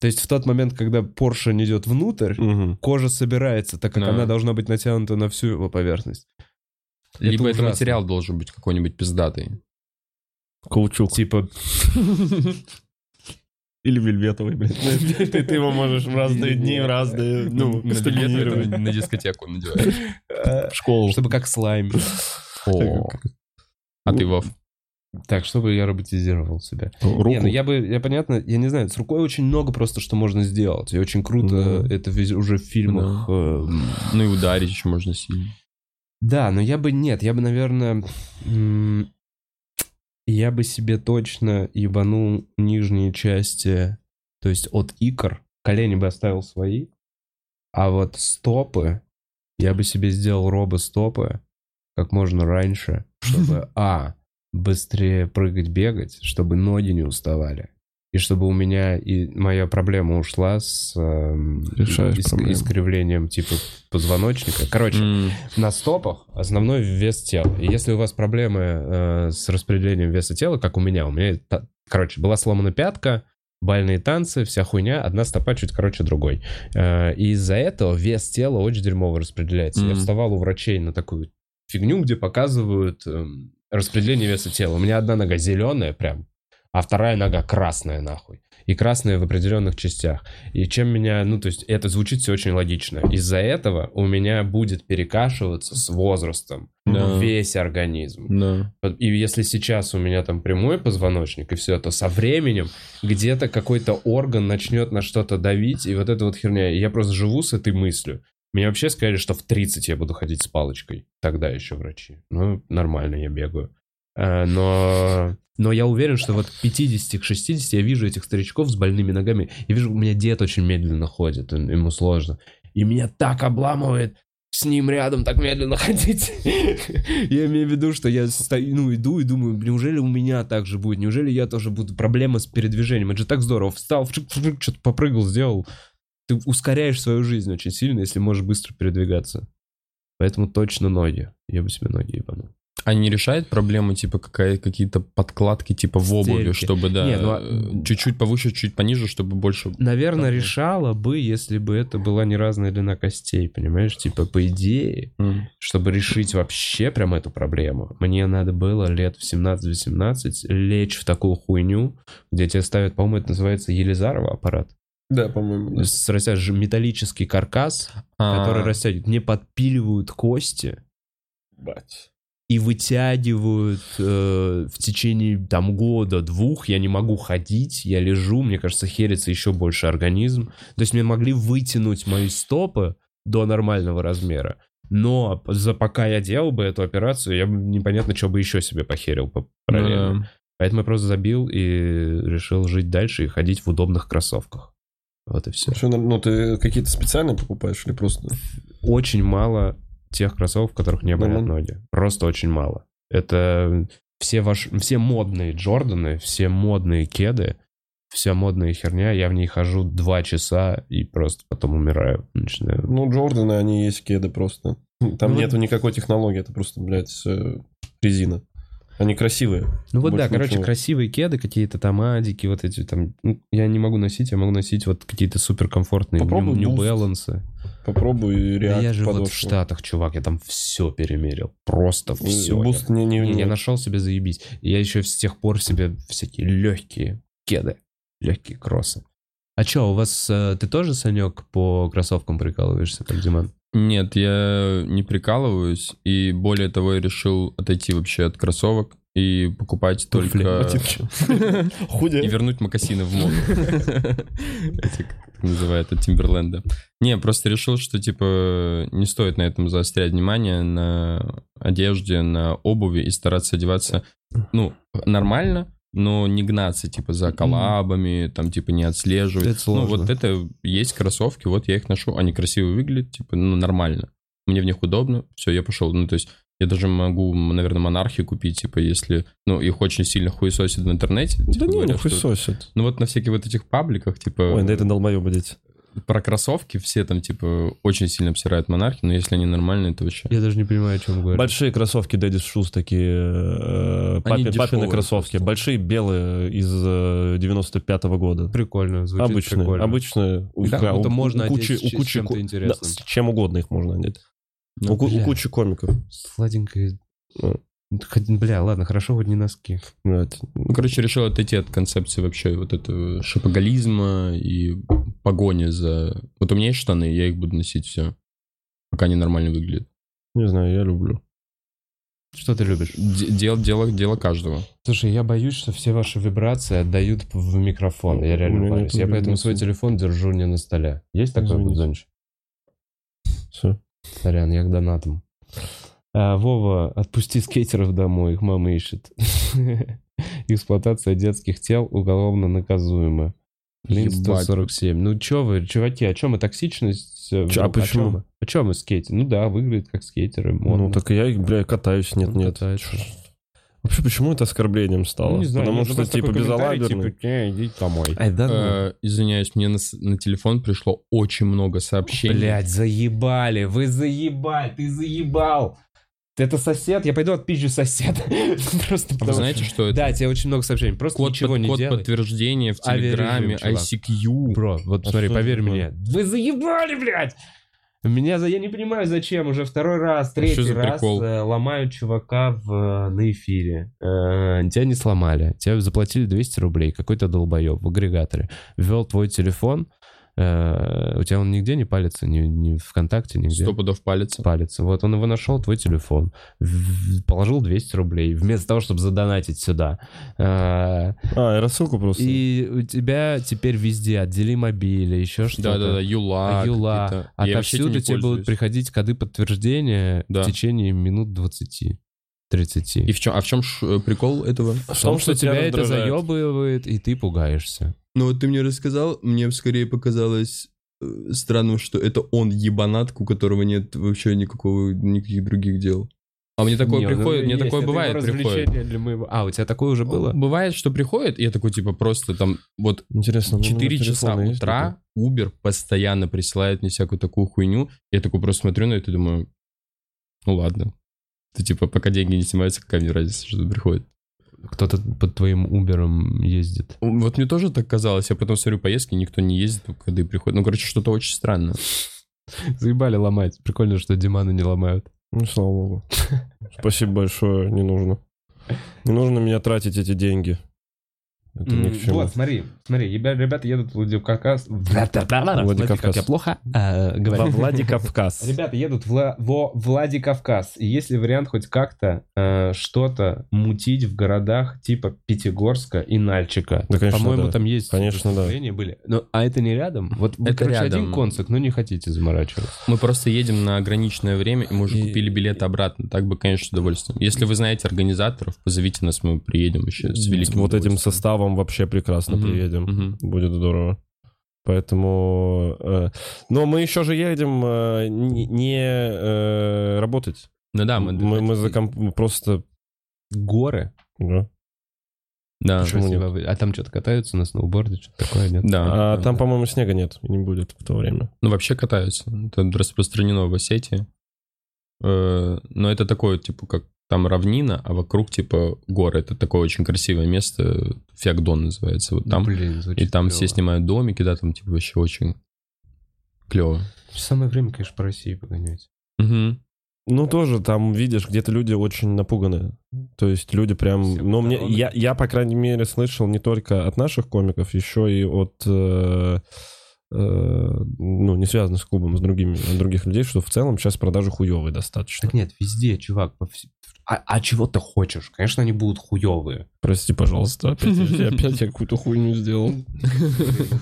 Speaker 1: То есть в тот момент, когда поршень идет внутрь,
Speaker 3: Мгм.
Speaker 1: кожа собирается, так как
Speaker 2: Да.
Speaker 1: она должна быть натянута на всю его поверхность.
Speaker 2: Либо это
Speaker 1: ужасно.
Speaker 2: материал должен быть
Speaker 3: Типа.
Speaker 2: какой-нибудь пиздатый.
Speaker 3: Каучук.
Speaker 1: Типа
Speaker 3: Или вельветовый, блин. Ты, ты его можешь в разные дни, в разные, ну,
Speaker 2: На билет
Speaker 3: кастомизировать.
Speaker 2: это на дискотеку надеваешь.
Speaker 1: В школу. Чтобы как слайм.
Speaker 2: А ты, Вов?
Speaker 1: Так, чтобы я роботизировал себя.
Speaker 3: Руку.
Speaker 1: Не, ну я бы, я понятно, я не знаю, с рукой очень много просто, что можно сделать. И очень круто
Speaker 3: Да.
Speaker 1: это вез- уже в фильмах. э,
Speaker 2: Ну и ударить еще можно сильно.
Speaker 1: Да, но я бы, нет, я бы, наверное, м, я бы себе точно ебанул нижние части, то есть от икр, колени бы оставил свои, а вот стопы, я бы себе сделал робо-стопы как можно раньше, чтобы, а, быстрее прыгать, бегать, чтобы ноги не уставали. И чтобы у меня и моя проблема ушла с эм,
Speaker 3: Решаешь
Speaker 1: иск-
Speaker 3: проблему.
Speaker 1: искривлением типа позвоночника. Короче,
Speaker 2: М,
Speaker 1: на стопах основной вес тела. И если у вас проблемы э, с распределением веса тела, как у меня, у меня, та- короче, была сломана пятка, бальные танцы, вся хуйня, одна стопа чуть короче другой. Э, и из-за этого вес тела очень дерьмово распределяется. Я
Speaker 2: Мгм.
Speaker 1: вставал у врачей на такую фигню, где показывают эм, распределение веса тела. У меня одна нога зеленая прям, а вторая нога красная нахуй. И красная в определенных частях. И чем меня, ну, то есть это звучит все очень логично. Из-за этого у меня будет перекашиваться с возрастом
Speaker 2: Да.
Speaker 1: весь организм.
Speaker 3: ну,
Speaker 2: Да.
Speaker 1: И если сейчас у меня там прямой позвоночник и все, то со временем где-то какой-то орган начнет на что-то давить, и вот эта вот херня. И я просто живу с этой мыслью. Мне вообще сказали, что в 30 я буду ходить с палочкой. Тогда еще врачи. Ну, нормально, я бегаю. Э, Но, но я уверен, что вот к 50 к 60 я вижу этих старичков с больными ногами. Я вижу, у меня дед очень медленно ходит, он- ему сложно. И меня так обламывает с ним рядом так медленно ходить. Я имею в виду, что я стою, ну, иду и думаю, неужели у меня так же будет? Неужели я тоже буду проблемы с передвижением? Это же так здорово. Встал, что-то попрыгал, сделал. Ты ускоряешь свою жизнь очень сильно, если можешь быстро передвигаться. Поэтому точно ноги. Я бы себе ноги ебанул.
Speaker 2: А не решает проблему, типа, какая, какие-то подкладки, типа, в обуви,
Speaker 1: Стельки.
Speaker 2: чтобы, да,
Speaker 1: Не, ну, а-
Speaker 2: э, чуть-чуть повыше, чуть пониже, чтобы больше...
Speaker 1: Наверное,
Speaker 2: Так, ну.
Speaker 1: решала бы, если бы это была не разная длина костей, понимаешь? Типа, по идее,
Speaker 2: М.
Speaker 1: чтобы решить вообще прям эту проблему, мне надо было лет в 17-18 лечь в такую хуйню, где тебе ставят, по-моему, это называется Елизарова аппарат.
Speaker 3: Да, по-моему.
Speaker 1: С- растяж- металлический каркас,
Speaker 2: А,
Speaker 1: который растягивает. Мне подпиливают кости
Speaker 3: Бать.
Speaker 1: и вытягивают э, в течение там года-двух. Я не могу ходить, я лежу, мне кажется, херится еще больше организм. То есть мне могли вытянуть мои стопы до нормального размера. Но за пока я делал бы эту операцию, я бы непонятно, что бы еще себе похерил по- параллельно.
Speaker 2: да.
Speaker 1: Поэтому я просто забил и решил жить дальше и ходить в удобных кроссовках. Вот и все.
Speaker 3: Чё, ну, ты какие-то специальные покупаешь или просто?
Speaker 1: Очень мало тех кроссовок, в которых не болят
Speaker 3: Мгм.
Speaker 1: ноги. Просто очень мало. Это все, ваш... все модные Джорданы, все модные кеды, вся модная херня. Я в ней хожу два часа и просто потом умираю. Начинаю
Speaker 3: Ну, Джорданы, они есть кеды просто. Хм, Там
Speaker 1: Ну, вот-
Speaker 3: нету никакой технологии, это просто, блядь, э, резина. Они красивые.
Speaker 1: Ну вот да,
Speaker 3: Больше
Speaker 1: короче,
Speaker 3: ничего.
Speaker 1: красивые кеды, какие-то там адики, вот эти там. ну, Я не могу носить, я могу носить вот какие-то суперкомфортные
Speaker 3: Попробуй
Speaker 1: New
Speaker 3: Boost.
Speaker 1: Balance.
Speaker 3: Попробуй
Speaker 1: Да
Speaker 3: реакт
Speaker 1: я же вот в
Speaker 3: подошву.
Speaker 1: Штатах, чувак, я там все перемерил. Просто
Speaker 3: Э,
Speaker 1: все.
Speaker 3: Буст не, не,
Speaker 1: я
Speaker 3: не-
Speaker 1: нашел себе заебись. И Я еще с тех пор себе всякие легкие кеды, легкие кроссы. А чё, у вас, э, ты тоже, Санек, по кроссовкам прикалываешься, как Диман?
Speaker 2: Нет, я не прикалываюсь, и более того, я решил отойти вообще от кроссовок и покупать
Speaker 3: Туфли, А
Speaker 2: только...
Speaker 3: ботинки.
Speaker 2: И
Speaker 3: Худя.
Speaker 2: вернуть макасины в моду. Эти, как это называют, от Тимберленда. Не, просто решил, что, типа, не стоит на этом заострять внимание, на одежде, на обуви и стараться одеваться, ну, нормально, но не гнаться, типа, за коллабами, там, типа, не отслеживать.
Speaker 1: Это сложно.
Speaker 2: Ну, вот это есть кроссовки, вот я их ношу, они красиво выглядят, типа, ну, нормально. Мне в них удобно, все, я пошел. Ну, то есть, я даже могу, наверное, монархи купить, типа, если, ну, их очень сильно хуесосят в интернете. типа,
Speaker 3: Да не,
Speaker 2: говорят,
Speaker 3: ну
Speaker 2: что-
Speaker 3: хуесосят.
Speaker 2: ну вот на всяких вот этих пабликах, типа,
Speaker 1: Э,
Speaker 3: Ой, да это долбоебы дети.
Speaker 2: про кроссовки все там, типа, очень сильно обсирают монархи, но если они нормальные, то вообще...
Speaker 1: Я даже не понимаю, о чем говорю.
Speaker 3: Большие кроссовки Daddy's Shoes такие, э, папи-
Speaker 2: дешевые
Speaker 3: папины кроссовки,
Speaker 2: просто.
Speaker 3: большие белые из э, 95-го года.
Speaker 1: Прикольно, звучит
Speaker 3: Обычные,
Speaker 1: прикольно.
Speaker 3: обычные. У,
Speaker 1: Как
Speaker 3: да,
Speaker 1: будто
Speaker 3: у-
Speaker 1: можно
Speaker 3: у кучи,
Speaker 1: одеть с
Speaker 3: у кучи
Speaker 1: чем-то
Speaker 3: ку- да,
Speaker 1: интересным.
Speaker 3: с чем угодно их можно одеть.
Speaker 2: Ну,
Speaker 3: у, ку- у
Speaker 1: бля.
Speaker 3: кучи комиков.
Speaker 1: Сладенькое. Ну, Хоть, Бля, ладно, хорошо, хоть не носки.
Speaker 3: Вот.
Speaker 2: Ну, короче, решил отойти от концепции вообще вот этого шопоголизма и погони за... Вот у меня есть штаны, я их буду носить все, пока они нормально выглядят.
Speaker 3: Не знаю, я люблю.
Speaker 1: Что ты любишь?
Speaker 2: Д- Дело, дело, дело каждого.
Speaker 1: Слушай, я боюсь, что все ваши вибрации отдают п- в микрофон. Ну, Я
Speaker 3: У
Speaker 1: реально
Speaker 3: меня
Speaker 1: боюсь.
Speaker 3: нету
Speaker 1: Я поэтому
Speaker 3: вибраций.
Speaker 1: свой телефон держу не на столе. Есть такой
Speaker 3: Извините.
Speaker 1: Будзонч?
Speaker 3: Все.
Speaker 1: Сорян, я к донатам. А, Вова, отпусти скейтеров домой, их мама ищет. Эксплуатация детских тел уголовно наказуема. Блин,
Speaker 2: Ебать.
Speaker 1: 147. Ну чё вы, чуваки, о чем мы токсичность? э,
Speaker 3: Чё,
Speaker 1: вдруг? О
Speaker 3: а почему?
Speaker 1: чём мы? О чем мы скейтер? Ну да, выглядит как скейтеры. модно.
Speaker 3: Ну, так я, их, бля, катаюсь,
Speaker 1: Он
Speaker 3: нет-нет.
Speaker 1: катается.
Speaker 3: Чё- Вообще, почему это оскорблением стало?
Speaker 1: Ну, не знаю,
Speaker 3: Потому
Speaker 1: нет,
Speaker 3: что,
Speaker 1: просто
Speaker 3: типа,
Speaker 1: такой комментарий,
Speaker 3: безалаберный.
Speaker 1: типа, «Не, иди домой.
Speaker 3: Ай, да ну.
Speaker 2: Э, извиняюсь, мне на, с- на телефон пришло очень много сообщений.
Speaker 1: Блять, заебали, вы заебали, ты заебал. Ты это сосед? Я пойду отпизжу соседа. Просто
Speaker 2: А Вы
Speaker 1: потому что-
Speaker 2: знаете, что это?
Speaker 1: Да, тебе очень много сообщений. Просто
Speaker 2: код,
Speaker 1: ничего
Speaker 2: под-
Speaker 1: не
Speaker 2: код
Speaker 1: делай.
Speaker 2: подтверждения в
Speaker 1: Авиарежим,
Speaker 2: Телеграме, а
Speaker 1: чувак.
Speaker 2: ICQ.
Speaker 1: Бро, вот
Speaker 3: А
Speaker 1: смотри,
Speaker 3: что
Speaker 1: поверь
Speaker 3: такое?
Speaker 1: мне. Вы заебали, блядь! Меня за... Я не понимаю, зачем. Уже второй раз, третий
Speaker 2: А что за
Speaker 1: раз
Speaker 2: прикол?
Speaker 1: э, ломают чувака в, э, на эфире. Э, тебя не сломали. Тебе заплатили 200 рублей. Какой-то долбоеб в агрегаторе. Ввел твой телефон. э, у тебя он нигде не палится, ни, ни ВКонтакте, нигде.
Speaker 2: Сто пудов палец.
Speaker 1: палится. Вот он его нашел, твой телефон. В- Положил 200 рублей вместо того, чтобы задонатить сюда. Э,
Speaker 3: А, и рассылку просто.
Speaker 1: И у тебя теперь везде отдели мобили, еще что-то. А,
Speaker 2: Да-да-да, Юла.
Speaker 1: Юла. Отовсюду тебе будут приходить коды подтверждения
Speaker 2: Да.
Speaker 1: в течение минут 20. 30.
Speaker 2: И в чем, а в чем прикол этого?
Speaker 1: э, в том, что, тебя это
Speaker 3: раздражает.
Speaker 1: заебывает, и ты пугаешься.
Speaker 2: Ну вот ты мне рассказал, мне скорее показалось э, странным, что это он ебанат, у которого нет вообще никакого, никаких других дел. А мне такое
Speaker 1: Не, ну,
Speaker 2: приходит, мне
Speaker 1: есть,
Speaker 2: такое
Speaker 1: это
Speaker 2: бывает,
Speaker 1: его
Speaker 2: приходит.
Speaker 1: развлечение для моего- А, у тебя такое уже было?
Speaker 2: Бывает, что приходит, и я такой, типа, просто там, вот,
Speaker 3: Интересно, ну, у меня
Speaker 2: 4
Speaker 3: номер
Speaker 2: часа
Speaker 3: телефона а есть такой?
Speaker 2: утра Uber постоянно присылает мне всякую такую хуйню. Я такой просто смотрю на это и думаю, ну ладно. Ты типа, пока деньги не снимаются, какая мне разница, что приходит.
Speaker 1: Кто-то под твоим убером ездит.
Speaker 2: Вот мне тоже так казалось. Я потом смотрю поездки, никто не ездит, когда приходит. Ну, короче, что-то очень странно.
Speaker 1: Заебали ломать. Прикольно, что Димана не ломают.
Speaker 3: Ну, слава богу. Спасибо большое, не нужно. Не нужно меня тратить эти деньги. Это ни
Speaker 1: М,
Speaker 3: к чему.
Speaker 1: Вот, смотри, смотри, ебя- ребята едут в Владикавказ. Смотри, как
Speaker 3: Владикавказ.
Speaker 1: я плохо э,
Speaker 3: Во
Speaker 1: говорю.
Speaker 3: Владикавказ.
Speaker 1: Ребята едут вла- во Владикавказ. И есть ли вариант хоть как-то э, что-то мутить в городах типа Пятигорска и Нальчика?
Speaker 3: Да, конечно,
Speaker 1: По-моему,
Speaker 3: да.
Speaker 1: там есть
Speaker 3: Конечно, да.
Speaker 1: выступления были. Ну, а это не рядом? Вот, вы,
Speaker 2: Это
Speaker 1: короче,
Speaker 2: рядом.
Speaker 1: один концерт, но не хотите заморачиваться.
Speaker 2: Мы просто едем на ограниченное время, и мы уже
Speaker 1: И-
Speaker 2: купили билеты обратно. Так бы, конечно, с удовольствием. Если вы знаете организаторов, позовите нас, мы приедем еще с великим
Speaker 3: Вот этим
Speaker 2: удовольствием.
Speaker 3: составом вообще прекрасно
Speaker 2: Мгм,
Speaker 3: приедем.
Speaker 2: мгм.
Speaker 3: Будет здорово. Поэтому... э, но мы еще же едем э, не, не, э, работать.
Speaker 2: Ну
Speaker 5: А,
Speaker 2: да, мы...
Speaker 3: Мы, мы за комп- мы просто...
Speaker 1: Горы?
Speaker 3: да.
Speaker 2: Да.
Speaker 3: Почему
Speaker 1: Спасибо. Вы- А там что-то катаются на сноуборде, что-то такое, нет?
Speaker 2: Да.
Speaker 3: А там, по-моему, снега нет, и не будет в то время.
Speaker 2: Ну, вообще катаются. Это распространено в Осетии. Э, Но это такое, типа, как там равнина, а вокруг, типа, горы. Это такое очень красивое место. Феогдон называется вот там.
Speaker 1: Ну, Блин,
Speaker 2: И
Speaker 1: звучит
Speaker 2: там
Speaker 1: клёво.
Speaker 2: все снимают домики, да, там, типа, вообще очень клево.
Speaker 1: Самое время, конечно, по России погонять.
Speaker 3: Ну, тоже там, видишь, где-то люди очень напуганы. То есть люди прям...
Speaker 1: Всем
Speaker 3: Но мне...
Speaker 1: здоровы.
Speaker 3: Я, я, по крайней мере, слышал не только от наших комиков, еще и от... э, э, ну, не связанных с клубом, с другими, от других людей, что в целом сейчас продажи хуевые достаточно.
Speaker 1: Так нет, везде, чувак. по вс- А, а чего ты хочешь? Конечно, они будут хуевые.
Speaker 3: Прости, пожалуйста, опять, я- опять я какую-то хуйню сделал.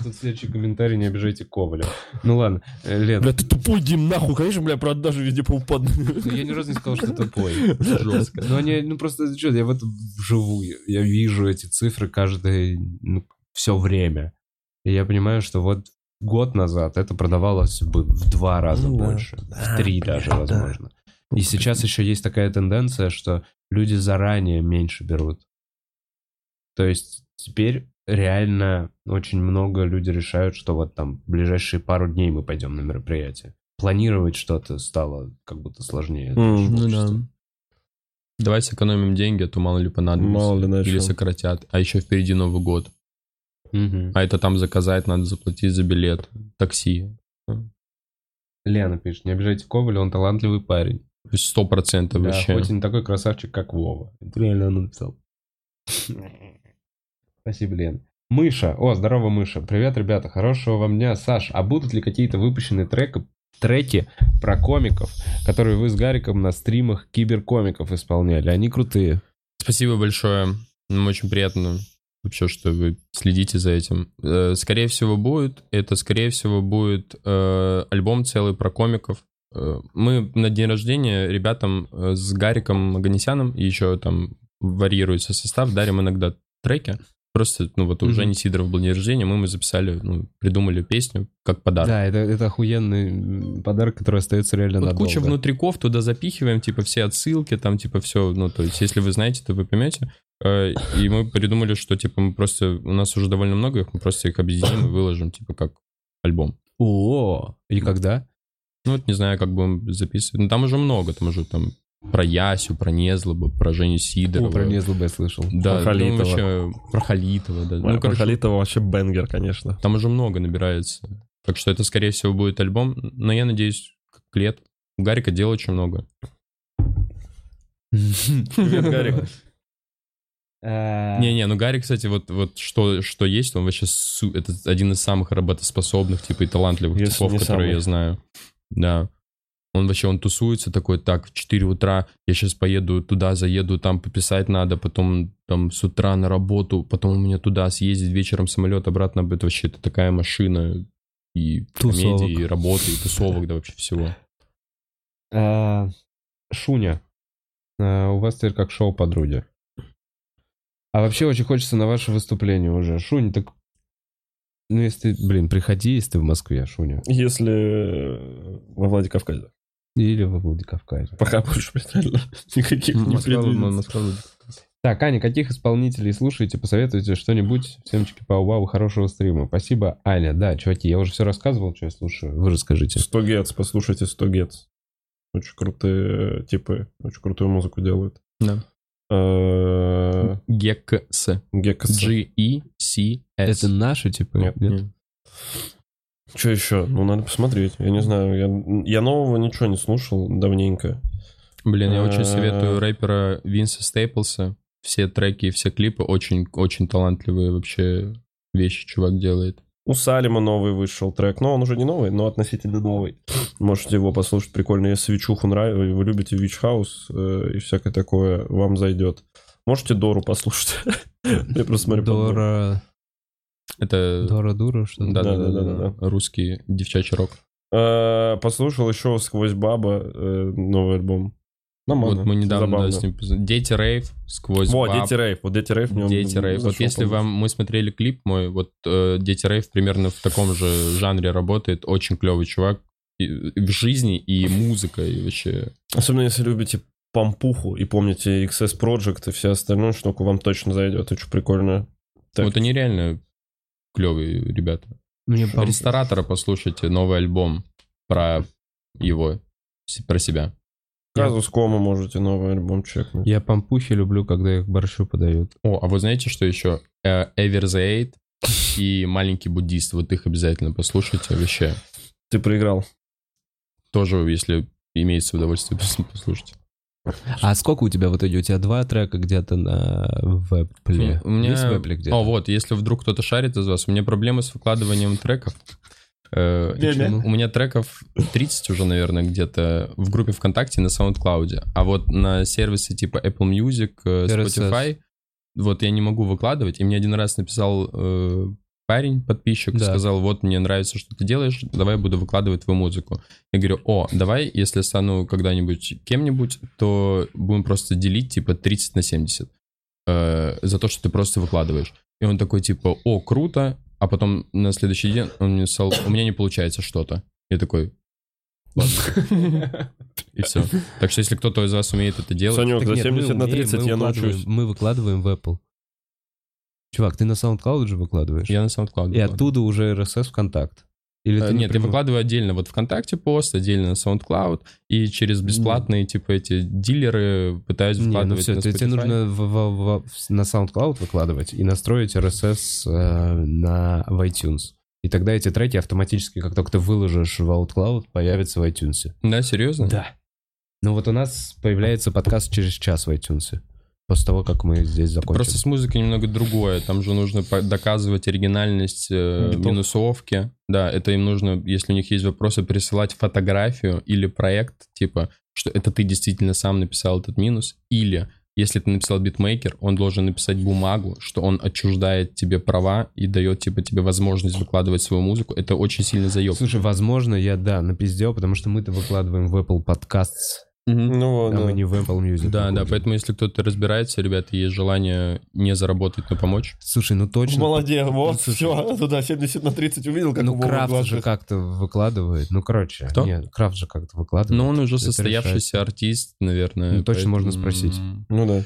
Speaker 1: Тут следующий комментарий, не обижайте Коваля. Ну ладно, э, Лен.
Speaker 3: Бля, ты тупой, Дим, нахуй, конечно, бля, продажи везде поупадут.
Speaker 1: Я ни разу не сказал, что тупой. Жестко. Ну, они, ну просто, что, я вот вживую, я вижу эти цифры каждое, ну, все время. И я понимаю, что вот год назад это продавалось бы в два раза
Speaker 3: Ну да.
Speaker 1: больше, в три даже, возможно. И сейчас еще есть такая тенденция, что люди заранее меньше берут. То есть теперь реально очень много людей решают, что вот там в ближайшие пару дней мы пойдем на мероприятие. Планировать что-то стало как будто сложнее.
Speaker 3: М,
Speaker 2: Ну да. Давай сэкономим деньги, а то мало ли понадобится.
Speaker 3: Мало ли на
Speaker 2: Или
Speaker 3: чем.
Speaker 2: сократят. А еще впереди Новый год.
Speaker 1: Мгм.
Speaker 2: А это там заказать, надо заплатить за билет, такси.
Speaker 1: Лена пишет, не обижайте Коваля, он талантливый парень.
Speaker 2: Сто процентов
Speaker 1: Да,
Speaker 2: вообще.
Speaker 1: хоть и не такой красавчик, как Вова. Это реально он написал. Спасибо, Лен. Мыша. О, здорово, Мыша. Привет, ребята. Хорошего вам дня. Саш, а будут ли какие-то выпущенные треки, треки про комиков, которые вы с Гариком на стримах киберкомиков исполняли? Они крутые.
Speaker 2: Спасибо большое. Нам очень приятно вообще, что вы следите за этим. Э, Скорее всего, будет. Это, скорее всего, будет э, альбом целый про комиков. Э, Мы на день рождения ребятам э, с Гариком Аганесяном и еще там варьируется состав, дарим иногда треки. Просто, ну вот у
Speaker 1: Мгм.
Speaker 2: Жени Сидоров был день рождения, мы ему записали, ну, придумали песню как подарок.
Speaker 1: Да, это, это охуенный м, подарок, который остается реально
Speaker 2: Вот
Speaker 1: надолго.
Speaker 2: куча внутриков, туда запихиваем, типа, все отсылки, там, типа, все, ну, то есть, если вы знаете, то вы поймете. Э, И мы придумали, что, типа, мы просто, у нас уже довольно много их, мы просто их объединим и выложим, типа, как альбом.
Speaker 1: О, и когда?
Speaker 2: Ну, вот не знаю, как будем записывать. Ну, там уже много, там уже там про Ясю, про Незлобу, про Женю Сидорова.
Speaker 1: О, про Незлоба я слышал.
Speaker 2: Да,
Speaker 3: Про
Speaker 2: про
Speaker 3: Халитова.
Speaker 2: вообще, про Халитова, да.
Speaker 3: Ну,
Speaker 2: ну, короче,
Speaker 3: Халитова вообще бенгер, конечно.
Speaker 2: там уже много набирается. Так что это, скорее всего, будет альбом. Но я надеюсь, как лет. У Гарика дел очень много.
Speaker 3: Привет, Гарик.
Speaker 1: Не,
Speaker 2: Не-не, ну Гарри, кстати, вот, вот что, что есть, он вообще су- это один из самых работоспособных, типа, и талантливых
Speaker 3: Если
Speaker 2: типов,
Speaker 3: не
Speaker 2: которые
Speaker 3: самый.
Speaker 2: я знаю. Да. Он вообще, он тусуется такой, так, в 4 утра, я сейчас поеду туда, заеду, там пописать надо, потом там с утра на работу, потом у меня туда съездить, вечером самолет, обратно, это вообще это такая машина и
Speaker 1: Тусовок.
Speaker 2: комедии, и работы, и тусовок, да вообще всего.
Speaker 1: А, Шуня, а, у вас теперь как шоу подруги. А вообще очень хочется на ваше выступление уже. Шунь, так... Ну, если, ты, блин, приходи, если ты в Москве, Шуня.
Speaker 3: Если э, во Владикавказе.
Speaker 1: Или во Владикавказе.
Speaker 3: Пока больше реально никаких не предвидится.
Speaker 1: Так, Аня, каких исполнителей слушаете? Посоветуйте что-нибудь. Всем чики пау вау хорошего стрима. Спасибо, Аня. Да, чуваки, я уже все рассказывал, что я слушаю. Вы расскажите.
Speaker 3: 100 гец, послушайте 100 гец. Очень крутые э, типы, очень крутую музыку делают.
Speaker 2: Да.
Speaker 3: Э,
Speaker 2: Гекс.
Speaker 3: Геккас.
Speaker 2: G-E-C-S.
Speaker 1: Это наши, типа?
Speaker 3: Нет,
Speaker 2: Нет.
Speaker 3: Что еще? Ну, надо посмотреть. Я не знаю, я, я нового ничего не слушал давненько.
Speaker 2: Блин, я очень
Speaker 3: Э,
Speaker 2: советую рэпера Винса Стейплса. Все треки и все клипы очень-очень талантливые вообще вещи чувак делает.
Speaker 3: У Салима новый вышел трек, но он уже не новый, но относительно новый. Можете его послушать, прикольно. Если Вичуху нравится, вы любите Вич Хаус э, и всякое такое, вам зайдет. Можете Дору послушать. Я просто смотрю. под Дору.
Speaker 1: Дора...
Speaker 2: Это
Speaker 1: Дора Дура, что ли?
Speaker 2: да-да-да,
Speaker 3: Да-да-да-да-да.
Speaker 2: русский девчачий рок.
Speaker 3: Э, Послушал еще «Сквозь баба» э, новый альбом. Нормально,
Speaker 2: Вот мы недавно да,
Speaker 3: забавно.
Speaker 2: с ним поз- Дети рейв сквозь
Speaker 3: Во,
Speaker 2: баб.
Speaker 3: Дети Рейв. Вот Дети Рейв. в нем
Speaker 2: Дети рейв. Вот
Speaker 3: зашел,
Speaker 2: если
Speaker 3: по-моему.
Speaker 2: вам мы смотрели клип мой, вот э, Дети рейв примерно в таком же жанре работает. Очень клевый чувак И- и в жизни и музыка и вообще.
Speaker 3: Особенно если любите помпуху и помните XS Project и все остальное штуку, вам точно зайдет. Очень прикольно. Так.
Speaker 2: Вот они реально клевые ребята.
Speaker 1: Мне
Speaker 2: Ш-
Speaker 1: пом-
Speaker 2: Ресторатора послушайте новый альбом про его, с- про себя.
Speaker 3: Казус Кома можете новый альбом чекнуть.
Speaker 1: Я пампухи люблю, когда их борщу подают.
Speaker 2: О, а вы знаете, что еще? Э, Ever the Eight и Маленький буддист. Вот их обязательно послушайте вообще.
Speaker 3: Ты проиграл.
Speaker 2: Тоже, если имеется удовольствие, пос- послушайте.
Speaker 1: А сколько у тебя в итоге? У тебя два трека где-то на веб-пле?
Speaker 2: Хм, У меня...
Speaker 1: Есть веб-пле где-то?
Speaker 2: О, вот, если вдруг кто-то шарит из вас, у меня проблемы с выкладыванием треков. Э,
Speaker 1: Не-не.
Speaker 2: У меня треков 30 уже, наверное, где-то в группе ВКонтакте и на SoundCloud. А вот на сервисы типа Apple Music, э,
Speaker 1: RSS.
Speaker 2: Spotify, вот я не могу выкладывать. И мне один раз написал э, парень, подписчик,
Speaker 1: Да.
Speaker 2: сказал, вот мне нравится, что ты делаешь, давай я буду выкладывать твою музыку. Я говорю, о, давай, если стану когда-нибудь кем-нибудь, то будем просто делить типа 30 на 70 э, за то, что ты просто выкладываешь. И он такой типа, о, круто, а потом на следующий день он мне сказал, у меня не получается что-то. Я такой, ладно. И все. Так что если кто-то из вас умеет это делать,
Speaker 3: Санек,
Speaker 1: Так
Speaker 3: за
Speaker 1: нет, мы
Speaker 3: 70 на
Speaker 1: умеем,
Speaker 3: 30
Speaker 1: мы
Speaker 3: я
Speaker 1: выкладываем-
Speaker 3: научусь.
Speaker 1: Мы выкладываем в Apple. Чувак, ты на SoundCloud же выкладываешь?
Speaker 2: я на SoundCloud.
Speaker 1: И оттуда уже RSS ВКонтакт. Или
Speaker 2: Э,
Speaker 1: ты
Speaker 2: Нет, я
Speaker 1: напрямую-
Speaker 2: выкладываю отдельно вот ВКонтакте пост, отдельно на SoundCloud, и через бесплатные, типа, эти дилеры пытаюсь
Speaker 1: Не, ну
Speaker 2: вкладывать
Speaker 1: все,
Speaker 2: на
Speaker 1: тебе тебе
Speaker 2: Spotify.
Speaker 1: нужно в- в- в- на SoundCloud выкладывать и настроить RSS э, на в iTunes. И тогда эти треки автоматически, как только ты выложишь в OutCloud, появятся в iTunes.
Speaker 2: Да, серьезно?
Speaker 1: Да. Ну вот у нас появляется подкаст через час в iTunes. После того, как мы здесь закончим.
Speaker 2: Просто с музыкой немного другое. Там же нужно по- доказывать оригинальность э,
Speaker 3: Битов.
Speaker 2: минусовки. Да, это им нужно, если у них есть вопросы, присылать фотографию или проект, типа, что это ты действительно сам написал этот минус. Или, если ты написал битмейкер, он должен написать бумагу, что он отчуждает тебе права и дает, типа, тебе возможность выкладывать свою музыку. Это очень сильно заеб.
Speaker 1: Слушай, возможно, я, да, напиздел, потому что мы-то выкладываем в Apple Podcasts,
Speaker 3: Ну
Speaker 1: а
Speaker 3: вот, да.
Speaker 1: мы не в Apple Music.
Speaker 2: Да, да,
Speaker 1: выходим.
Speaker 2: поэтому если кто-то разбирается, ребята, есть желание не заработать, но помочь.
Speaker 1: Слушай, ну точно.
Speaker 3: Молодец, вот,
Speaker 1: Слушай.
Speaker 3: все, туда 70 на 30 увидел, как у
Speaker 1: Ну,
Speaker 3: Вовы
Speaker 1: Крафт
Speaker 3: глаза.
Speaker 1: же как-то выкладывает. Ну, короче.
Speaker 2: Кто?
Speaker 1: Нет, Крафт же как-то выкладывает.
Speaker 2: Но он уже
Speaker 1: Это
Speaker 2: состоявшийся артист, наверное.
Speaker 1: Ну, точно можно спросить.
Speaker 3: Ну да.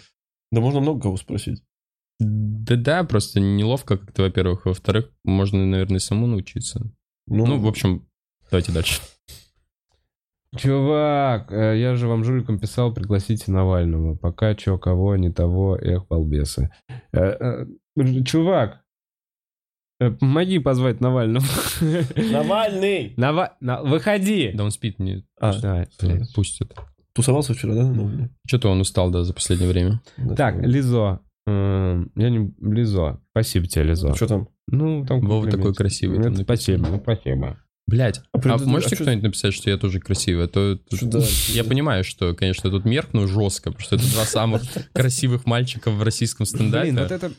Speaker 3: Да можно много кого спросить.
Speaker 2: Да, да, просто неловко как-то, во-первых. Во-вторых, можно, наверное, самому научиться. Ну, в общем, давайте дальше.
Speaker 1: Чувак, э, я же вам жуликом писал, пригласите Навального. Пока чё, кого, не того, эх, балбесы. Э, э, ж- Чувак, э, помоги позвать Навального.
Speaker 3: Навальный!
Speaker 1: Нава- на- Выходи!
Speaker 2: Да он спит, не
Speaker 3: А,
Speaker 1: Да, блядь.
Speaker 2: пустит.
Speaker 3: тусовался вчера, да? Ну,
Speaker 2: Что-то он устал, да, за последнее время.
Speaker 3: да.
Speaker 1: Так, Лизо. Эм, Я не... Лизо. Спасибо тебе, Лизо.
Speaker 3: Что там?
Speaker 1: Ну, там...
Speaker 2: Вова
Speaker 1: комплимент.
Speaker 2: такой красивый, там
Speaker 1: Это Спасибо, ну, спасибо.
Speaker 2: Блять, а,
Speaker 3: предыдущ-
Speaker 2: можете
Speaker 3: а чё-
Speaker 2: кто-нибудь написать, что я тоже красивый? А то тут-
Speaker 3: Что, да,
Speaker 2: я
Speaker 3: да.
Speaker 2: понимаю, что, конечно, я тут меркну жестко, потому что это два самых красивых мальчика в российском стендапе.
Speaker 1: Блин, вот это...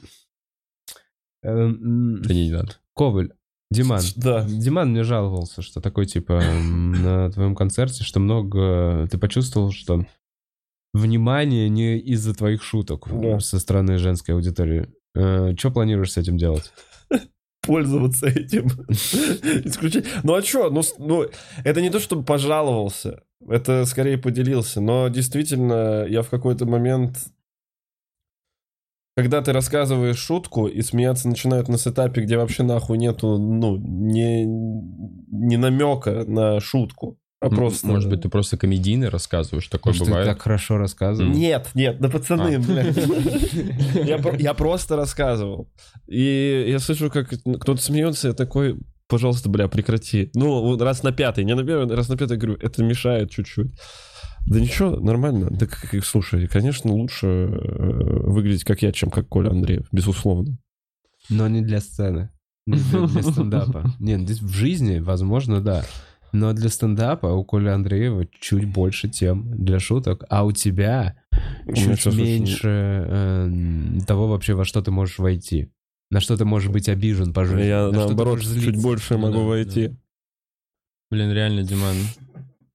Speaker 1: Эм,
Speaker 2: Да не, не надо.
Speaker 1: Коваль, Диман.
Speaker 3: Да.
Speaker 1: Диман мне жаловался, что такой, типа, м, на твоем концерте, что много... Ты почувствовал, что внимание не из-за твоих шуток
Speaker 3: Да.
Speaker 1: со стороны женской аудитории. Что планируешь с этим делать?
Speaker 3: Пользоваться этим. Исключить. Ну а что? Ну, с- ну, это не то, чтобы пожаловался. Это скорее поделился. Но действительно, я в какой-то момент... Когда ты рассказываешь шутку, и смеяться начинают на сетапе, где вообще нахуй нету, ну, не, не намека на шутку, а
Speaker 2: М-
Speaker 3: просто...
Speaker 2: Может быть, ты просто комедийный рассказываешь, такое
Speaker 1: Потому что
Speaker 2: бывает.
Speaker 1: ты так хорошо рассказывал.
Speaker 3: Нет, нет, да пацаны,
Speaker 2: А.
Speaker 3: блядь. Я про- Я просто рассказывал. И я слышу, как кто-то смеется, я такой, пожалуйста, бля, прекрати. Ну, вот раз на пятый, не на первый, раз на пятый, говорю, это мешает чуть-чуть. Да ничего, нормально. Да как- как- слушай, конечно, лучше э, выглядеть как я, чем как Коля Андреев, безусловно.
Speaker 1: Но не для сцены. Не для, для стендапа. Нет, здесь в жизни, возможно, да. Но для стендапа у Коли Андреева чуть больше тем для шуток, а у тебя
Speaker 3: меня
Speaker 1: чуть
Speaker 3: сейчас очень-
Speaker 1: меньше эм, того вообще, во что ты можешь войти. На что ты можешь быть обижен по жизни.
Speaker 3: Я,
Speaker 1: на что ты
Speaker 3: наоборот,
Speaker 1: можешь злиться.
Speaker 3: чуть больше
Speaker 2: Ну
Speaker 3: могу
Speaker 2: да,
Speaker 3: войти.
Speaker 2: Блин, реально, Диман.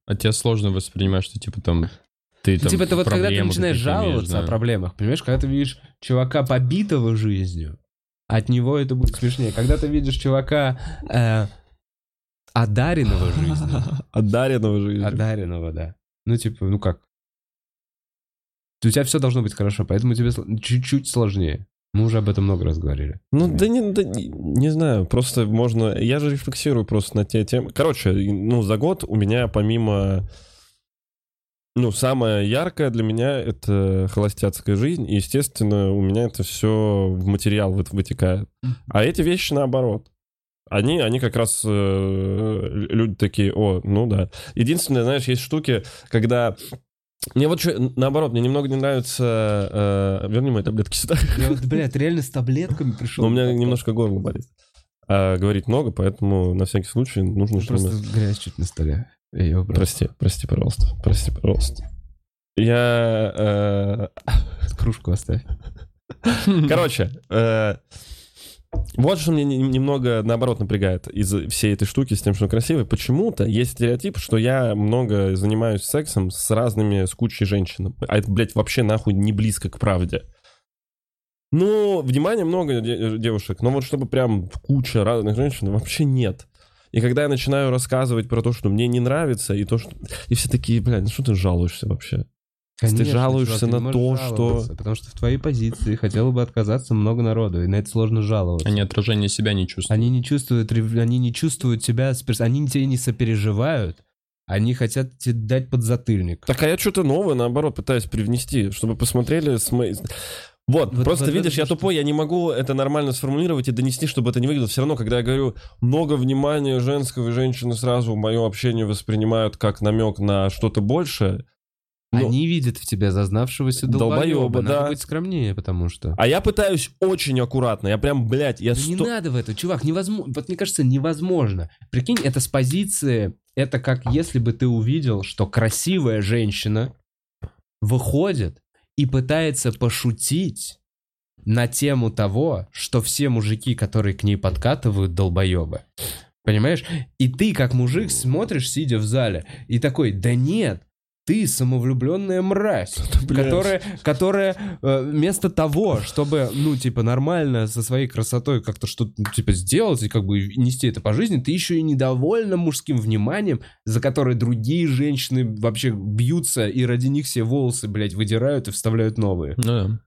Speaker 2: А тебя сложно воспринимать, что типа там ты
Speaker 1: Ну,
Speaker 2: там
Speaker 1: типа, это вот когда ты
Speaker 2: проблемы
Speaker 1: начинаешь
Speaker 2: какие-то имеешь,
Speaker 1: жаловаться
Speaker 2: да.
Speaker 1: о проблемах, понимаешь, когда ты видишь чувака побитого жизнью, от него это будет смешнее. Когда ты видишь чувака э, одаренного жизнью,
Speaker 3: От Даринова же.
Speaker 1: Одаренного, да. Ну, типа, ну как? У тебя все должно быть хорошо, поэтому тебе сло- чуть-чуть сложнее. Мы уже об этом много раз говорили.
Speaker 3: Ну да не, да не- не знаю, просто можно. Я же рефлексирую просто на те темы. Короче, и, ну за год у меня помимо. Ну, самое яркое для меня это холостяцкая жизнь, и, естественно, у меня это все в материал вот вытекает. А эти вещи наоборот. Они, они как раз э, люди такие, о, ну да. Единственное, знаешь, есть штуки, когда... Мне вот чё- наоборот, мне немного не нравится... э, верни мои таблетки сюда.
Speaker 1: Я вот, блядь, реально с таблетками пришел.
Speaker 3: Но у меня немножко горло болит. А, говорить много, поэтому на всякий случай нужно, чтобы...
Speaker 1: Просто грязь чуть на столе. Я её убрал.
Speaker 3: Прости, прости, пожалуйста. Прости, пожалуйста. Я... э,
Speaker 1: Кружку оставь.
Speaker 3: Короче, э, вот что мне не- немного, наоборот, напрягает из всей этой штуки с тем, что красивый. Почему-то есть стереотип, что я много занимаюсь сексом с разными, с кучей женщин. А это, блядь, вообще нахуй не близко к правде. Ну, внимания много де- девушек, но вот чтобы прям куча разных женщин, вообще нет. И когда я начинаю рассказывать про то, что мне не нравится, и то, что... И все такие, блядь, ну что ты жалуешься вообще?
Speaker 1: Конечно,
Speaker 3: жалуешься
Speaker 1: чувак, ты
Speaker 3: на
Speaker 1: не
Speaker 3: то,
Speaker 1: можешь
Speaker 3: что-
Speaker 1: жаловаться, Потому что в твоей позиции хотело бы отказаться много народу, и на это сложно жаловаться.
Speaker 2: Они отражение себя не чувствуют.
Speaker 1: Они не чувствуют, рев- они не чувствуют тебя, с перс- они тебе не сопереживают, они хотят тебе дать подзатыльник.
Speaker 3: Так а я что-то новое, наоборот, пытаюсь привнести, чтобы посмотрели с моей... Вот,
Speaker 1: Вот-
Speaker 3: просто
Speaker 1: вот это
Speaker 3: видишь, я
Speaker 1: что-
Speaker 3: тупой, я не могу это нормально сформулировать и донести, чтобы это не выглядело. Все равно, когда я говорю много внимания женского и женщины сразу мое общение воспринимают как намек на что-то большее, Ну,
Speaker 1: Они видят в тебе зазнавшегося долбоеба.
Speaker 3: Долбоеба,
Speaker 1: Надо
Speaker 3: да.
Speaker 1: быть скромнее, потому что...
Speaker 3: А я пытаюсь очень аккуратно. Я прям, блядь, я
Speaker 1: Да не
Speaker 3: сто-
Speaker 1: надо в это, чувак, невозможно. Вот мне кажется, невозможно. Прикинь, это с позиции, это как если бы ты увидел, что красивая женщина выходит и пытается пошутить на тему того, что все мужики, которые к ней подкатывают, долбоебы. Понимаешь? И ты, как мужик, смотришь, сидя в зале, и такой, да нет, ты самовлюбленная мразь,
Speaker 3: блядь.
Speaker 1: которая, которая э, вместо того, чтобы, ну, типа, нормально со своей красотой как-то что-то, ну, типа, сделать и как бы нести это по жизни, ты еще и недовольна мужским вниманием, за которое другие женщины вообще бьются и ради них все волосы, блядь, выдирают и вставляют новые.
Speaker 2: Ну да.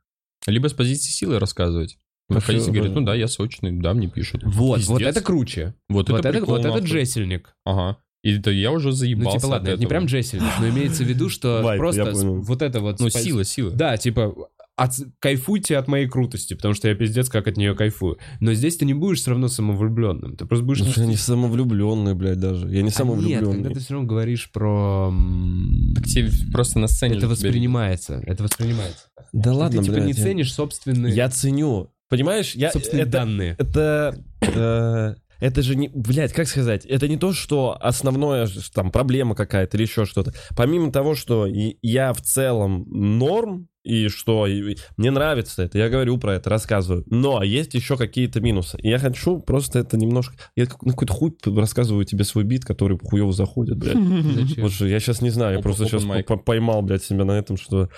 Speaker 2: Либо с позиции силы рассказывать. Выходить и
Speaker 3: Спасибо,
Speaker 2: говорить,
Speaker 3: да.
Speaker 2: ну да, я сочный, да, мне пишут.
Speaker 1: Вот, вот
Speaker 2: Пиздец.
Speaker 1: это круче.
Speaker 2: Вот,
Speaker 1: Вот
Speaker 2: это,
Speaker 1: это,
Speaker 2: прикол
Speaker 1: вот это
Speaker 2: нахуй.
Speaker 1: джессельник.
Speaker 2: Ага. И это я уже
Speaker 1: Ну,
Speaker 2: заебался
Speaker 1: типа,
Speaker 2: от
Speaker 1: ладно, это не
Speaker 2: этого.
Speaker 1: прям джессельник, но имеется в виду, что
Speaker 3: Вайб, я
Speaker 1: просто с-
Speaker 3: понял.
Speaker 1: вот это вот...
Speaker 2: Ну,
Speaker 1: спа-
Speaker 2: сила, сила.
Speaker 1: Да, типа, от- кайфуйте от моей крутости, потому что я пиздец как от нее кайфую. Но здесь ты не будешь все равно самовлюбленным. Ты просто будешь...
Speaker 3: Ну, Я
Speaker 1: не-
Speaker 3: не самовлюбленный, блядь, даже.
Speaker 1: А
Speaker 3: Я не
Speaker 1: Нет, когда
Speaker 3: самовлюбленный.
Speaker 1: ты все равно говоришь про... м,
Speaker 2: Так тебе просто на сцене...
Speaker 1: Это
Speaker 2: же тебе-
Speaker 1: воспринимается. Это воспринимается.
Speaker 3: Да
Speaker 1: Ты,
Speaker 3: ладно,
Speaker 1: типа,
Speaker 3: блядь,
Speaker 1: не
Speaker 3: я-
Speaker 1: ценишь собственные...
Speaker 3: Я ценю. Понимаешь, я...
Speaker 1: собственные
Speaker 3: это-
Speaker 1: данные.
Speaker 3: это... э, Это же не, блядь, как сказать, это не то, что основное, ж- там, проблема какая-то или еще что-то. Помимо того, что и- я в целом норм, и что и- и мне нравится это, я говорю про это, рассказываю. Но есть еще какие-то минусы. И я хочу просто это немножко... Я как- на какой-то хуй рассказываю тебе свой бит, который хуево заходит, блядь.
Speaker 1: Зачем?
Speaker 3: Вот же я сейчас не знаю, я
Speaker 2: Open-
Speaker 3: просто
Speaker 2: open
Speaker 3: сейчас
Speaker 2: mic.
Speaker 3: поймал, блядь, себя на этом, что...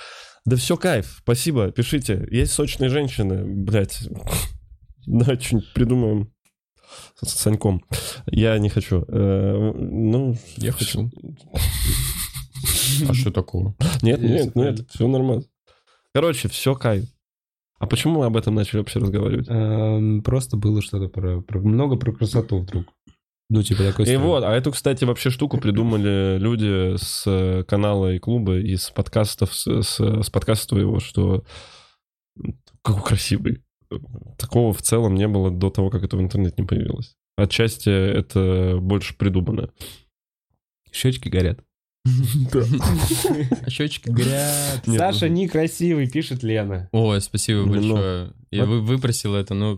Speaker 3: Да все, кайф, спасибо, пишите. Есть сочные женщины, блядь. Давай что-нибудь придумаем с с Саньком. Я не хочу. Э, Ну,
Speaker 2: Я хочу. А что такого?
Speaker 3: нет,
Speaker 1: Я
Speaker 3: нет,
Speaker 1: всё
Speaker 3: нет, все нормально. Короче, все, кайф. А почему мы об этом начали вообще разговаривать?
Speaker 1: Эм, Просто было что-то про... про- Много про красоту вдруг. Ну, типа, такой...
Speaker 3: И
Speaker 1: странный.
Speaker 3: вот, а эту, кстати, вообще штуку придумали люди с э, канала и клуба, и с подкастов, с, с- с подкаста твоего, что м, какой красивый. Такого в целом не было до того, как это в интернете не появилось. Отчасти это больше придумано.
Speaker 1: Щечки горят.
Speaker 2: А щечки горят.
Speaker 3: Нет,
Speaker 1: Саша
Speaker 3: ну-
Speaker 1: некрасивый, пишет Лена.
Speaker 2: Ой, спасибо
Speaker 3: Ну,
Speaker 2: большое. Я вы- выпросил это, но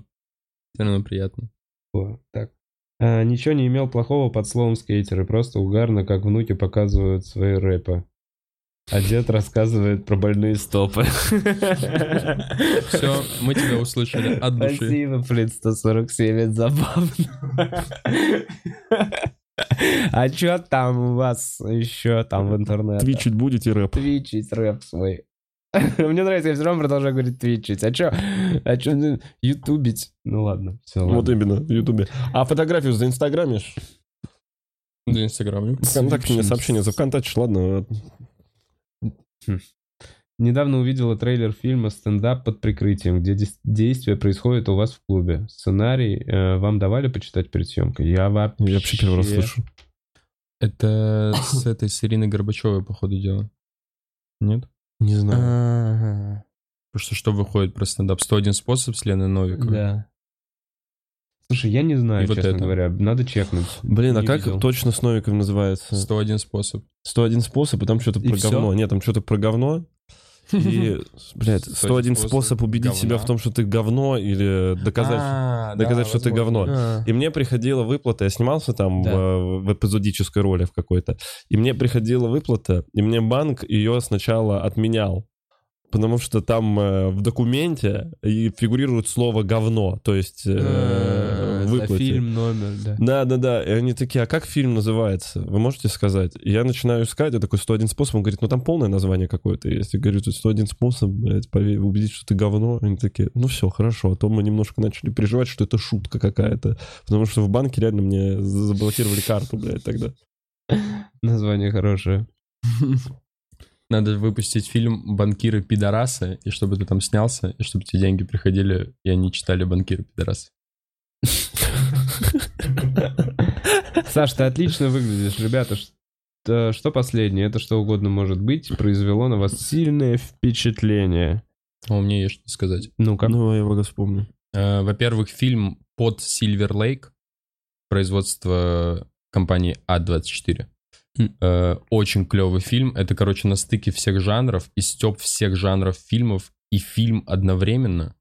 Speaker 2: все равно приятно.
Speaker 1: О, так. А, ничего не имел плохого под словом скейтеры, просто угарно, как внуки показывают свои рэпы. А дед рассказывает про больные стопы.
Speaker 2: Все, мы тебя услышали от души.
Speaker 1: Спасибо, блин, 147, это забавно. А чё там у вас еще там в интернете?
Speaker 3: Твичить будете рэп.
Speaker 1: Твичить рэп свой. Мне нравится, я все равно продолжаю говорить твичить. А чё? А чё ну, ютубить? Ну ладно, все,
Speaker 3: Вот именно, в Ютубе. А фотографию заинстаграмишь?
Speaker 2: За Инстаграм.
Speaker 3: Вконтакте мне сообщение завконтачишь, ладно.
Speaker 1: Недавно увидела трейлер фильма «Стендап под прикрытием», где дес- действие происходит у вас в клубе. Сценарий э, вам давали почитать перед съемкой? Я вообще...
Speaker 3: Я вообще первый раз слышу.
Speaker 2: Это с этой с Ириной Горбачевой, походу, дело. Нет?
Speaker 3: Не знаю.
Speaker 2: Ага. Потому что что выходит про стендап? 101 способ с Леной Новиковой.
Speaker 1: Да. Слушай, я не знаю,
Speaker 2: И вот
Speaker 1: честно
Speaker 2: это.
Speaker 1: говоря. Надо чекнуть.
Speaker 3: Блин, а
Speaker 1: не
Speaker 3: как
Speaker 1: видел.
Speaker 3: точно с Новиком называется?
Speaker 2: 101 способ.
Speaker 3: 101 способ, и там что-то
Speaker 1: И
Speaker 3: про
Speaker 1: всё?
Speaker 3: говно. Нет, там что-то про говно. И, блядь, 101 способ убедить
Speaker 2: говна.
Speaker 3: себя в том, что ты говно, или доказать...
Speaker 1: А,
Speaker 3: доказать, что ты говно. И мне приходила выплата, я снимался там
Speaker 1: Да.
Speaker 3: в, в эпизодической роли в какой-то, и мне приходила выплата, и мне банк ее сначала отменял, потому что там э, в документе и фигурирует слово говно, то есть э,
Speaker 1: А,
Speaker 3: в выплате.
Speaker 1: номер, да.
Speaker 3: Да, да, да. И они такие, а как фильм называется? Вы можете сказать? И я начинаю искать, я такой 101 способ. Он говорит, ну там полное название какое-то. есть». Я говорю, тут 101 способ, блядь, поверь, убедить, что ты говно. Они такие, ну все, хорошо. А то мы немножко начали переживать, что это шутка какая-то. Потому что в банке реально мне за- заблокировали карту, блядь, тогда.
Speaker 1: Название хорошее.
Speaker 2: Надо выпустить фильм «Банкиры-пидорасы», и чтобы ты там снялся, и чтобы тебе деньги приходили, и они читали «Банкиры-пидорасы».
Speaker 1: Саш, ты отлично выглядишь, ребята. ш- э, Что последнее? Это что угодно может быть. Произвело на вас сильное впечатление.
Speaker 2: А у меня есть что сказать.
Speaker 1: Ну, как?
Speaker 3: Ну, я его вспомню.
Speaker 2: Э, Во-первых, фильм «Под Silver Lake» производство компании А24. А Э, очень клевый фильм. Это, короче, на стыке всех жанров и степ всех жанров фильмов и фильм одновременно.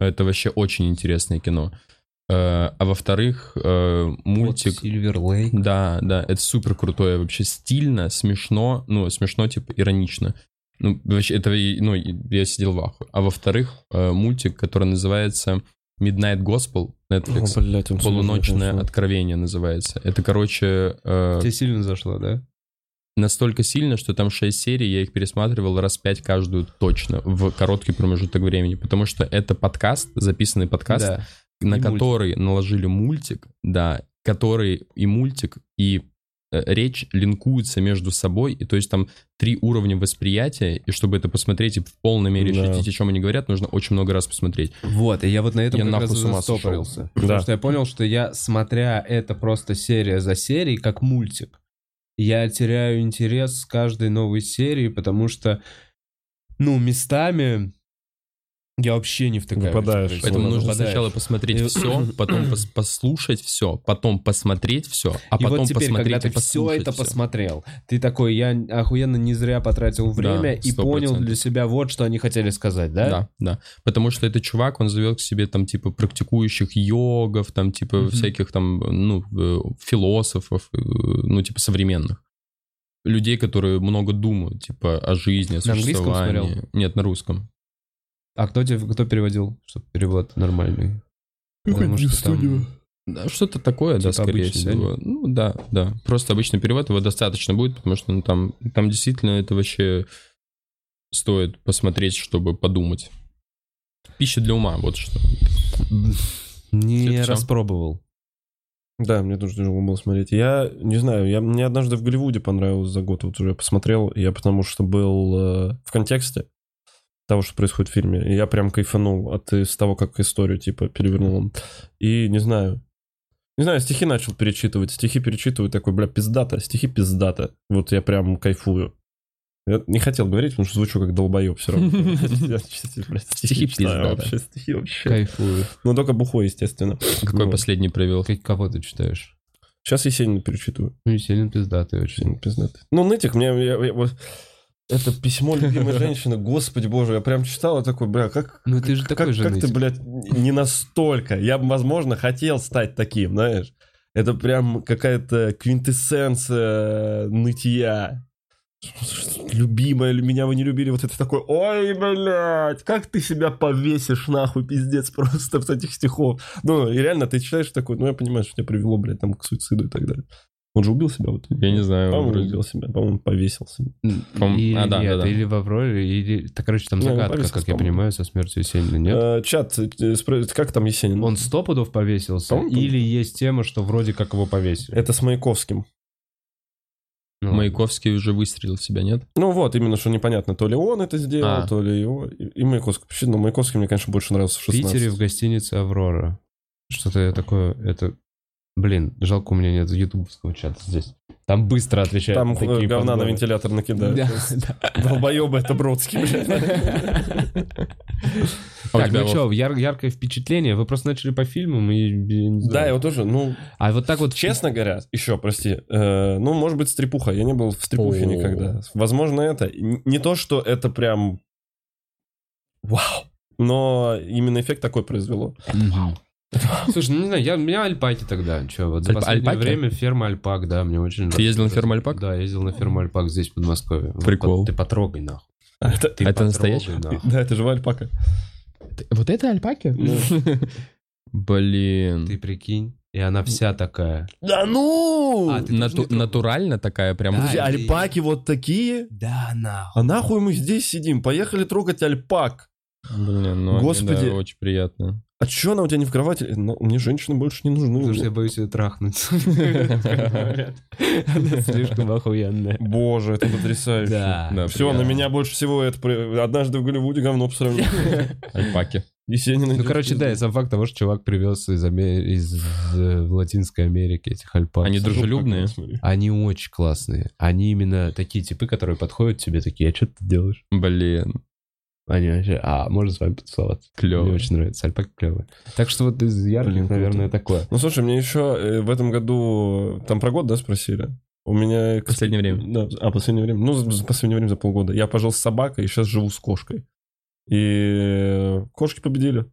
Speaker 2: Это вообще очень интересное кино. Э, а во-вторых, э, мультик.
Speaker 6: Сильвер Лейк.
Speaker 2: Да, да, это супер крутое, вообще стильно, смешно, ну, смешно, типа, иронично. Ну, вообще, это, и- ну, и я сидел в ахуе. А во-вторых, э, мультик, который называется Midnight Gospel, Netflix.
Speaker 3: блядь, он
Speaker 2: Полуночное откровение называется. Это, короче, э,
Speaker 1: Тебе сильно зашло, да?
Speaker 2: настолько сильно, что там 6 серий, я их пересматривал раз 5 каждую точно в короткий промежуток времени, потому что это подкаст, записанный подкаст,
Speaker 1: Да.
Speaker 2: на
Speaker 1: И мультик.
Speaker 2: который наложили мультик, да, который и мультик, и э, речь линкуются между собой, и то есть там три уровня восприятия, и чтобы это посмотреть и в полной мере
Speaker 3: Да.
Speaker 2: ощутить, о чем они говорят, нужно очень много раз посмотреть.
Speaker 1: Вот, и я вот на этом
Speaker 2: Я
Speaker 1: как
Speaker 2: нахуй
Speaker 1: раз и
Speaker 2: с ума сошел.
Speaker 1: застопорился. Потому
Speaker 3: Да.
Speaker 1: что я понял, что я, смотря это просто серия за серией, как мультик, я теряю интерес с каждой новой серии, потому что, ну, местами я вообще не втыкаюсь.
Speaker 3: Выпадаешь.
Speaker 1: То есть
Speaker 2: Поэтому
Speaker 1: вот
Speaker 2: нужно
Speaker 1: выпадаешь.
Speaker 2: сначала посмотреть
Speaker 1: И-
Speaker 2: все, потом пос- послушать все, потом посмотреть все, а
Speaker 1: и
Speaker 2: потом
Speaker 1: вот теперь,
Speaker 2: посмотреть
Speaker 1: когда
Speaker 2: и
Speaker 1: ты все
Speaker 2: послушать
Speaker 1: это
Speaker 2: всё.
Speaker 1: посмотрел, ты такой, я охуенно не зря потратил время и
Speaker 2: 100%.
Speaker 1: понял для себя вот, что они хотели сказать, да?
Speaker 2: Да, да. Потому что этот чувак, он завел к себе там типа практикующих йогов, там типа всяких там, ну, э, философов, э, ну, типа современных. Людей, которые много думают, типа, о жизни, о
Speaker 1: На английском
Speaker 2: существовании.
Speaker 1: смотрел?
Speaker 2: Нет, на русском.
Speaker 1: А кто, тебе, кто переводил? Чтоб перевод нормальный. Потому что там-
Speaker 2: Да, что-то такое,
Speaker 1: Типа
Speaker 2: да, скорее
Speaker 1: обычный, да,
Speaker 2: всего. ну, да, да. Просто обычный перевод его достаточно будет, потому что ну, там, там действительно это вообще стоит посмотреть, чтобы подумать. Пища для ума, вот что.
Speaker 1: Не
Speaker 2: Это всё.
Speaker 1: распробовал.
Speaker 3: Да, мне тоже тяжело было смотреть. Я не знаю, я, мне однажды в Голливуде понравилось за год, вот уже посмотрел, я потому что был э, в контексте того, что происходит в фильме, и я прям кайфанул от из того, как историю, типа, перевернул он. И не знаю, не знаю, стихи начал перечитывать, стихи перечитываю, такой, бля, пиздата, стихи пиздата. Вот я прям кайфую. Я не хотел говорить, потому что звучу как долбоеб все равно. Я,
Speaker 2: Стихи
Speaker 3: блядь, Стихи читаю
Speaker 2: пиздата.
Speaker 3: вообще, стихи вообще.
Speaker 1: Кайфую.
Speaker 3: Ну, только бухой, естественно.
Speaker 2: Какой
Speaker 3: Ну,
Speaker 2: последний провел?
Speaker 1: Как- Кого ты читаешь?
Speaker 3: Сейчас Есенина перечитываю.
Speaker 1: Ну, и сильно пиздатый очень.
Speaker 3: Блин, пиздатый. Ну, нытик, мне... я- я- вот это письмо любимой женщины, господи боже, я прям читал, я такой, бля, как...
Speaker 1: Ну, ты же
Speaker 3: как-
Speaker 1: такой же
Speaker 3: Как ты,
Speaker 1: нытик.
Speaker 3: блядь, не настолько. Я бы, возможно, хотел стать таким, знаешь. Это прям какая-то квинтэссенция нытья. Любимая, ли- меня вы не любили, вот это такой, ой, блядь, как ты себя повесишь, нахуй, пиздец, просто с этих стихов. Ну, и реально, ты читаешь такой, ну, я понимаю, что тебя привело, блядь, там, к суициду и так далее. Он же убил себя, вот.
Speaker 2: Я не знаю.
Speaker 3: По-моему,
Speaker 2: вроде.
Speaker 3: убил себя, по-моему, повесился.
Speaker 2: Пом-
Speaker 1: Или
Speaker 2: а, да,
Speaker 1: нет,
Speaker 2: да, да.
Speaker 1: или в Авроре, или... Да, короче, там
Speaker 3: Не, он
Speaker 1: загадка,
Speaker 3: повесился,
Speaker 1: как я
Speaker 3: по-моему.
Speaker 1: понимаю, со смертью Есенина, нет?
Speaker 3: Э, чат, э, спро- как там Есенин?
Speaker 1: Он сто пудов повесился?
Speaker 3: По-моему, там-
Speaker 1: Или есть тема, что вроде как его повесили?
Speaker 3: Это с Маяковским.
Speaker 1: Ну,
Speaker 2: Маяковский уже выстрелил в себя, нет?
Speaker 3: Ну вот, именно что непонятно, то ли он это сделал,
Speaker 2: А.
Speaker 3: то ли его. И, и Маяковский. Вообще, ну, Маяковский мне, конечно, больше нравился в
Speaker 1: В
Speaker 3: 16.
Speaker 1: Питере в гостинице «Аврора». Что-то я такое... Это... Блин, жалко, у меня нет ютубовского чата здесь. Там быстро отвечают.
Speaker 3: Там
Speaker 1: на
Speaker 3: э,
Speaker 1: такие
Speaker 3: говна на
Speaker 1: подгоны.
Speaker 3: вентилятор накидают.
Speaker 1: Да,
Speaker 3: Долбоебы это Бродский, блядь.
Speaker 2: А у
Speaker 1: Так,
Speaker 2: тебя,
Speaker 1: ну
Speaker 2: Вов?
Speaker 1: что, яркое впечатление. Вы просто начали по фильмам и... я не
Speaker 3: Да,
Speaker 1: знаю.
Speaker 3: я вот тоже, ну,
Speaker 1: А вот так вот...
Speaker 3: честно говоря, еще, прости, э, ну, может быть, стрепуха. Я не был в стрепухе
Speaker 2: О.
Speaker 3: никогда. Возможно, это. И н- Не то, что это прям... Вау! Но именно эффект такой произвело.
Speaker 1: Слушай, ну не знаю, я, у меня альпаки тогда. Че, вот за
Speaker 2: Альпа-
Speaker 1: последнее
Speaker 2: альпаки?
Speaker 1: время ферма альпак, да, мне очень нравится.
Speaker 2: ездил на ферму альпак?
Speaker 1: Да, я ездил на ферму альпак здесь, в Подмосковье. Вот
Speaker 2: Прикол.
Speaker 1: по- Ты потрогай, нахуй.
Speaker 3: А это-
Speaker 1: Ты
Speaker 2: А
Speaker 1: потрогай,
Speaker 2: это настоящий?
Speaker 1: нахуй.
Speaker 3: Да, это живая альпака.
Speaker 2: Вот это альпаки? Блин.
Speaker 1: Ты прикинь. И она вся такая.
Speaker 3: Да ну!
Speaker 1: А, ты
Speaker 2: Нату-
Speaker 1: тоже не трогал?
Speaker 2: натурально такая прям.
Speaker 1: Да,
Speaker 3: Подожди,
Speaker 1: и-
Speaker 3: альпаки вот такие?
Speaker 1: А, Да, нахуй.
Speaker 3: А нахуй мы здесь сидим? Поехали трогать альпак.
Speaker 2: Блин, ну они,
Speaker 3: Господи.
Speaker 2: да, очень приятно.
Speaker 3: А чё она у тебя не в кровати? Э, ну, мне женщины больше не
Speaker 1: Потому что я
Speaker 3: нужны.
Speaker 1: боюсь ее трахнуть. Она слишком охуенная.
Speaker 3: Боже, это потрясающе.
Speaker 1: Да.
Speaker 2: Да,
Speaker 3: Все, на
Speaker 2: приятно.
Speaker 3: меня больше всего это... при- Однажды в Голливуде говно посравнил.
Speaker 2: Альпаки.
Speaker 3: Есенина.
Speaker 1: Ну, короче, да, и сам факт того, что чувак привез из, Аме- из э, Латинской Америки этих альпак.
Speaker 2: Они дружелюбные.
Speaker 1: Они очень классные. Они именно такие типы, которые подходят тебе такие, а что ты делаешь?
Speaker 2: Блин,
Speaker 1: Они вообще, а, можно с вами поцеловаться? Мне
Speaker 2: клево.
Speaker 1: очень нравится, альпаки клевые. Так что вот из ярких,
Speaker 3: Блин, круто.
Speaker 1: наверное, такое.
Speaker 3: э, Ну, слушай, мне еще в этом году... Там про год, да, спросили? У меня...
Speaker 2: Последнее время.
Speaker 3: Да, а, последнее время. Ну, за за последнее время, за полгода. Я пожил с собакой, и сейчас живу с кошкой. И кошки победили.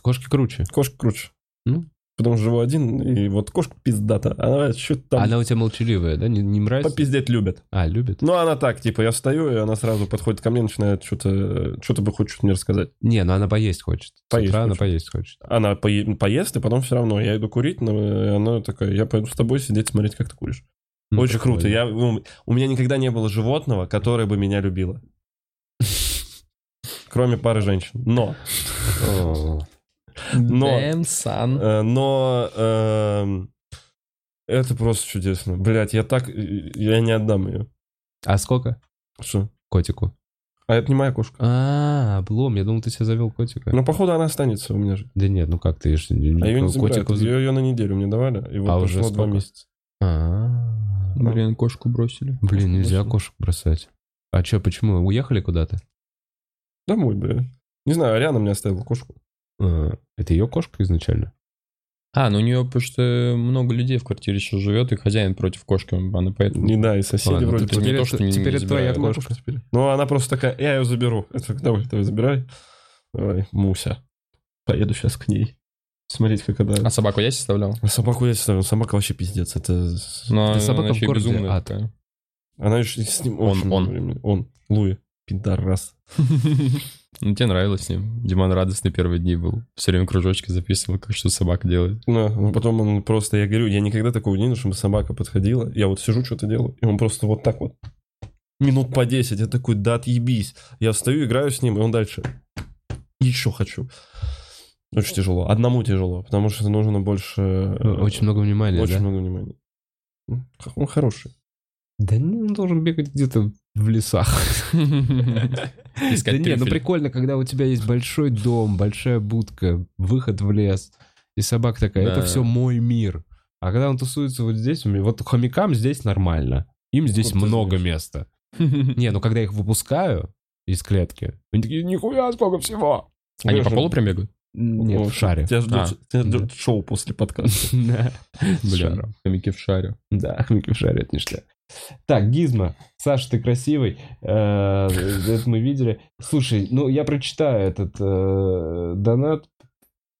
Speaker 1: Кошки круче.
Speaker 3: Кошка круче.
Speaker 1: Ну.
Speaker 3: Потому что живу один, и вот кошка пиздата. Она что-то там
Speaker 1: Она у тебя молчаливая, да? Не, не нравится?
Speaker 3: попиздеть любит.
Speaker 1: А, любит.
Speaker 3: Ну, она так, типа, я встаю, и она сразу подходит ко мне, начинает что-то... Что-то бы хочет мне рассказать.
Speaker 1: Не, ну она поесть хочет.
Speaker 3: Поесть
Speaker 1: С утра она
Speaker 3: хочет.
Speaker 1: поесть хочет.
Speaker 3: Она пое- поест, и потом все равно. Я иду курить, но э, она такая, я пойду с тобой сидеть, смотреть, как ты куришь.
Speaker 1: Ну,
Speaker 3: Очень
Speaker 1: прикольно.
Speaker 3: круто. Я, ну, у меня никогда не было животного, которое бы меня любило. Кроме пары женщин. Но... Но...
Speaker 2: Damn, son.
Speaker 3: Э, Но эм, это просто чудесно. Блять, я так... э, Я не отдам ее.
Speaker 1: А сколько?
Speaker 3: Что?
Speaker 1: Котику.
Speaker 3: А это не моя кошка.
Speaker 1: А, облом. Я думал, ты себе завел котика.
Speaker 3: Но походу она останется у меня же.
Speaker 1: Да нет, ну как ты ж
Speaker 3: Ну. А ее не забирают.
Speaker 1: котику... за-
Speaker 3: Ее, на неделю мне давали. И вот
Speaker 1: А уже
Speaker 3: прошло два
Speaker 1: сколько?
Speaker 3: месяца.
Speaker 1: А.
Speaker 2: Блин, кошку бросили.
Speaker 1: Блин, нельзя
Speaker 3: Точно.
Speaker 1: кошек бросать. А чё, почему? Уехали куда-то?
Speaker 3: Домой, бля. Не знаю, Ариана мне оставила кошку.
Speaker 1: А, Это ее кошка изначально?
Speaker 2: А, ну у нее потому что много людей в квартире еще живет, и хозяин против кошки, она поэтому...
Speaker 3: Не да, и соседи
Speaker 1: Ладно,
Speaker 3: вроде
Speaker 1: тут
Speaker 3: тоже.
Speaker 2: не
Speaker 1: теперь
Speaker 2: то,
Speaker 1: это-
Speaker 2: что не
Speaker 1: теперь это твоя
Speaker 2: забирают.
Speaker 1: кошка.
Speaker 3: теперь. Ну, она просто такая, я ее заберу. Это давай, давай, забирай. Давай, Муся. Поеду сейчас к ней. Смотреть, как она...
Speaker 2: А собаку я себе оставлял?
Speaker 3: А собаку я оставил. Собака вообще пиздец. Это...
Speaker 2: Но
Speaker 1: Да собака
Speaker 2: она
Speaker 1: в
Speaker 2: еще и
Speaker 1: городе А,
Speaker 2: безумная
Speaker 1: ад.
Speaker 2: такая.
Speaker 3: А Она еще с ним
Speaker 2: Он,
Speaker 3: очень
Speaker 2: он.
Speaker 3: много времени. Он, Луи, пидорас.
Speaker 2: Ну, тебе нравилось с ним. Диман радостный первые дни был. Все время кружочки записывал, как что собака делает.
Speaker 3: Да, ну, потом он просто, я говорю, я никогда такого не видел, чтобы собака подходила. Я вот сижу, что-то делаю, и он просто вот так вот. Минут по 10, я такой, да отъебись. Я встаю, играю с ним, и он дальше. Еще хочу. Очень тяжело. Одному тяжело, потому что нужно больше... э,
Speaker 1: Очень много внимания,
Speaker 3: очень
Speaker 1: да?
Speaker 3: много внимания. Ну, х- Он хороший.
Speaker 1: Да не, он должен бегать где-то в лесах. Да
Speaker 2: Искать
Speaker 1: не, ну
Speaker 2: трюфель.
Speaker 1: прикольно, когда у тебя есть большой дом, большая будка, выход в лес, и собака такая, это
Speaker 2: Да.
Speaker 1: все мой мир. А когда он тусуется вот здесь, у меня- вот хомякам здесь нормально. Им здесь
Speaker 3: ты
Speaker 1: много места. Не, ну когда их выпускаю из клетки, они такие, нихуя, сколько всего.
Speaker 2: Они по полу прям бегают?
Speaker 1: Нет,
Speaker 3: О,
Speaker 1: в шаре.
Speaker 3: Тебя ждет,
Speaker 2: А,
Speaker 3: тебя ждет шоу после подкаста.
Speaker 1: Да. С
Speaker 2: Блин,
Speaker 1: шаром.
Speaker 2: хомяки в шаре.
Speaker 1: Да, хомяки в шаре, это ништяк. Так, Гизма, Саша, ты красивый, Э, это мы видели. Слушай, ну я прочитаю этот э, донат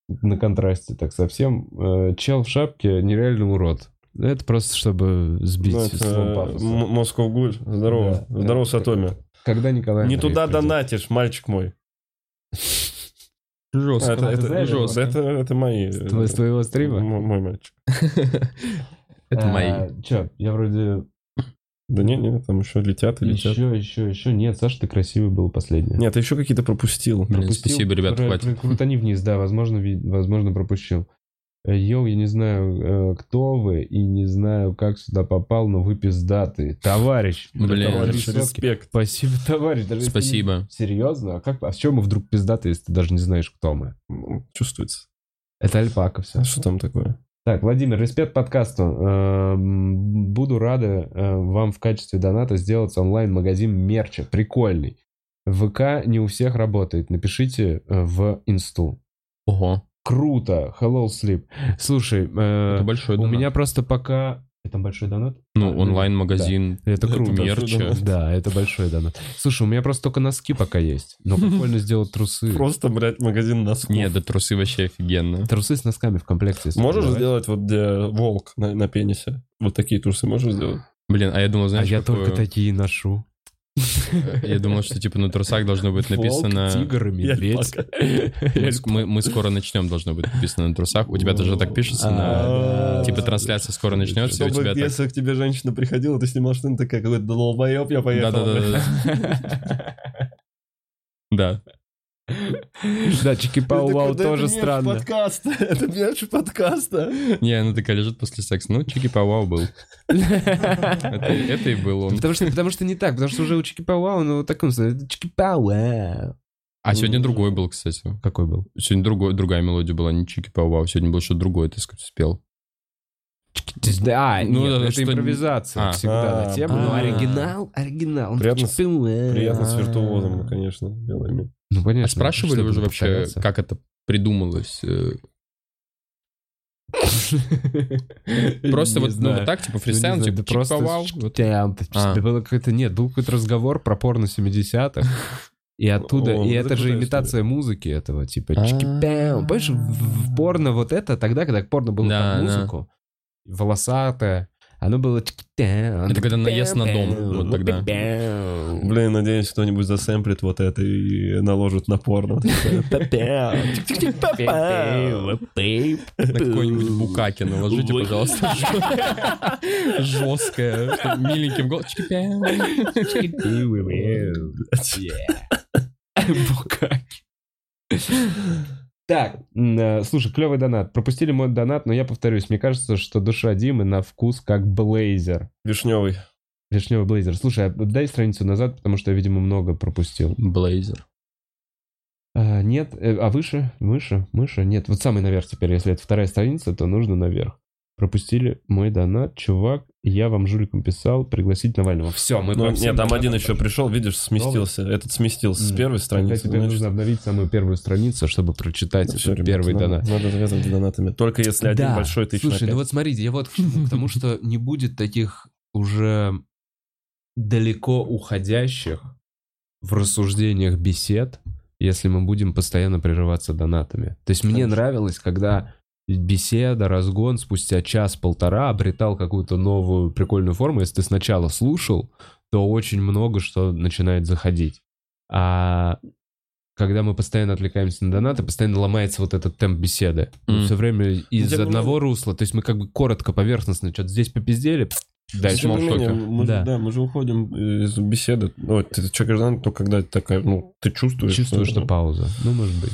Speaker 1: на контрасте так совсем. Э, Чел в шапке нереальный урод. Это просто чтобы сбить
Speaker 3: Ну,
Speaker 1: с него
Speaker 3: это
Speaker 1: пафоса.
Speaker 3: М- Moscow Ghoul. Здорово.
Speaker 1: Да,
Speaker 3: Здорово,
Speaker 1: да,
Speaker 3: Сатоми.
Speaker 1: Когда Николай
Speaker 3: Не
Speaker 1: Андреев
Speaker 3: туда
Speaker 1: придет?
Speaker 3: донатишь, мальчик мой.
Speaker 2: Жестко.
Speaker 3: Это, это-
Speaker 1: знаешь,
Speaker 3: жестко. это, это мои.
Speaker 1: С тво- с твоего стрима?
Speaker 3: М- Мой мальчик.
Speaker 2: Это мои.
Speaker 1: Че, Э, я вроде...
Speaker 3: Да не, не, там еще летят и летят.
Speaker 1: Еще, еще, еще. Нет, Саша, ты красивый был последний.
Speaker 3: Нет, ты еще какие-то пропустил.
Speaker 2: Блин,
Speaker 1: Пропустил,
Speaker 2: спасибо, ребят,
Speaker 1: про-
Speaker 2: хватит.
Speaker 1: про- Крутани вниз, да, возможно, ви- возможно пропущил. Э, Йоу, я не знаю, э, кто вы, и не знаю, как сюда попал, но вы пиздатые. Товарищ.
Speaker 2: Блин,
Speaker 1: Товарищ,
Speaker 3: Товарищ,
Speaker 1: сотки.
Speaker 3: респект.
Speaker 1: Спасибо, товарищ. даже если
Speaker 2: Спасибо.
Speaker 1: не- Серьезно? А, как, а в чем мы вдруг пиздатые, если ты даже не знаешь, кто мы?
Speaker 3: М, Чувствуется.
Speaker 1: Это альпака все.
Speaker 3: А Что там такое?
Speaker 1: Так, Владимир, респект подкасту. Эм, Буду рада э, вам в качестве доната сделать онлайн-магазин мерча. Прикольный. ВК не у всех работает. Напишите э, в инсту.
Speaker 2: Ого.
Speaker 1: Круто. Hello, Sleep. Слушай, э,
Speaker 2: Это большой
Speaker 1: у
Speaker 2: донат.
Speaker 1: меня просто пока... Это большой донат?
Speaker 2: Ну, онлайн-магазин.
Speaker 1: Это
Speaker 2: Это
Speaker 1: круто.
Speaker 2: мерча.
Speaker 1: Да, это большой донат. Слушай, у меня просто только носки пока есть. Но прикольно сделать трусы.
Speaker 3: Просто, блядь, магазин носков.
Speaker 2: Нет, да трусы вообще офигенно.
Speaker 1: Трусы с носками в комплекте. если
Speaker 3: Можешь
Speaker 1: продавать.
Speaker 3: сделать вот где волк на, на пенисе? Вот такие трусы можешь сделать?
Speaker 2: Блин, а я думал,
Speaker 1: А
Speaker 2: знаешь,
Speaker 1: я
Speaker 2: какую-
Speaker 1: только такие ношу.
Speaker 2: Я думал, что типа на трусах должно быть
Speaker 1: Волк,
Speaker 2: написано...
Speaker 1: тигр и медведь.
Speaker 3: пока.
Speaker 2: Мы, ск- мы- мы скоро начнем, должно быть написано на трусах. У тебя тоже так пишется на...
Speaker 1: А,
Speaker 2: Типа трансляция скоро начнется, и у
Speaker 3: Чтобы
Speaker 2: тебя так...
Speaker 3: если к тебе женщина приходила, ты снимал что-то такая, какой-то долбоеб, я поехал. блядь.
Speaker 2: Да-да-да. Да.
Speaker 1: Да, Чики Пау
Speaker 3: Это
Speaker 1: Вау
Speaker 3: куда-
Speaker 1: тоже
Speaker 3: это мерч
Speaker 1: странно.
Speaker 3: подкаста. Это мерч подкаста.
Speaker 2: Не, она такая лежит после секса. Ну, чики вау был. Это это и был он.
Speaker 1: Потому что, потому что не так, потому что уже у Чики Пау Вау, ну, вот таком Чики Пау Вау.
Speaker 2: А сегодня другой был, кстати.
Speaker 1: Какой был?
Speaker 2: Сегодня другой, другая мелодия была, не чики вау Сегодня был что-то другое, ты сказать,
Speaker 1: А
Speaker 2: спел. А
Speaker 1: Да,
Speaker 2: Ну,
Speaker 1: нет,
Speaker 2: да,
Speaker 1: это
Speaker 2: что-
Speaker 1: импровизация
Speaker 2: А.
Speaker 1: всегда на
Speaker 3: А,
Speaker 1: тему. Но
Speaker 2: а.
Speaker 1: Ну, оригинал, оригинал.
Speaker 3: Приятно с- Приятно
Speaker 1: приятно
Speaker 3: с
Speaker 1: А.
Speaker 3: виртуозом, конечно, делаем.
Speaker 1: Ну,
Speaker 2: А
Speaker 1: понятно.
Speaker 2: спрашивали
Speaker 1: чтобы
Speaker 2: уже
Speaker 1: не
Speaker 2: вообще,
Speaker 1: повторяться.
Speaker 2: как это придумалось? э, Просто
Speaker 1: Не
Speaker 2: вот, ну,
Speaker 1: знаю.
Speaker 2: вот так, типа,
Speaker 1: Ну, не
Speaker 2: фристайл,
Speaker 1: знаю,
Speaker 2: типа,
Speaker 1: да просто
Speaker 2: чик-пау-вау,
Speaker 1: с-
Speaker 2: вот.
Speaker 1: тям, да
Speaker 2: А.
Speaker 1: да было какой-то, нет, был какой-то разговор про порно 70-х. И оттуда,
Speaker 3: О,
Speaker 1: и
Speaker 3: ну,
Speaker 1: это же
Speaker 3: крутая
Speaker 1: имитация музыки этого, типа
Speaker 2: А.
Speaker 1: чики-пям. Понимаешь, в в порно вот это, тогда, когда порно было
Speaker 2: Да,
Speaker 1: под
Speaker 2: да.
Speaker 1: музыку, волосатое, оно было
Speaker 2: Это когда наезд на дом, вот тогда.
Speaker 3: Блин, надеюсь, кто-нибудь засэмплит вот это и наложит на порно.
Speaker 2: На какой-нибудь букаке наложите, пожалуйста. Жесткое, чтоб миленьким голосом. Чик-пяу.
Speaker 1: Так, м, э, слушай, клевый донат. Пропустили мой донат, но я повторюсь, мне кажется, что душа Димы на вкус как блейзер.
Speaker 3: Вишневый.
Speaker 1: Вишневый блейзер. Слушай, а дай страницу назад, потому что я, видимо, много пропустил.
Speaker 2: Блейзер.
Speaker 1: А, нет, э, а выше, выше, выше, нет. Вот самый наверх теперь, если это вторая страница, то нужно наверх. Пропустили мой донат, чувак, я вам жуликом писал, пригласить Навального. Все, мы
Speaker 3: Ну,
Speaker 1: про всем
Speaker 3: нет, там
Speaker 1: донатам
Speaker 3: один еще пришел, видишь, сместился. Этот сместился с
Speaker 1: М. а
Speaker 3: первой
Speaker 1: Тогда
Speaker 3: страницы.
Speaker 1: тебе
Speaker 3: значит,
Speaker 1: нужно обновить самую первую страницу, чтобы прочитать этот
Speaker 3: всё, ребята,
Speaker 1: первый
Speaker 3: надо-
Speaker 1: донат.
Speaker 3: Надо завязывать с донатами. Только если один
Speaker 1: Да.
Speaker 3: большой, ты
Speaker 1: Слушай, ну вот смотрите, я вот к чему, к тому, что не будет таких уже далеко уходящих в рассуждениях бесед, если мы будем постоянно прерываться донатами. То есть мне
Speaker 3: Конечно.
Speaker 1: нравилось, когда беседа, разгон спустя час-полтора обретал какую-то новую прикольную форму. Если ты сначала слушал, то очень много что начинает заходить. А когда мы постоянно отвлекаемся на донаты, постоянно ломается вот этот темп беседы.
Speaker 2: Мгм.
Speaker 1: Все время из
Speaker 3: Ну, тем не
Speaker 1: одного русла. То есть мы как бы коротко, поверхностно что-то здесь попиздели, пф, дальше
Speaker 3: Тем не менее,
Speaker 1: молчок.
Speaker 3: мы же-
Speaker 1: Да.
Speaker 3: да. мы же уходим из беседы. Ну, ты человек то когда ты такая, ну, ты чувствуешь.
Speaker 1: Чувствую, что пауза. Ну, может быть.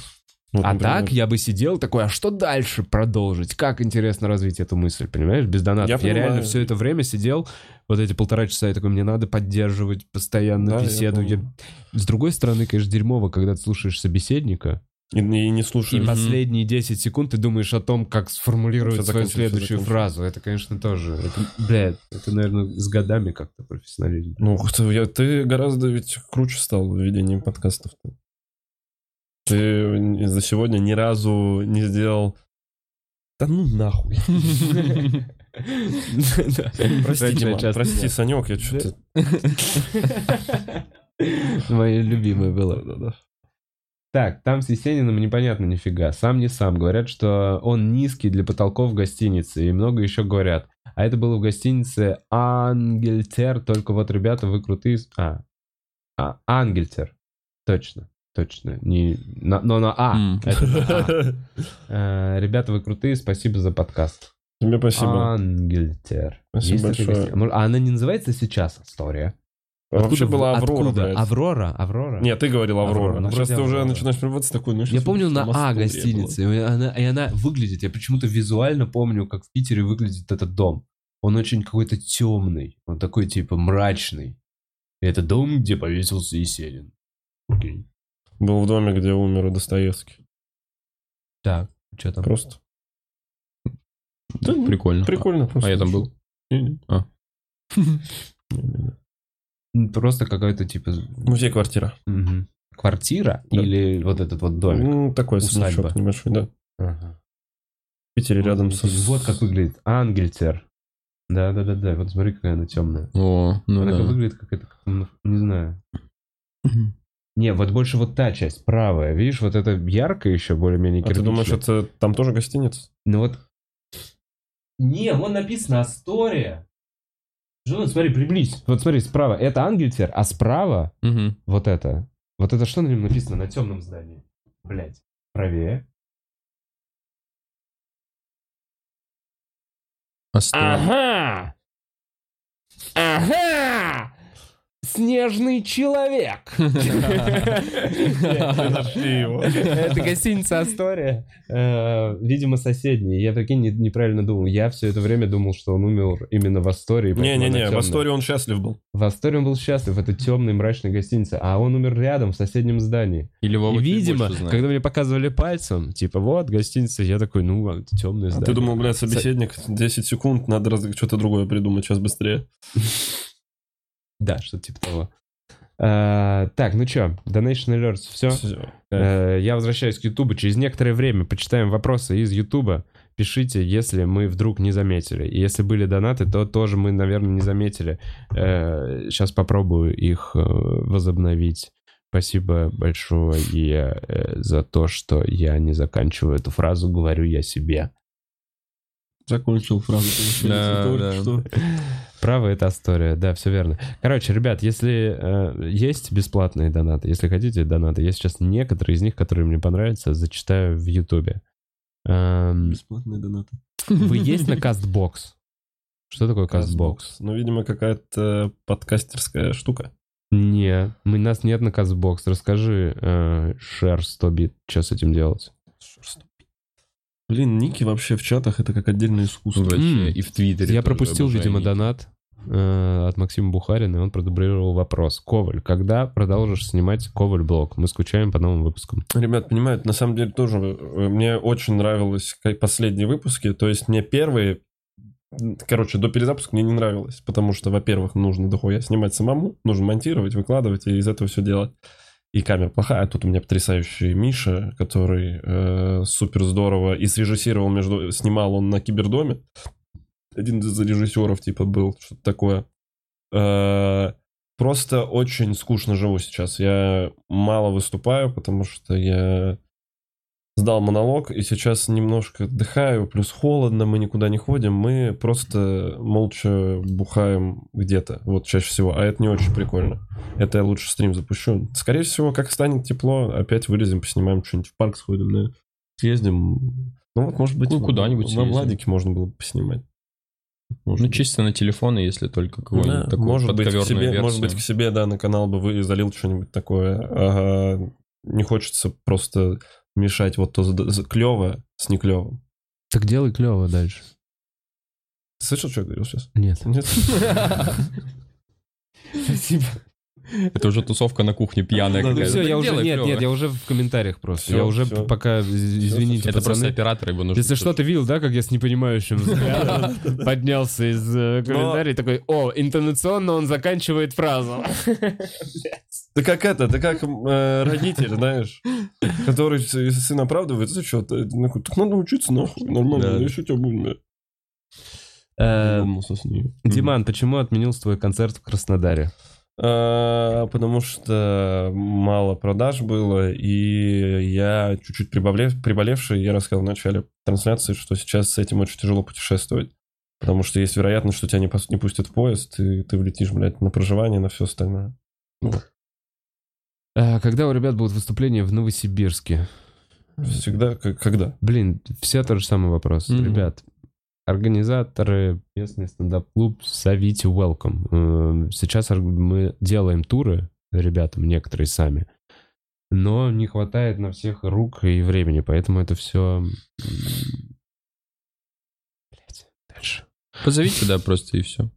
Speaker 3: Вот,
Speaker 1: а
Speaker 3: например,
Speaker 1: так я бы сидел такой, а что дальше продолжить? Как интересно развить эту мысль, понимаешь? Без донатов.
Speaker 3: Я
Speaker 1: Я, реально
Speaker 3: понимаю.
Speaker 1: все это время сидел, вот эти полтора часа, я такой, мне надо поддерживать постоянно
Speaker 3: Да, я
Speaker 1: беседу. Я-
Speaker 3: помню.
Speaker 1: С другой стороны, конечно, дерьмово, когда ты слушаешь собеседника,
Speaker 3: И, и не
Speaker 1: и
Speaker 3: слушаешь.
Speaker 2: Мгм.
Speaker 1: последние 10 секунд ты думаешь о том, как сформулировать
Speaker 3: Всё,
Speaker 1: свою
Speaker 3: закончим, всё,
Speaker 1: следующую
Speaker 3: закончим.
Speaker 1: фразу. Это, конечно, тоже... Это, бля, это, наверное, с годами как-то профессионализм.
Speaker 3: Ну, ух ты, я- ты гораздо ведь круче стал в ведении подкастов. Ты за сегодня ни разу не сделал... Да ну нахуй. Прости,
Speaker 1: Раньше я
Speaker 3: Дима,
Speaker 1: часто
Speaker 3: прости,
Speaker 1: делал.
Speaker 3: Санек, я что-то...
Speaker 1: Мое любимое было. Так, там с Есениным непонятно нифига. Сам не сам. Говорят, что он низкий для потолков гостиницы. И много еще говорят. А это было в гостинице Ангельтер. Только вот, ребята, вы крутые... с- А, а Ангельтер. Точно, точно. Не... на- но на А.
Speaker 2: М.
Speaker 1: Это на А. Э, Ребята, вы крутые. Спасибо за подкаст.
Speaker 3: Тебе
Speaker 1: а
Speaker 3: спасибо.
Speaker 1: Ангельтер.
Speaker 3: Спасибо
Speaker 1: Есть такая
Speaker 3: большое.
Speaker 1: гостиница? Может, А она не называется сейчас история?
Speaker 3: А Вообще
Speaker 1: Откуда-
Speaker 3: была Аврора,
Speaker 1: откуда?
Speaker 3: блядь.
Speaker 1: Аврора, Аврора.
Speaker 3: Нет, ты говорил А, Аврора.
Speaker 1: Аврора, ну,
Speaker 3: Сейчас
Speaker 1: вроде
Speaker 3: ты уже
Speaker 1: Аврора.
Speaker 3: начинаешь прерываться такой, ну
Speaker 1: Я
Speaker 3: щас
Speaker 1: помню
Speaker 3: вот
Speaker 1: на
Speaker 3: Москве
Speaker 1: А
Speaker 3: было.
Speaker 1: гостинице, и она, и она выглядит, я почему-то визуально помню, как в Питере выглядит этот дом. Он очень какой-то темный, он такой типа мрачный. И это дом, где повесился Есенин. Окей.
Speaker 3: Был в доме, где умер Достоевский.
Speaker 1: Так, что там?
Speaker 3: Просто.
Speaker 2: Прикольно.
Speaker 3: ну, Прикольно
Speaker 2: А
Speaker 3: просто.
Speaker 2: я там был?
Speaker 3: Не-не.
Speaker 2: А.
Speaker 1: М, Просто какая-то типа
Speaker 3: Музей-квартира.
Speaker 1: мгм, квартира
Speaker 3: Да.
Speaker 1: или вот этот вот домик.
Speaker 3: Ну, такой
Speaker 1: Усадьба.
Speaker 3: особнячок небольшой, да. В
Speaker 1: Ага.
Speaker 3: Питере рядом со...
Speaker 1: Ну, Вот как выглядит Ангельтер. Да-да-да-да, вот смотри, какая она темная.
Speaker 2: О, ну
Speaker 1: Она как
Speaker 2: да.
Speaker 1: выглядит как это, как, ну, не знаю. Не, вот больше вот та часть, правая. Видишь, вот это ярко еще более-менее
Speaker 3: А ты
Speaker 1: кирпичная.
Speaker 3: думаешь, это там тоже гостиница?
Speaker 1: Ну вот... Не, вон написано «Астория». Жон, смотри, приблизь. Вот смотри, справа это Ангельтер, а справа
Speaker 2: Мгм.
Speaker 1: вот это. Вот это что на нем написано на темном здании? Блять. Правее.
Speaker 2: А что?
Speaker 1: Ага! Ага! Снежный человек! Это гостиница Астория. Э, Видимо, соседний. Я прикинь, не- неправильно думал. Я все это время думал, что он умер именно в Астории. поэтому она
Speaker 3: Не-не-не, в
Speaker 1: тёмная.
Speaker 3: Астории он счастлив был.
Speaker 1: В Астории он был счастлив. Это темный мрачный гостиница. А он умер рядом, в соседнем здании.
Speaker 2: Или
Speaker 1: И,
Speaker 2: Вова чуть
Speaker 1: видимо,
Speaker 2: больше знает.
Speaker 1: когда мне показывали пальцем, типа, вот, гостиница, я такой, ну, это темное
Speaker 3: А
Speaker 1: здание.
Speaker 3: ты думал, блядь, собеседник, 10 секунд, надо раз- что-то другое придумать, сейчас быстрее.
Speaker 1: Да, что-то типа того. А, Так, ну чё, Donation Alerts, все?
Speaker 3: Всё.
Speaker 1: Э, Я возвращаюсь к Ютубу. Через некоторое время почитаем вопросы из Ютуба. Пишите, если мы вдруг не заметили. И если были донаты, то тоже мы, наверное, не заметили. Сейчас попробую их э, возобновить. Спасибо большое э, за то, что я не заканчиваю эту фразу, говорю я себе.
Speaker 6: Закончил фразу. получается,
Speaker 2: Да,
Speaker 6: только
Speaker 2: да.
Speaker 6: что.
Speaker 1: Право это история, да, все верно. Короче, ребят, если э, есть бесплатные донаты, если хотите донаты, я сейчас некоторые из них, которые мне понравятся, зачитаю в Ютубе. Эм,
Speaker 6: Бесплатные донаты.
Speaker 1: вы есть на Кастбокс? Что такое Кастбокс?
Speaker 3: Ну, видимо, какая-то подкастерская штука.
Speaker 1: Не, мы нас нет на Кастбокс. Расскажи, э, Шер 100 бит, что с этим делать?
Speaker 3: Блин, ники вообще в чатах это как отдельное искусство.
Speaker 1: М.
Speaker 2: Вообще, и в Твиттере.
Speaker 1: Я
Speaker 2: тоже
Speaker 1: пропустил,
Speaker 2: обожаю
Speaker 1: видимо,
Speaker 2: их.
Speaker 1: донат э, от Максима Бухарина, и он продублировал вопрос. Коваль, когда продолжишь снимать Коваль блог? Мы скучаем по новым выпускам.
Speaker 3: Ребят, понимают, на самом деле тоже э, мне очень нравилось как последние выпуски. То есть мне первые, м, короче, до перезапуска мне не нравилось, потому что, во-первых, нужно дохуя снимать самому, нужно монтировать, выкладывать и из этого все делать. И камера плохая, а тут у меня потрясающий Миша, который э, супер здорово и срежиссировал между, снимал он на Кибердоме. Один из режиссеров типа был, что-то такое. Э, Просто очень скучно живу сейчас. Я мало выступаю, потому что я сдал монолог, и сейчас немножко отдыхаю, плюс холодно, мы никуда не ходим, мы просто молча бухаем где-то, вот чаще всего, а это не очень прикольно. Это я лучше стрим запущу. Скорее всего, как станет тепло, опять вылезем, поснимаем что-нибудь, в парк сходим, да, съездим. Ну вот, может быть,
Speaker 2: Ну, куда-нибудь
Speaker 3: во
Speaker 2: съездим.
Speaker 3: Владике можно было бы поснимать. Может
Speaker 2: Ну,
Speaker 3: быть.
Speaker 2: чисто на телефоны, если только какую-нибудь
Speaker 3: Да,
Speaker 2: такую
Speaker 3: может быть, к
Speaker 2: подковерную
Speaker 3: себе,
Speaker 2: версию.
Speaker 3: может быть, к себе, да, на канал бы вы залил что-нибудь такое. Ага, не хочется просто мешать вот то клевое с неклевым.
Speaker 1: Так делай клево дальше.
Speaker 3: Ты слышал, что я говорил сейчас?
Speaker 1: Нет.
Speaker 3: Нет?
Speaker 6: Спасибо.
Speaker 2: Это уже тусовка на кухне пьяная
Speaker 3: Да, да,
Speaker 2: какая-то.
Speaker 1: Все, Ну, я
Speaker 2: ну, Так
Speaker 1: уже,
Speaker 2: делай
Speaker 1: нет,
Speaker 2: клёво.
Speaker 1: нет, я уже в комментариях просто.
Speaker 3: Всё,
Speaker 1: я уже
Speaker 3: всё.
Speaker 1: п- пока, из- извините,
Speaker 2: Это просто
Speaker 1: пацаны.
Speaker 2: оператор, его нужно...
Speaker 1: Если что, ты видел, да, как я с непонимающим взглядом поднялся из э, комментариев, такой, о, интонационно он заканчивает фразу.
Speaker 3: Ты как это, ты как э, родитель, знаешь, который с- если сына оправдывает, ты что, ты, ну, так надо учиться, нахуй, нормально,
Speaker 2: Да.
Speaker 3: да. еще тебя будем. Задумался с ней.
Speaker 1: Диман, почему отменился твой концерт в Краснодаре?
Speaker 3: А, Потому что мало продаж было, и я чуть-чуть приболев- приболевший. Я рассказал в начале трансляции, что сейчас с этим очень тяжело путешествовать. Потому что есть вероятность, что тебя не, пос- не пустят в поезд, и ты влетишь, блядь, на проживание, на все остальное.
Speaker 1: А, Когда у ребят будут выступления в Новосибирске?
Speaker 3: Всегда, к- когда?
Speaker 1: Блин, все тот же самый вопрос.
Speaker 2: Мгм.
Speaker 1: Ребят, организаторы, местный стендап-клуб, зовите welcome. Эм, Сейчас орг- мы делаем туры ребятам, некоторые сами. Но не хватает на всех рук и времени, поэтому это все... дальше.
Speaker 2: Позовите, да, просто и все.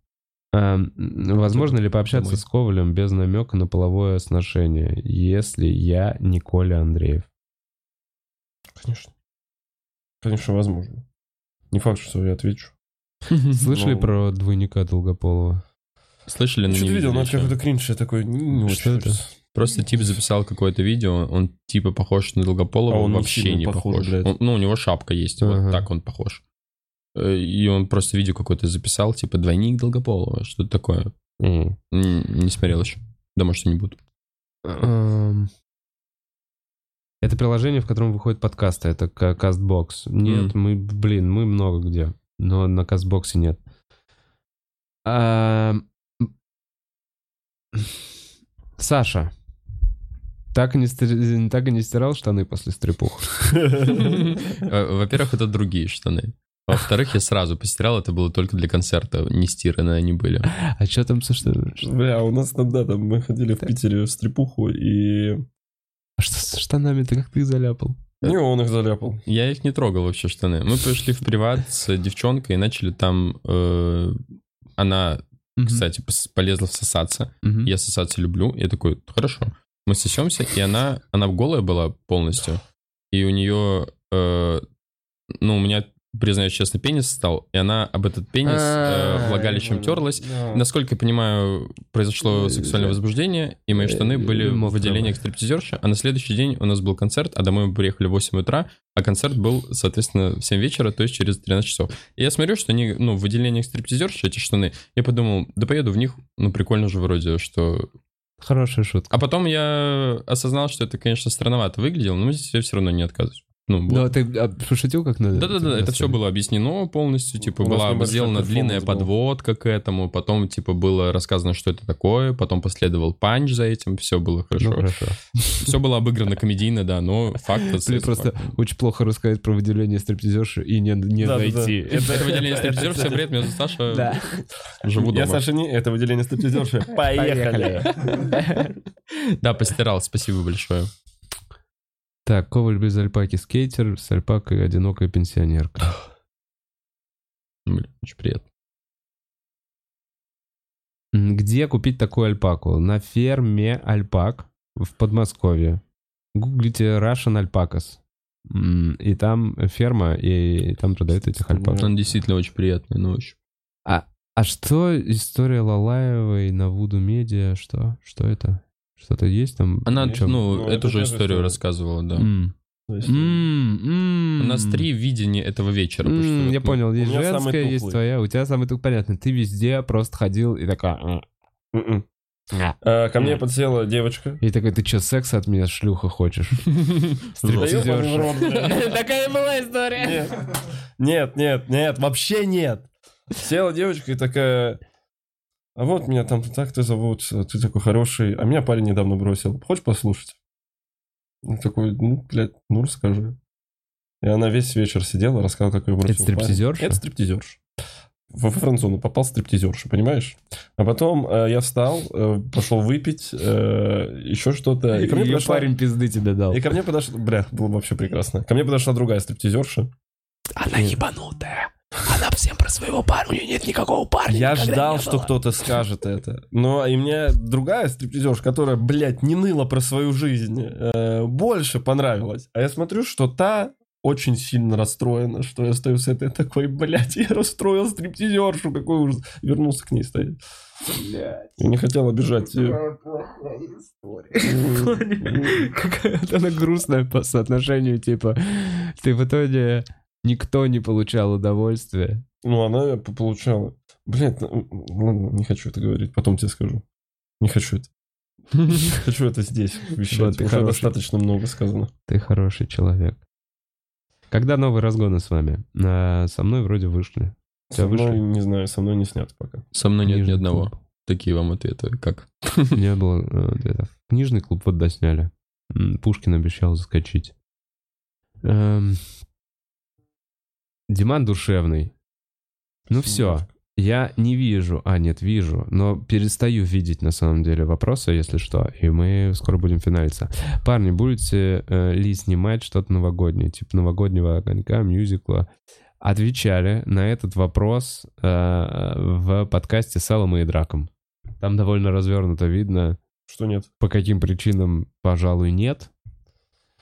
Speaker 1: Эм, возможно ли пообщаться
Speaker 2: Домой.
Speaker 1: с Ковалем без намека на половое отношение, если я Николя Андреев?
Speaker 3: Конечно. Конечно, возможно. Не факт, что я отвечу.
Speaker 1: Слышали
Speaker 3: Ну.
Speaker 1: про двойника Долгополова?
Speaker 2: Слышали, но
Speaker 3: Что
Speaker 2: не
Speaker 3: ты видел?
Speaker 2: видели
Speaker 3: Ну, это
Speaker 2: ещё.
Speaker 3: какой-то кринж, я такой... не очень
Speaker 1: Что это?
Speaker 3: хочется.
Speaker 2: Просто тип записал какое-то видео, он типа похож на Долгополова,
Speaker 3: А он не
Speaker 2: вообще
Speaker 3: сильно
Speaker 2: не
Speaker 3: похож,
Speaker 2: похож.
Speaker 3: блядь.
Speaker 2: Он- ну, у него шапка есть,
Speaker 1: Ага.
Speaker 2: вот так он похож. Э, И он просто видео какое-то записал, типа «Двойник Долгополова», что-то такое.
Speaker 1: М.
Speaker 2: М, Не смотрел еще. Да, может, и не буду. Э,
Speaker 1: Эм, Это приложение, в котором выходят подкасты. Это ка- Castbox. Нет, мы, блин, мы много где. Но на Castbox нет. Эм, Саша. Так и, не стир- так и не стирал штаны после стрипуха.
Speaker 2: Э, Во-первых, это другие штаны. Во-вторых, я сразу постирал, это было только для концерта, не стиранные они были.
Speaker 1: А что там со штанами? Что-
Speaker 3: Бля, у нас тогда там мы ходили в Питере в стрипуху, и...
Speaker 1: А что со штанами-то как ты заляпал?
Speaker 3: Не, он их заляпал.
Speaker 2: Я их не трогал вообще штаны. Мы пришли в приват с девчонкой и начали там... э, Она,
Speaker 1: Мгм.
Speaker 2: кстати, пос- полезла всосаться.
Speaker 1: Мгм.
Speaker 2: я сосаться люблю. Я такой, хорошо. Мы сосемся, и она, она голая была полностью. И у нее, э, ну, у меня признаюсь честно, пенис стал, и она об этот пенис э,
Speaker 1: А,
Speaker 2: влагалищем терлась. А. Насколько я понимаю, произошло сексуальное возбуждение, и мои штаны были в отделении к стриптизерши, а на следующий день у нас был концерт, а домой мы приехали в 8 утра, а концерт был, соответственно, в 7 вечера, то есть через 13 часов. И я смотрю, что они, ну, в отделении к стриптизерши эти штаны, я подумал, да поеду в них, ну, прикольно же вроде, что
Speaker 1: Хорошая шутка.
Speaker 2: а потом я осознал, что это, конечно, странновато выглядело, но здесь я все равно не отказываюсь. Ну,
Speaker 1: Ну, а
Speaker 2: вот.
Speaker 1: ты а, пошутил как надо?
Speaker 2: Да-да-да, это все было объяснено полностью, типа
Speaker 3: У нас
Speaker 2: была
Speaker 3: небольшой
Speaker 2: сделана
Speaker 3: перформанс
Speaker 2: длинная
Speaker 3: был.
Speaker 2: подводка к этому, потом типа было рассказано, что это такое, потом последовал панч за этим, все было
Speaker 1: Ну,
Speaker 2: хорошо.
Speaker 1: хорошо.
Speaker 2: Все было обыграно комедийно, да, но факт...
Speaker 1: Блин,
Speaker 2: остаётся
Speaker 1: просто
Speaker 2: фактом.
Speaker 1: очень плохо рассказать про выделение стриптизерши и не, не
Speaker 3: Да-да-да.
Speaker 1: найти.
Speaker 2: Это выделение стриптизеров, все бред, меня зовут Саша, живу
Speaker 3: Я
Speaker 2: дома.
Speaker 3: Саша не, это выделение стриптизерши. Поехали.
Speaker 2: Да, постирал, спасибо большое.
Speaker 1: Так, Коваль без альпаки скейтер, с альпакой одинокая пенсионерка.
Speaker 2: Блин, очень приятно.
Speaker 1: М, Где купить такую альпаку? На ферме альпак в Подмосковье. Гуглите Russian alpacas. М, И там ферма, и там продают этих альпак.
Speaker 2: Он действительно очень приятный, ну, очень.
Speaker 1: А что история Лалаевой на Вуду Медиа? Что? Что это? Что-то есть там?
Speaker 2: Она,
Speaker 1: О чём?
Speaker 2: ну,
Speaker 3: Ну, это
Speaker 2: эту же
Speaker 3: тоже
Speaker 2: историю
Speaker 3: история.
Speaker 2: рассказывала, да.
Speaker 1: М.
Speaker 2: У
Speaker 1: У
Speaker 2: нас три видения этого вечера. потому что
Speaker 1: М,
Speaker 2: вот
Speaker 1: М-м, Я
Speaker 2: мы-
Speaker 1: понял, есть
Speaker 3: У меня самый
Speaker 1: женская, есть
Speaker 3: тухлый.
Speaker 1: твоя, у тебя самый тут понятно. Ты везде просто ходил и такая... «М».
Speaker 3: Мгм. А, м-м. Ко мне подсела девочка.
Speaker 1: И такой, ты что, секса от меня, шлюха, хочешь?
Speaker 3: Да ёб
Speaker 1: Стриптизерша.
Speaker 3: твою рот, бля.
Speaker 7: Такая была история.
Speaker 3: Нет. Нет, нет, нет, вообще нет. Села девочка и такая... А вот меня там так-то зовут, э, ты такой хороший. А меня парень недавно бросил. Хочешь послушать? Я такой, ну, блядь, ну расскажи. И она весь вечер сидела, рассказала, как ее бросил.
Speaker 1: Это стриптизерша?
Speaker 3: парень. Это стриптизерша. Во френдзону попал стриптизерша, понимаешь? А потом э, я встал, э, пошел выпить, э, еще что-то. И ко мне
Speaker 1: Её
Speaker 3: подошла-
Speaker 1: парень пизды тебе дал.
Speaker 3: и ко мне подошла... Бля, было бы вообще прекрасно. Ко мне подошла другая стриптизерша.
Speaker 7: Она ебанутая. Она всем про своего парня. У нее нет никакого парня.
Speaker 3: Я
Speaker 7: никогда
Speaker 3: ждал,
Speaker 7: не
Speaker 3: что
Speaker 7: было.
Speaker 3: кто-то скажет это. Но и мне другая стриптизерша, которая, блядь, не ныла про свою жизнь, э, больше понравилась. А я смотрю, что та очень сильно расстроена, что я стою с этой такой, блядь, я расстроил стриптизершу, какой ужас. Вернулся к ней стоять. Я не хотел обижать ее.
Speaker 1: Какая-то она грустная по соотношению, типа, ты в итоге никто не получал удовольствия.
Speaker 3: Ну, она п- получала. Блядь, ну, ладно, не хочу это говорить, потом тебе скажу. Не хочу это. Хочу это здесь
Speaker 1: Да,
Speaker 3: вещать.
Speaker 1: ты
Speaker 3: Уже
Speaker 1: хороший.
Speaker 3: достаточно много сказано.
Speaker 1: Ты хороший человек. Когда новые разгоны с вами? А, Со мной вроде вышли.
Speaker 3: Со
Speaker 1: Тебя
Speaker 3: мной,
Speaker 1: вышли?
Speaker 3: не знаю, со мной не снят пока.
Speaker 2: Со мной нет ни
Speaker 1: Книжный
Speaker 2: одного.
Speaker 1: клуб.
Speaker 2: Такие вам ответы. Как?
Speaker 1: Не было э, ответов. Книжный клуб вот досняли. М, Пушкин обещал заскочить. Эм, Диман душевный. Ну все. Я не вижу, а нет, вижу, но перестаю видеть на самом деле вопросы, если что, и мы скоро будем финалиться. Парни, будете э, ли снимать что-то новогоднее, типа новогоднего огонька, мюзикла? Отвечали на этот вопрос э, в подкасте с Аллом и Драком. Там довольно развернуто видно,
Speaker 3: Что нет?
Speaker 1: по каким причинам, пожалуй, нет.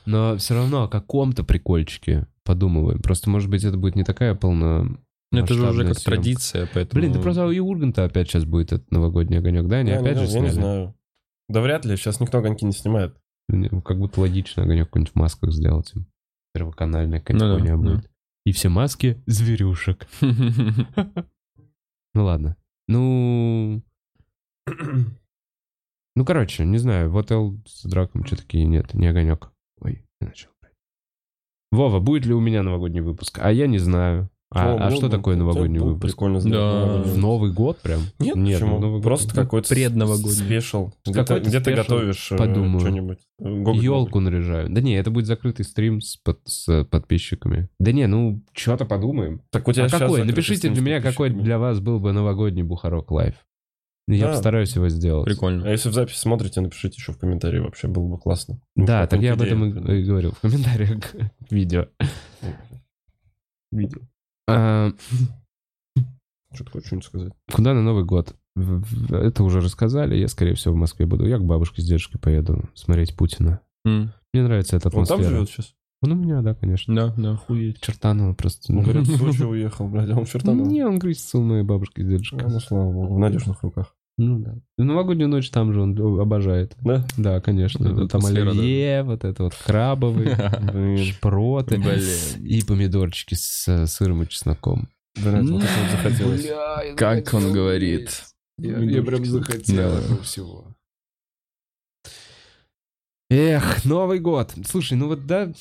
Speaker 1: Но все равно о каком-то прикольчике подумываем. Просто, может быть, это будет не такая полно... ну,
Speaker 2: Ну, это же уже
Speaker 1: масштабная
Speaker 2: как
Speaker 1: съемка.
Speaker 2: традиция, поэтому...
Speaker 1: Блин, да просто и у Урганта опять сейчас будет этот новогодний огонек, да? Они
Speaker 3: Я
Speaker 1: опять
Speaker 3: не-
Speaker 1: же
Speaker 3: я не
Speaker 1: сняли.
Speaker 3: знаю. Да вряд ли, сейчас никто огоньки не снимает.
Speaker 1: Ну, Как будто логично огонек какой-нибудь в масках сделать. им. Первоканальная
Speaker 2: Ну да,
Speaker 1: какая-нибудь хуйня
Speaker 2: да.
Speaker 1: будет. И все маски зверюшек. Ну ладно. Ну... Ну, короче, не знаю. Вот Эл с драком что такие. Нет, не огонек. Ой, я начал. блядь. Вова, будет ли у меня новогодний выпуск? А я не знаю. А,
Speaker 3: О,
Speaker 1: а
Speaker 3: ну,
Speaker 1: что
Speaker 3: ну,
Speaker 1: такое
Speaker 3: ну,
Speaker 1: новогодний
Speaker 3: ну,
Speaker 1: выпуск?
Speaker 3: Прикольно сделать
Speaker 2: Да.
Speaker 3: новогодний
Speaker 1: В
Speaker 3: выпуск.
Speaker 1: Новый год прям?
Speaker 3: Нет,
Speaker 1: ну,
Speaker 3: почему?
Speaker 1: Новый год-
Speaker 3: Просто
Speaker 1: ну,
Speaker 3: какой-то
Speaker 2: предновогодний.
Speaker 3: спешл. Где,
Speaker 1: Какой-то
Speaker 3: где ты
Speaker 1: спешл,
Speaker 3: готовишь э,
Speaker 1: подумаю.
Speaker 3: что-нибудь? Гоголь
Speaker 1: Елку наряжаю. Да не, это будет закрытый стрим с, под- с подписчиками. Да не, ну, что-то подумаем.
Speaker 3: Новый. Так у тебя
Speaker 1: А
Speaker 3: щас
Speaker 1: какой?
Speaker 3: закрытый
Speaker 1: Напишите
Speaker 3: стрим с
Speaker 1: для меня, какой
Speaker 3: подписчиками.
Speaker 1: для вас был бы новогодний Бухарок лайф. Я
Speaker 3: Да.
Speaker 1: постараюсь его сделать.
Speaker 3: А
Speaker 2: Прикольно.
Speaker 3: если в записи смотрите, напишите еще в комментарии. Вообще было бы классно.
Speaker 1: Да,
Speaker 3: Ну,
Speaker 1: так я об этом
Speaker 3: идея,
Speaker 1: и, и говорил в комментариях к видео.
Speaker 3: Видео.
Speaker 1: А,
Speaker 3: Что ты хочешь что-нибудь сказать?
Speaker 1: куда на Новый год? В- в- Это уже рассказали. Я, скорее всего, в Москве буду. Я к бабушке с дедушкой поеду смотреть Путина.
Speaker 2: М.
Speaker 1: Мне нравится эта
Speaker 3: Он
Speaker 1: атмосфера.
Speaker 3: там живет сейчас?
Speaker 1: Он у меня, да, конечно.
Speaker 2: Да, да.
Speaker 6: Охуеть.
Speaker 1: Чертанова просто.
Speaker 3: Ну, говорят, в Сочи уехал, блядь, а он в Чертаново.
Speaker 1: Ну, Не, он крестится у моей бабушки с
Speaker 3: А,
Speaker 1: дедушкой.
Speaker 3: Ну, слава богу, в надежных руках.
Speaker 1: Ну да. Новогоднюю ночь там же он обожает.
Speaker 3: Да?
Speaker 1: Да, конечно.
Speaker 2: Вот это
Speaker 1: там
Speaker 2: после
Speaker 1: оливье, вот это вот крабовый, шпроты
Speaker 2: Блин.
Speaker 1: и помидорчики с э, сыром и чесноком.
Speaker 3: Блядь, вот это вот захотелось.
Speaker 2: Как он говорит.
Speaker 7: Я, я прям захотел
Speaker 2: Да.
Speaker 7: этого всего.
Speaker 1: Эх, Новый год. Слушай, ну вот да,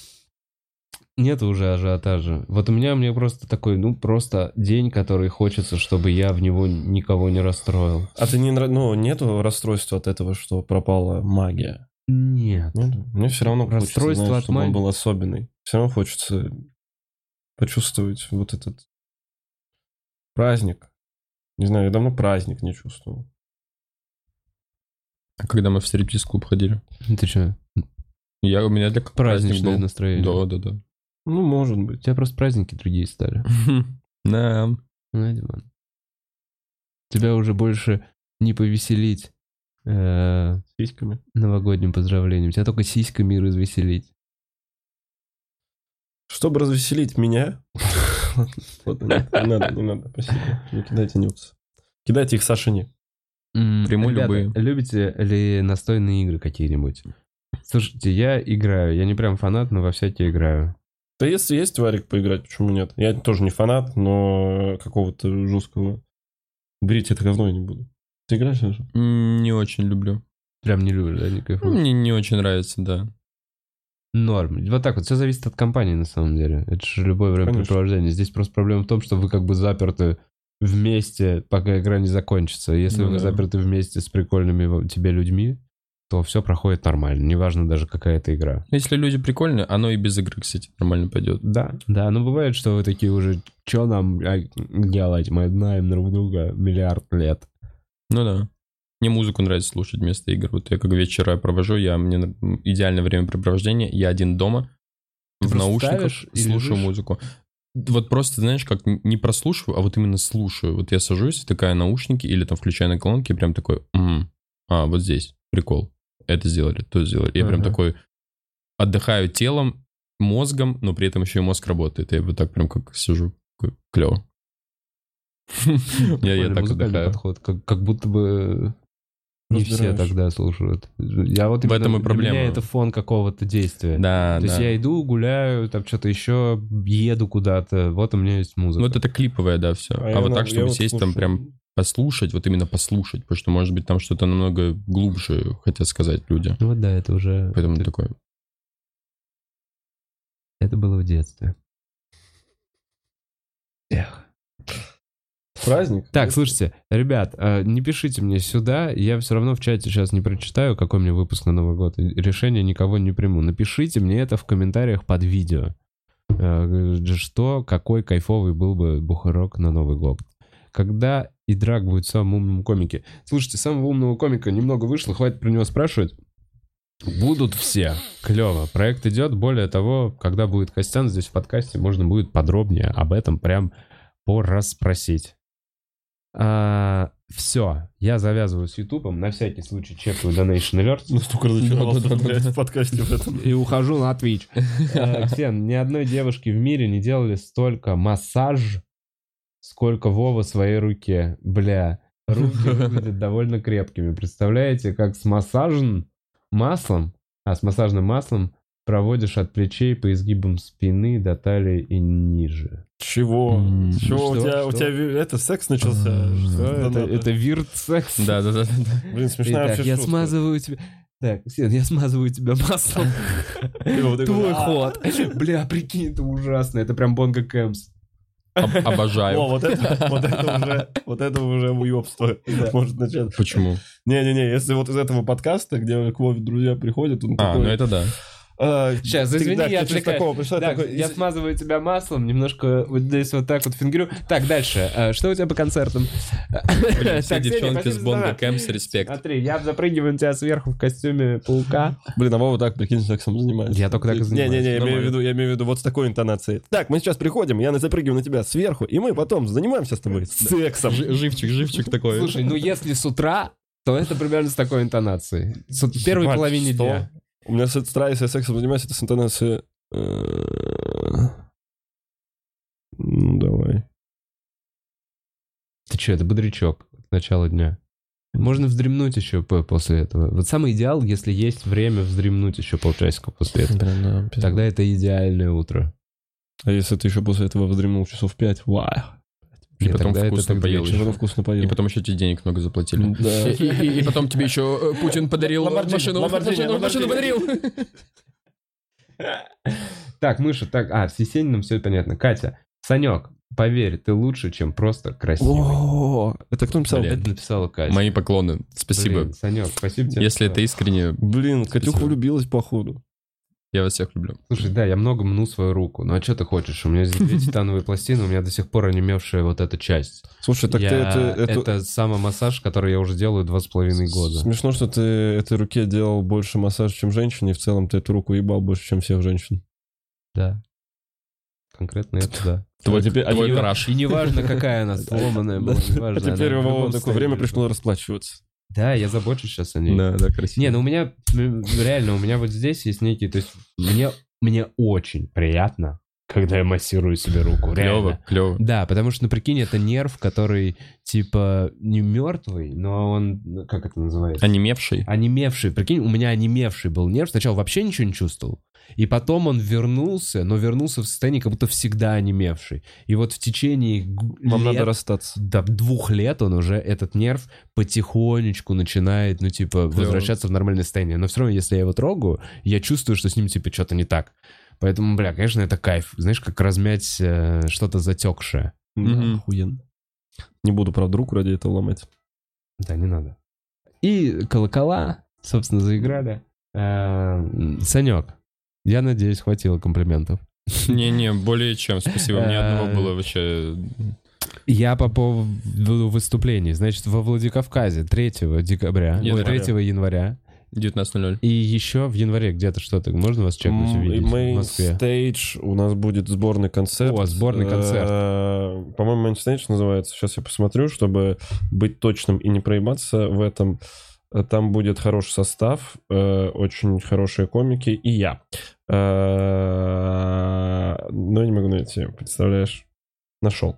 Speaker 1: нет уже ажиотажа. Вот у меня, мне просто такой, ну просто день, который хочется, чтобы я в него никого не расстроил.
Speaker 3: А ты не нрав- ну, нету расстройства от этого, что пропала магия?
Speaker 1: Нет.
Speaker 3: Нет? Ну Мне все равно
Speaker 1: Расстройство
Speaker 3: хочется, знаешь,
Speaker 1: от
Speaker 3: чтобы он
Speaker 1: магии?
Speaker 3: был особенный. Все равно хочется почувствовать вот этот праздник. Не знаю, я давно праздник не чувствовал.
Speaker 2: А Когда мы в стриптиз-клуб ходили.
Speaker 1: Ну, Ты что,
Speaker 2: Я, у меня для как праздник
Speaker 1: праздничное
Speaker 2: был.
Speaker 1: настроение?
Speaker 2: Да, да, да.
Speaker 3: Ну, может
Speaker 1: У
Speaker 3: быть.
Speaker 1: тебя просто праздники другие стали.
Speaker 2: Да.
Speaker 1: Ну, Диман. Тебя уже больше не повеселить э,
Speaker 3: Сиськами.
Speaker 1: новогодним поздравлением. Тебя только сиськами и развеселить.
Speaker 3: Чтобы развеселить меня... Ладно, нет, не надо, не надо, спасибо. Не кидайте нюкс. Кидайте их Сашине.
Speaker 2: Приму
Speaker 1: Ребята,
Speaker 2: любые.
Speaker 1: любите ли настольные игры какие-нибудь? Слушайте, я играю. Я не прям фанат, но во всякие играю.
Speaker 3: Да если есть варик поиграть, почему нет? Я тоже не фанат, но какого-то жесткого. Берите это говно, я не буду. Ты играешь, Саша?
Speaker 2: М, Не очень люблю.
Speaker 1: Прям не любишь, да, не
Speaker 2: Ну,
Speaker 1: кайфуешь?
Speaker 2: Мне не очень нравится, да.
Speaker 1: Норм. Вот так вот. Все зависит от компании, на самом деле. Это же любое времяпрепровождение. Здесь просто проблема в том, что вы как бы заперты вместе, пока игра не закончится. Если
Speaker 2: Ну
Speaker 1: вы
Speaker 2: да.
Speaker 1: заперты вместе с прикольными во- тебе людьми, то все проходит нормально. Неважно даже, какая это игра.
Speaker 2: Если люди прикольные, оно и без игры, кстати, нормально пойдет.
Speaker 1: Да. Да, но бывает, что вы такие уже, что нам а, делать? Мы знаем друг друга миллиард лет.
Speaker 2: Ну да. Мне музыку нравится слушать вместо игр. Вот я как вечера провожу, я мне на- идеальное времяпрепровождение. Я один дома
Speaker 1: Ты
Speaker 2: в
Speaker 1: просто
Speaker 2: наушниках
Speaker 1: ставишь и
Speaker 2: слушаю
Speaker 1: лежишь?
Speaker 2: музыку. Вот просто, знаешь, как н- не прослушиваю, а вот именно слушаю. Вот я сажусь, такая наушники или там включаю на колонки, и прям такой, «М, а вот здесь прикол, это сделали, то сделали. Я прям
Speaker 1: Ага.
Speaker 2: такой отдыхаю телом, мозгом, но при этом еще и мозг работает. Я вот так прям как сижу, клево. Я я
Speaker 1: Прикольный
Speaker 2: так
Speaker 1: музыкальный
Speaker 2: отдыхаю.
Speaker 1: подход, как, как будто бы не все
Speaker 3: Разбираешь.
Speaker 1: тогда слушают. Я вот
Speaker 2: В этом и
Speaker 1: для
Speaker 2: проблема.
Speaker 1: меня это фон какого-то действия.
Speaker 2: Да,
Speaker 1: То есть
Speaker 2: да.
Speaker 1: я иду, гуляю, там что-то еще, еду куда-то. Вот у меня есть музыка.
Speaker 2: Ну, вот это клиповое, да, все. А,
Speaker 3: я
Speaker 2: вот
Speaker 3: на-
Speaker 2: так,
Speaker 3: я
Speaker 2: чтобы
Speaker 3: вот
Speaker 2: сесть там
Speaker 3: слушаю.
Speaker 2: прям послушать, вот именно послушать, потому что, может быть, там что-то намного глубже хотят сказать люди.
Speaker 1: Ну вот да, это уже...
Speaker 2: Поэтому
Speaker 1: это,
Speaker 2: такой,
Speaker 1: это было в детстве. Эх.
Speaker 3: Праздник?
Speaker 1: Так, слушайте, ребят, э, не пишите мне сюда, я все равно в чате сейчас не прочитаю, какой мне выпуск на Новый год, и решение никого не приму. Напишите мне это в комментариях под видео, Э, что, какой кайфовый был бы бухарок на Новый год. Когда и драк будет в самом умном комике. Слушайте, самого умного комика немного вышло, хватит про него спрашивать. Будут все. Клево. Проект идет. Более того, когда будет Костян здесь в подкасте, можно будет подробнее об этом прям порасспросить. все, я завязываю с Ютубом, на всякий случай чекаю Donation Alert
Speaker 3: Настолько разочаровался, блядь, в подкасте в этом.
Speaker 1: и ухожу на Twitch. Э, Ксен, ни одной девушки в мире не делали столько массаж, сколько Вова своей руке. Бля, руки выглядят довольно крепкими. Представляете, как с массажным маслом, а с массажным маслом проводишь от плечей по изгибам спины до талии и ниже.
Speaker 3: Чего?
Speaker 2: М,
Speaker 3: Чего? У
Speaker 1: что,
Speaker 3: тебя, у
Speaker 1: что?
Speaker 3: тебя ви- это секс начался?
Speaker 2: А,
Speaker 3: Что
Speaker 1: Это,
Speaker 3: надо?
Speaker 1: это вирт секс.
Speaker 2: да, да, да,
Speaker 3: Блин, смешная
Speaker 1: Итак,
Speaker 3: вообще
Speaker 1: я
Speaker 3: шутка.
Speaker 1: смазываю тебя... Так, Ксен, я смазываю тебя маслом.
Speaker 3: вот такой,
Speaker 1: Твой
Speaker 3: «А».
Speaker 1: ход. Бля, прикинь, это ужасно. Это прям Бонго Кэмпс.
Speaker 2: Об-
Speaker 3: О,
Speaker 2: обожаю.
Speaker 3: вот это, вот это уже, вот это уже уебство может начаться.
Speaker 2: Почему?
Speaker 3: Не-не-не, если вот из этого подкаста, где к Вове друзья приходят, он
Speaker 2: А,
Speaker 3: такой... «А,
Speaker 2: ну это да.
Speaker 1: Сейчас, извини, я отвлекаюсь.
Speaker 3: такого пришла,
Speaker 1: Так,
Speaker 3: такой,
Speaker 1: я
Speaker 3: из-
Speaker 1: смазываю тебя маслом, немножко вот здесь вот так вот фингерю. Так, дальше. Э, Что у тебя по концертам?
Speaker 2: Блин,
Speaker 1: Так,
Speaker 2: Все
Speaker 1: Ксения,
Speaker 2: девчонки
Speaker 1: спасибо
Speaker 2: с
Speaker 1: за
Speaker 2: Бонго
Speaker 1: донат.
Speaker 2: Кэмпс, респект.
Speaker 1: Смотри, я запрыгиваю на тебя сверху в костюме паука.
Speaker 3: Блин, а Вова так, прикинь, сексом занимается.
Speaker 1: Я только так и занимаюсь.
Speaker 3: Не-не-не, я имею в
Speaker 2: Нормально.
Speaker 3: виду, я имею в виду вот с такой интонацией. Так, мы сейчас приходим, я на- запрыгиваю на тебя сверху, и мы потом занимаемся с тобой сексом.
Speaker 2: Ж- Живчик, живчик такой.
Speaker 1: Слушай, ну если с утра, то это примерно с такой интонацией. С первой
Speaker 3: Ебать,
Speaker 1: половине
Speaker 3: что?
Speaker 1: дня.
Speaker 3: У меня с стараюсь, я сексом занимаюсь, это с интонацией э, Ну, давай.
Speaker 1: Ты что, это бодрячок от начала дня. Можно вздремнуть еще по- после этого. Вот самый идеал, если есть время вздремнуть еще полчасика после этого. Тогда это идеальное утро.
Speaker 3: А если ты еще после этого вздремнул часов 5, вау.
Speaker 2: И
Speaker 1: Нет,
Speaker 2: потом
Speaker 1: тогда это
Speaker 2: вкусно
Speaker 1: так
Speaker 2: поел
Speaker 1: вечером.
Speaker 3: Потом
Speaker 2: еще.
Speaker 3: вкусно
Speaker 2: И
Speaker 3: поел.
Speaker 2: потом еще тебе денег много заплатили.
Speaker 3: Да.
Speaker 7: И, и- и потом тебе еще э, Путин подарил
Speaker 3: Ламборджини,
Speaker 7: машину.
Speaker 3: Ламборджини,
Speaker 7: машину- машину
Speaker 3: Ламборджини.
Speaker 7: подарил.
Speaker 1: Так, Мыша, так, а, с Есениным все понятно. Катя, Санек, поверь, ты лучше, чем просто красивый.
Speaker 3: О, это кто написал?
Speaker 2: Блин.
Speaker 1: Это написала Катя.
Speaker 2: Мои поклоны. Спасибо.
Speaker 1: Санек, спасибо тебе.
Speaker 2: Если
Speaker 1: за-
Speaker 2: это искренне,
Speaker 3: Блин, Катюха
Speaker 2: Спасибо.
Speaker 3: влюбилась, походу.
Speaker 2: я вас всех люблю.
Speaker 1: Слушай, да, я много мну свою руку. Ну а что ты хочешь? У меня здесь две титановые пластины, у меня до сих пор онемевшая вот эта часть.
Speaker 3: Слушай, так
Speaker 1: Я-
Speaker 3: ты это...
Speaker 1: это...
Speaker 3: эту-
Speaker 1: самомассаж, который я уже делаю два с половиной года.
Speaker 3: Смешно, что ты этой руке делал больше массаж, чем женщине, и в целом ты эту руку ебал больше, чем всех женщин.
Speaker 1: Да. Конкретно это да.
Speaker 2: Твой,
Speaker 3: теперь- а
Speaker 2: твой
Speaker 3: теперь-
Speaker 2: краш.
Speaker 1: И неважно, какая она сломанная была,
Speaker 3: А
Speaker 1: неважно.
Speaker 3: теперь
Speaker 1: она в любом
Speaker 3: его такое время
Speaker 1: состоянии.
Speaker 3: пришло расплачиваться.
Speaker 1: Да, я забочусь сейчас о ней.
Speaker 2: Да, да, красиво.
Speaker 1: Не, ну у меня, м, реально, у меня вот здесь есть некий, то есть мне, мне очень приятно, когда я массирую себе руку, реально.
Speaker 2: Клево, клево.
Speaker 1: Да, потому что, ну, прикинь, это нерв, который, типа, не мертвый, но он, ну, как это называется?
Speaker 2: Онемевший.
Speaker 1: Онемевший, прикинь, у меня онемевший был нерв. Сначала вообще ничего не чувствовал. И потом он вернулся, но вернулся в состоянии, как будто всегда онемевший. И вот в течение г-
Speaker 3: Вам
Speaker 1: лет,
Speaker 3: надо расстаться.
Speaker 1: до двух лет он уже, этот нерв, потихонечку начинает, ну, типа, возвращаться в нормальное состояние. Но все равно, если я его трогаю, я чувствую, что с ним, типа, что-то не так. Поэтому, бля, конечно, это кайф. Знаешь, как размять э, что-то затекшее.
Speaker 2: Мгм.
Speaker 3: Охуенно. Не буду, правда, руку ради этого ломать.
Speaker 1: Да, не надо. И колокола, собственно, заиграли. Эм, Санек, я надеюсь, хватило комплиментов.
Speaker 2: Не-не, более чем, спасибо. Мне
Speaker 1: Э,
Speaker 2: одного было вообще...
Speaker 1: Я по поводу выступлений. Значит, во Владикавказе 3 декабря, ой,
Speaker 2: Января.
Speaker 1: 3 января.
Speaker 2: 19.00.
Speaker 1: И еще в январе где-то что-то. Можно вас чекнуть,
Speaker 3: М, и
Speaker 1: увидеть в
Speaker 3: Main
Speaker 1: Москве?
Speaker 3: Stage у нас будет сборный концерт.
Speaker 1: О, сборный концерт.
Speaker 3: Э, По-моему, Main Stage называется. Сейчас я посмотрю, чтобы быть точным и не проебаться в этом. Э, Там будет хороший состав, э, очень хорошие комики и я. Э, Но я не могу найти, представляешь? Нашел.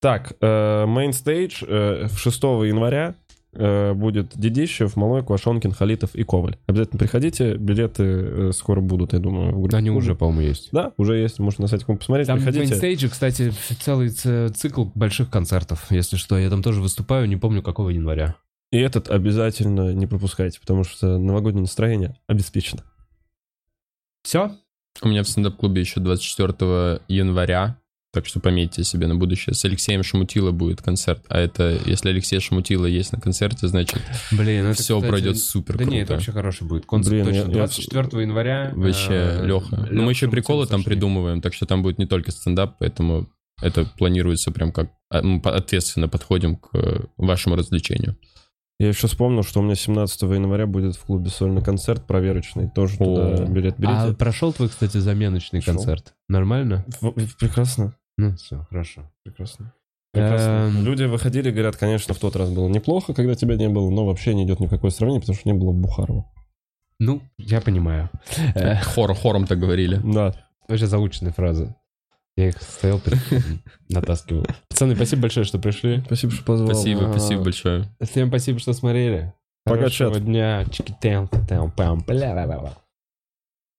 Speaker 3: Так, э, Main Stage э, 6 января э, будет Дедищев, Малой, Квашонкин, Халитов и Коваль. Обязательно приходите, билеты э, скоро будут, я думаю. в группе
Speaker 1: Они
Speaker 3: клуба.
Speaker 1: уже, по-моему, есть.
Speaker 3: Да, уже есть, можно на сайте клуба посмотреть,
Speaker 1: Там в
Speaker 3: приходите.
Speaker 1: Мейнстейдже, кстати, целый ц- цикл больших концертов, если что. Я там тоже выступаю, не помню, какого января.
Speaker 3: И этот обязательно не пропускайте, потому что новогоднее настроение обеспечено.
Speaker 1: Все?
Speaker 2: У меня в стендап-клубе еще 24 января, так что пометьте себе на будущее. С Алексеем Шамутило будет концерт. А это, если Алексей Шамутило есть на концерте, значит,
Speaker 1: Блин, это,
Speaker 2: все
Speaker 1: кстати,
Speaker 2: пройдет супер
Speaker 1: Да
Speaker 2: круто.
Speaker 1: нет, это вообще хороший будет. Концерт
Speaker 3: Блин,
Speaker 1: точно.
Speaker 3: я- я-
Speaker 1: 24 января.
Speaker 2: Вообще,
Speaker 1: э,
Speaker 2: Леха.
Speaker 1: Лёха
Speaker 2: Ну, мы еще
Speaker 1: Шумцин
Speaker 2: приколы там
Speaker 1: сошли.
Speaker 2: придумываем, так что там будет не только стендап, поэтому это планируется прям как... а, Мы по- ответственно подходим к э, вашему развлечению.
Speaker 3: Я еще вспомнил, что у меня 17 января будет в клубе сольный концерт проверочный. Тоже туда
Speaker 2: О.
Speaker 3: билет
Speaker 1: А
Speaker 3: берите.
Speaker 1: прошел твой, кстати, заменочный
Speaker 3: Прошёл.
Speaker 1: концерт? Нормально?
Speaker 3: В- в- Прекрасно.
Speaker 1: Ну, все, хорошо.
Speaker 3: Прекрасно. Прекрасно.
Speaker 1: Эм.
Speaker 3: Люди выходили, говорят, конечно, в тот раз было неплохо, когда тебя не было, но вообще не идет никакое сравнение, потому что не было Бухарова.
Speaker 1: Ну, я понимаю. Э,
Speaker 2: Хор, хором так говорили.
Speaker 3: Да.
Speaker 1: Вообще заученные фразы. Я их стоял, перед входом, натаскивал. Пацаны, спасибо большое, что пришли.
Speaker 3: Спасибо, что позвал.
Speaker 2: Спасибо,
Speaker 1: А.
Speaker 2: спасибо большое.
Speaker 1: Всем спасибо, что смотрели.
Speaker 3: Пока,
Speaker 1: Хорошего
Speaker 3: чат.
Speaker 1: дня. Чики-тям-тям-пам. Бля-бля-бля-бля.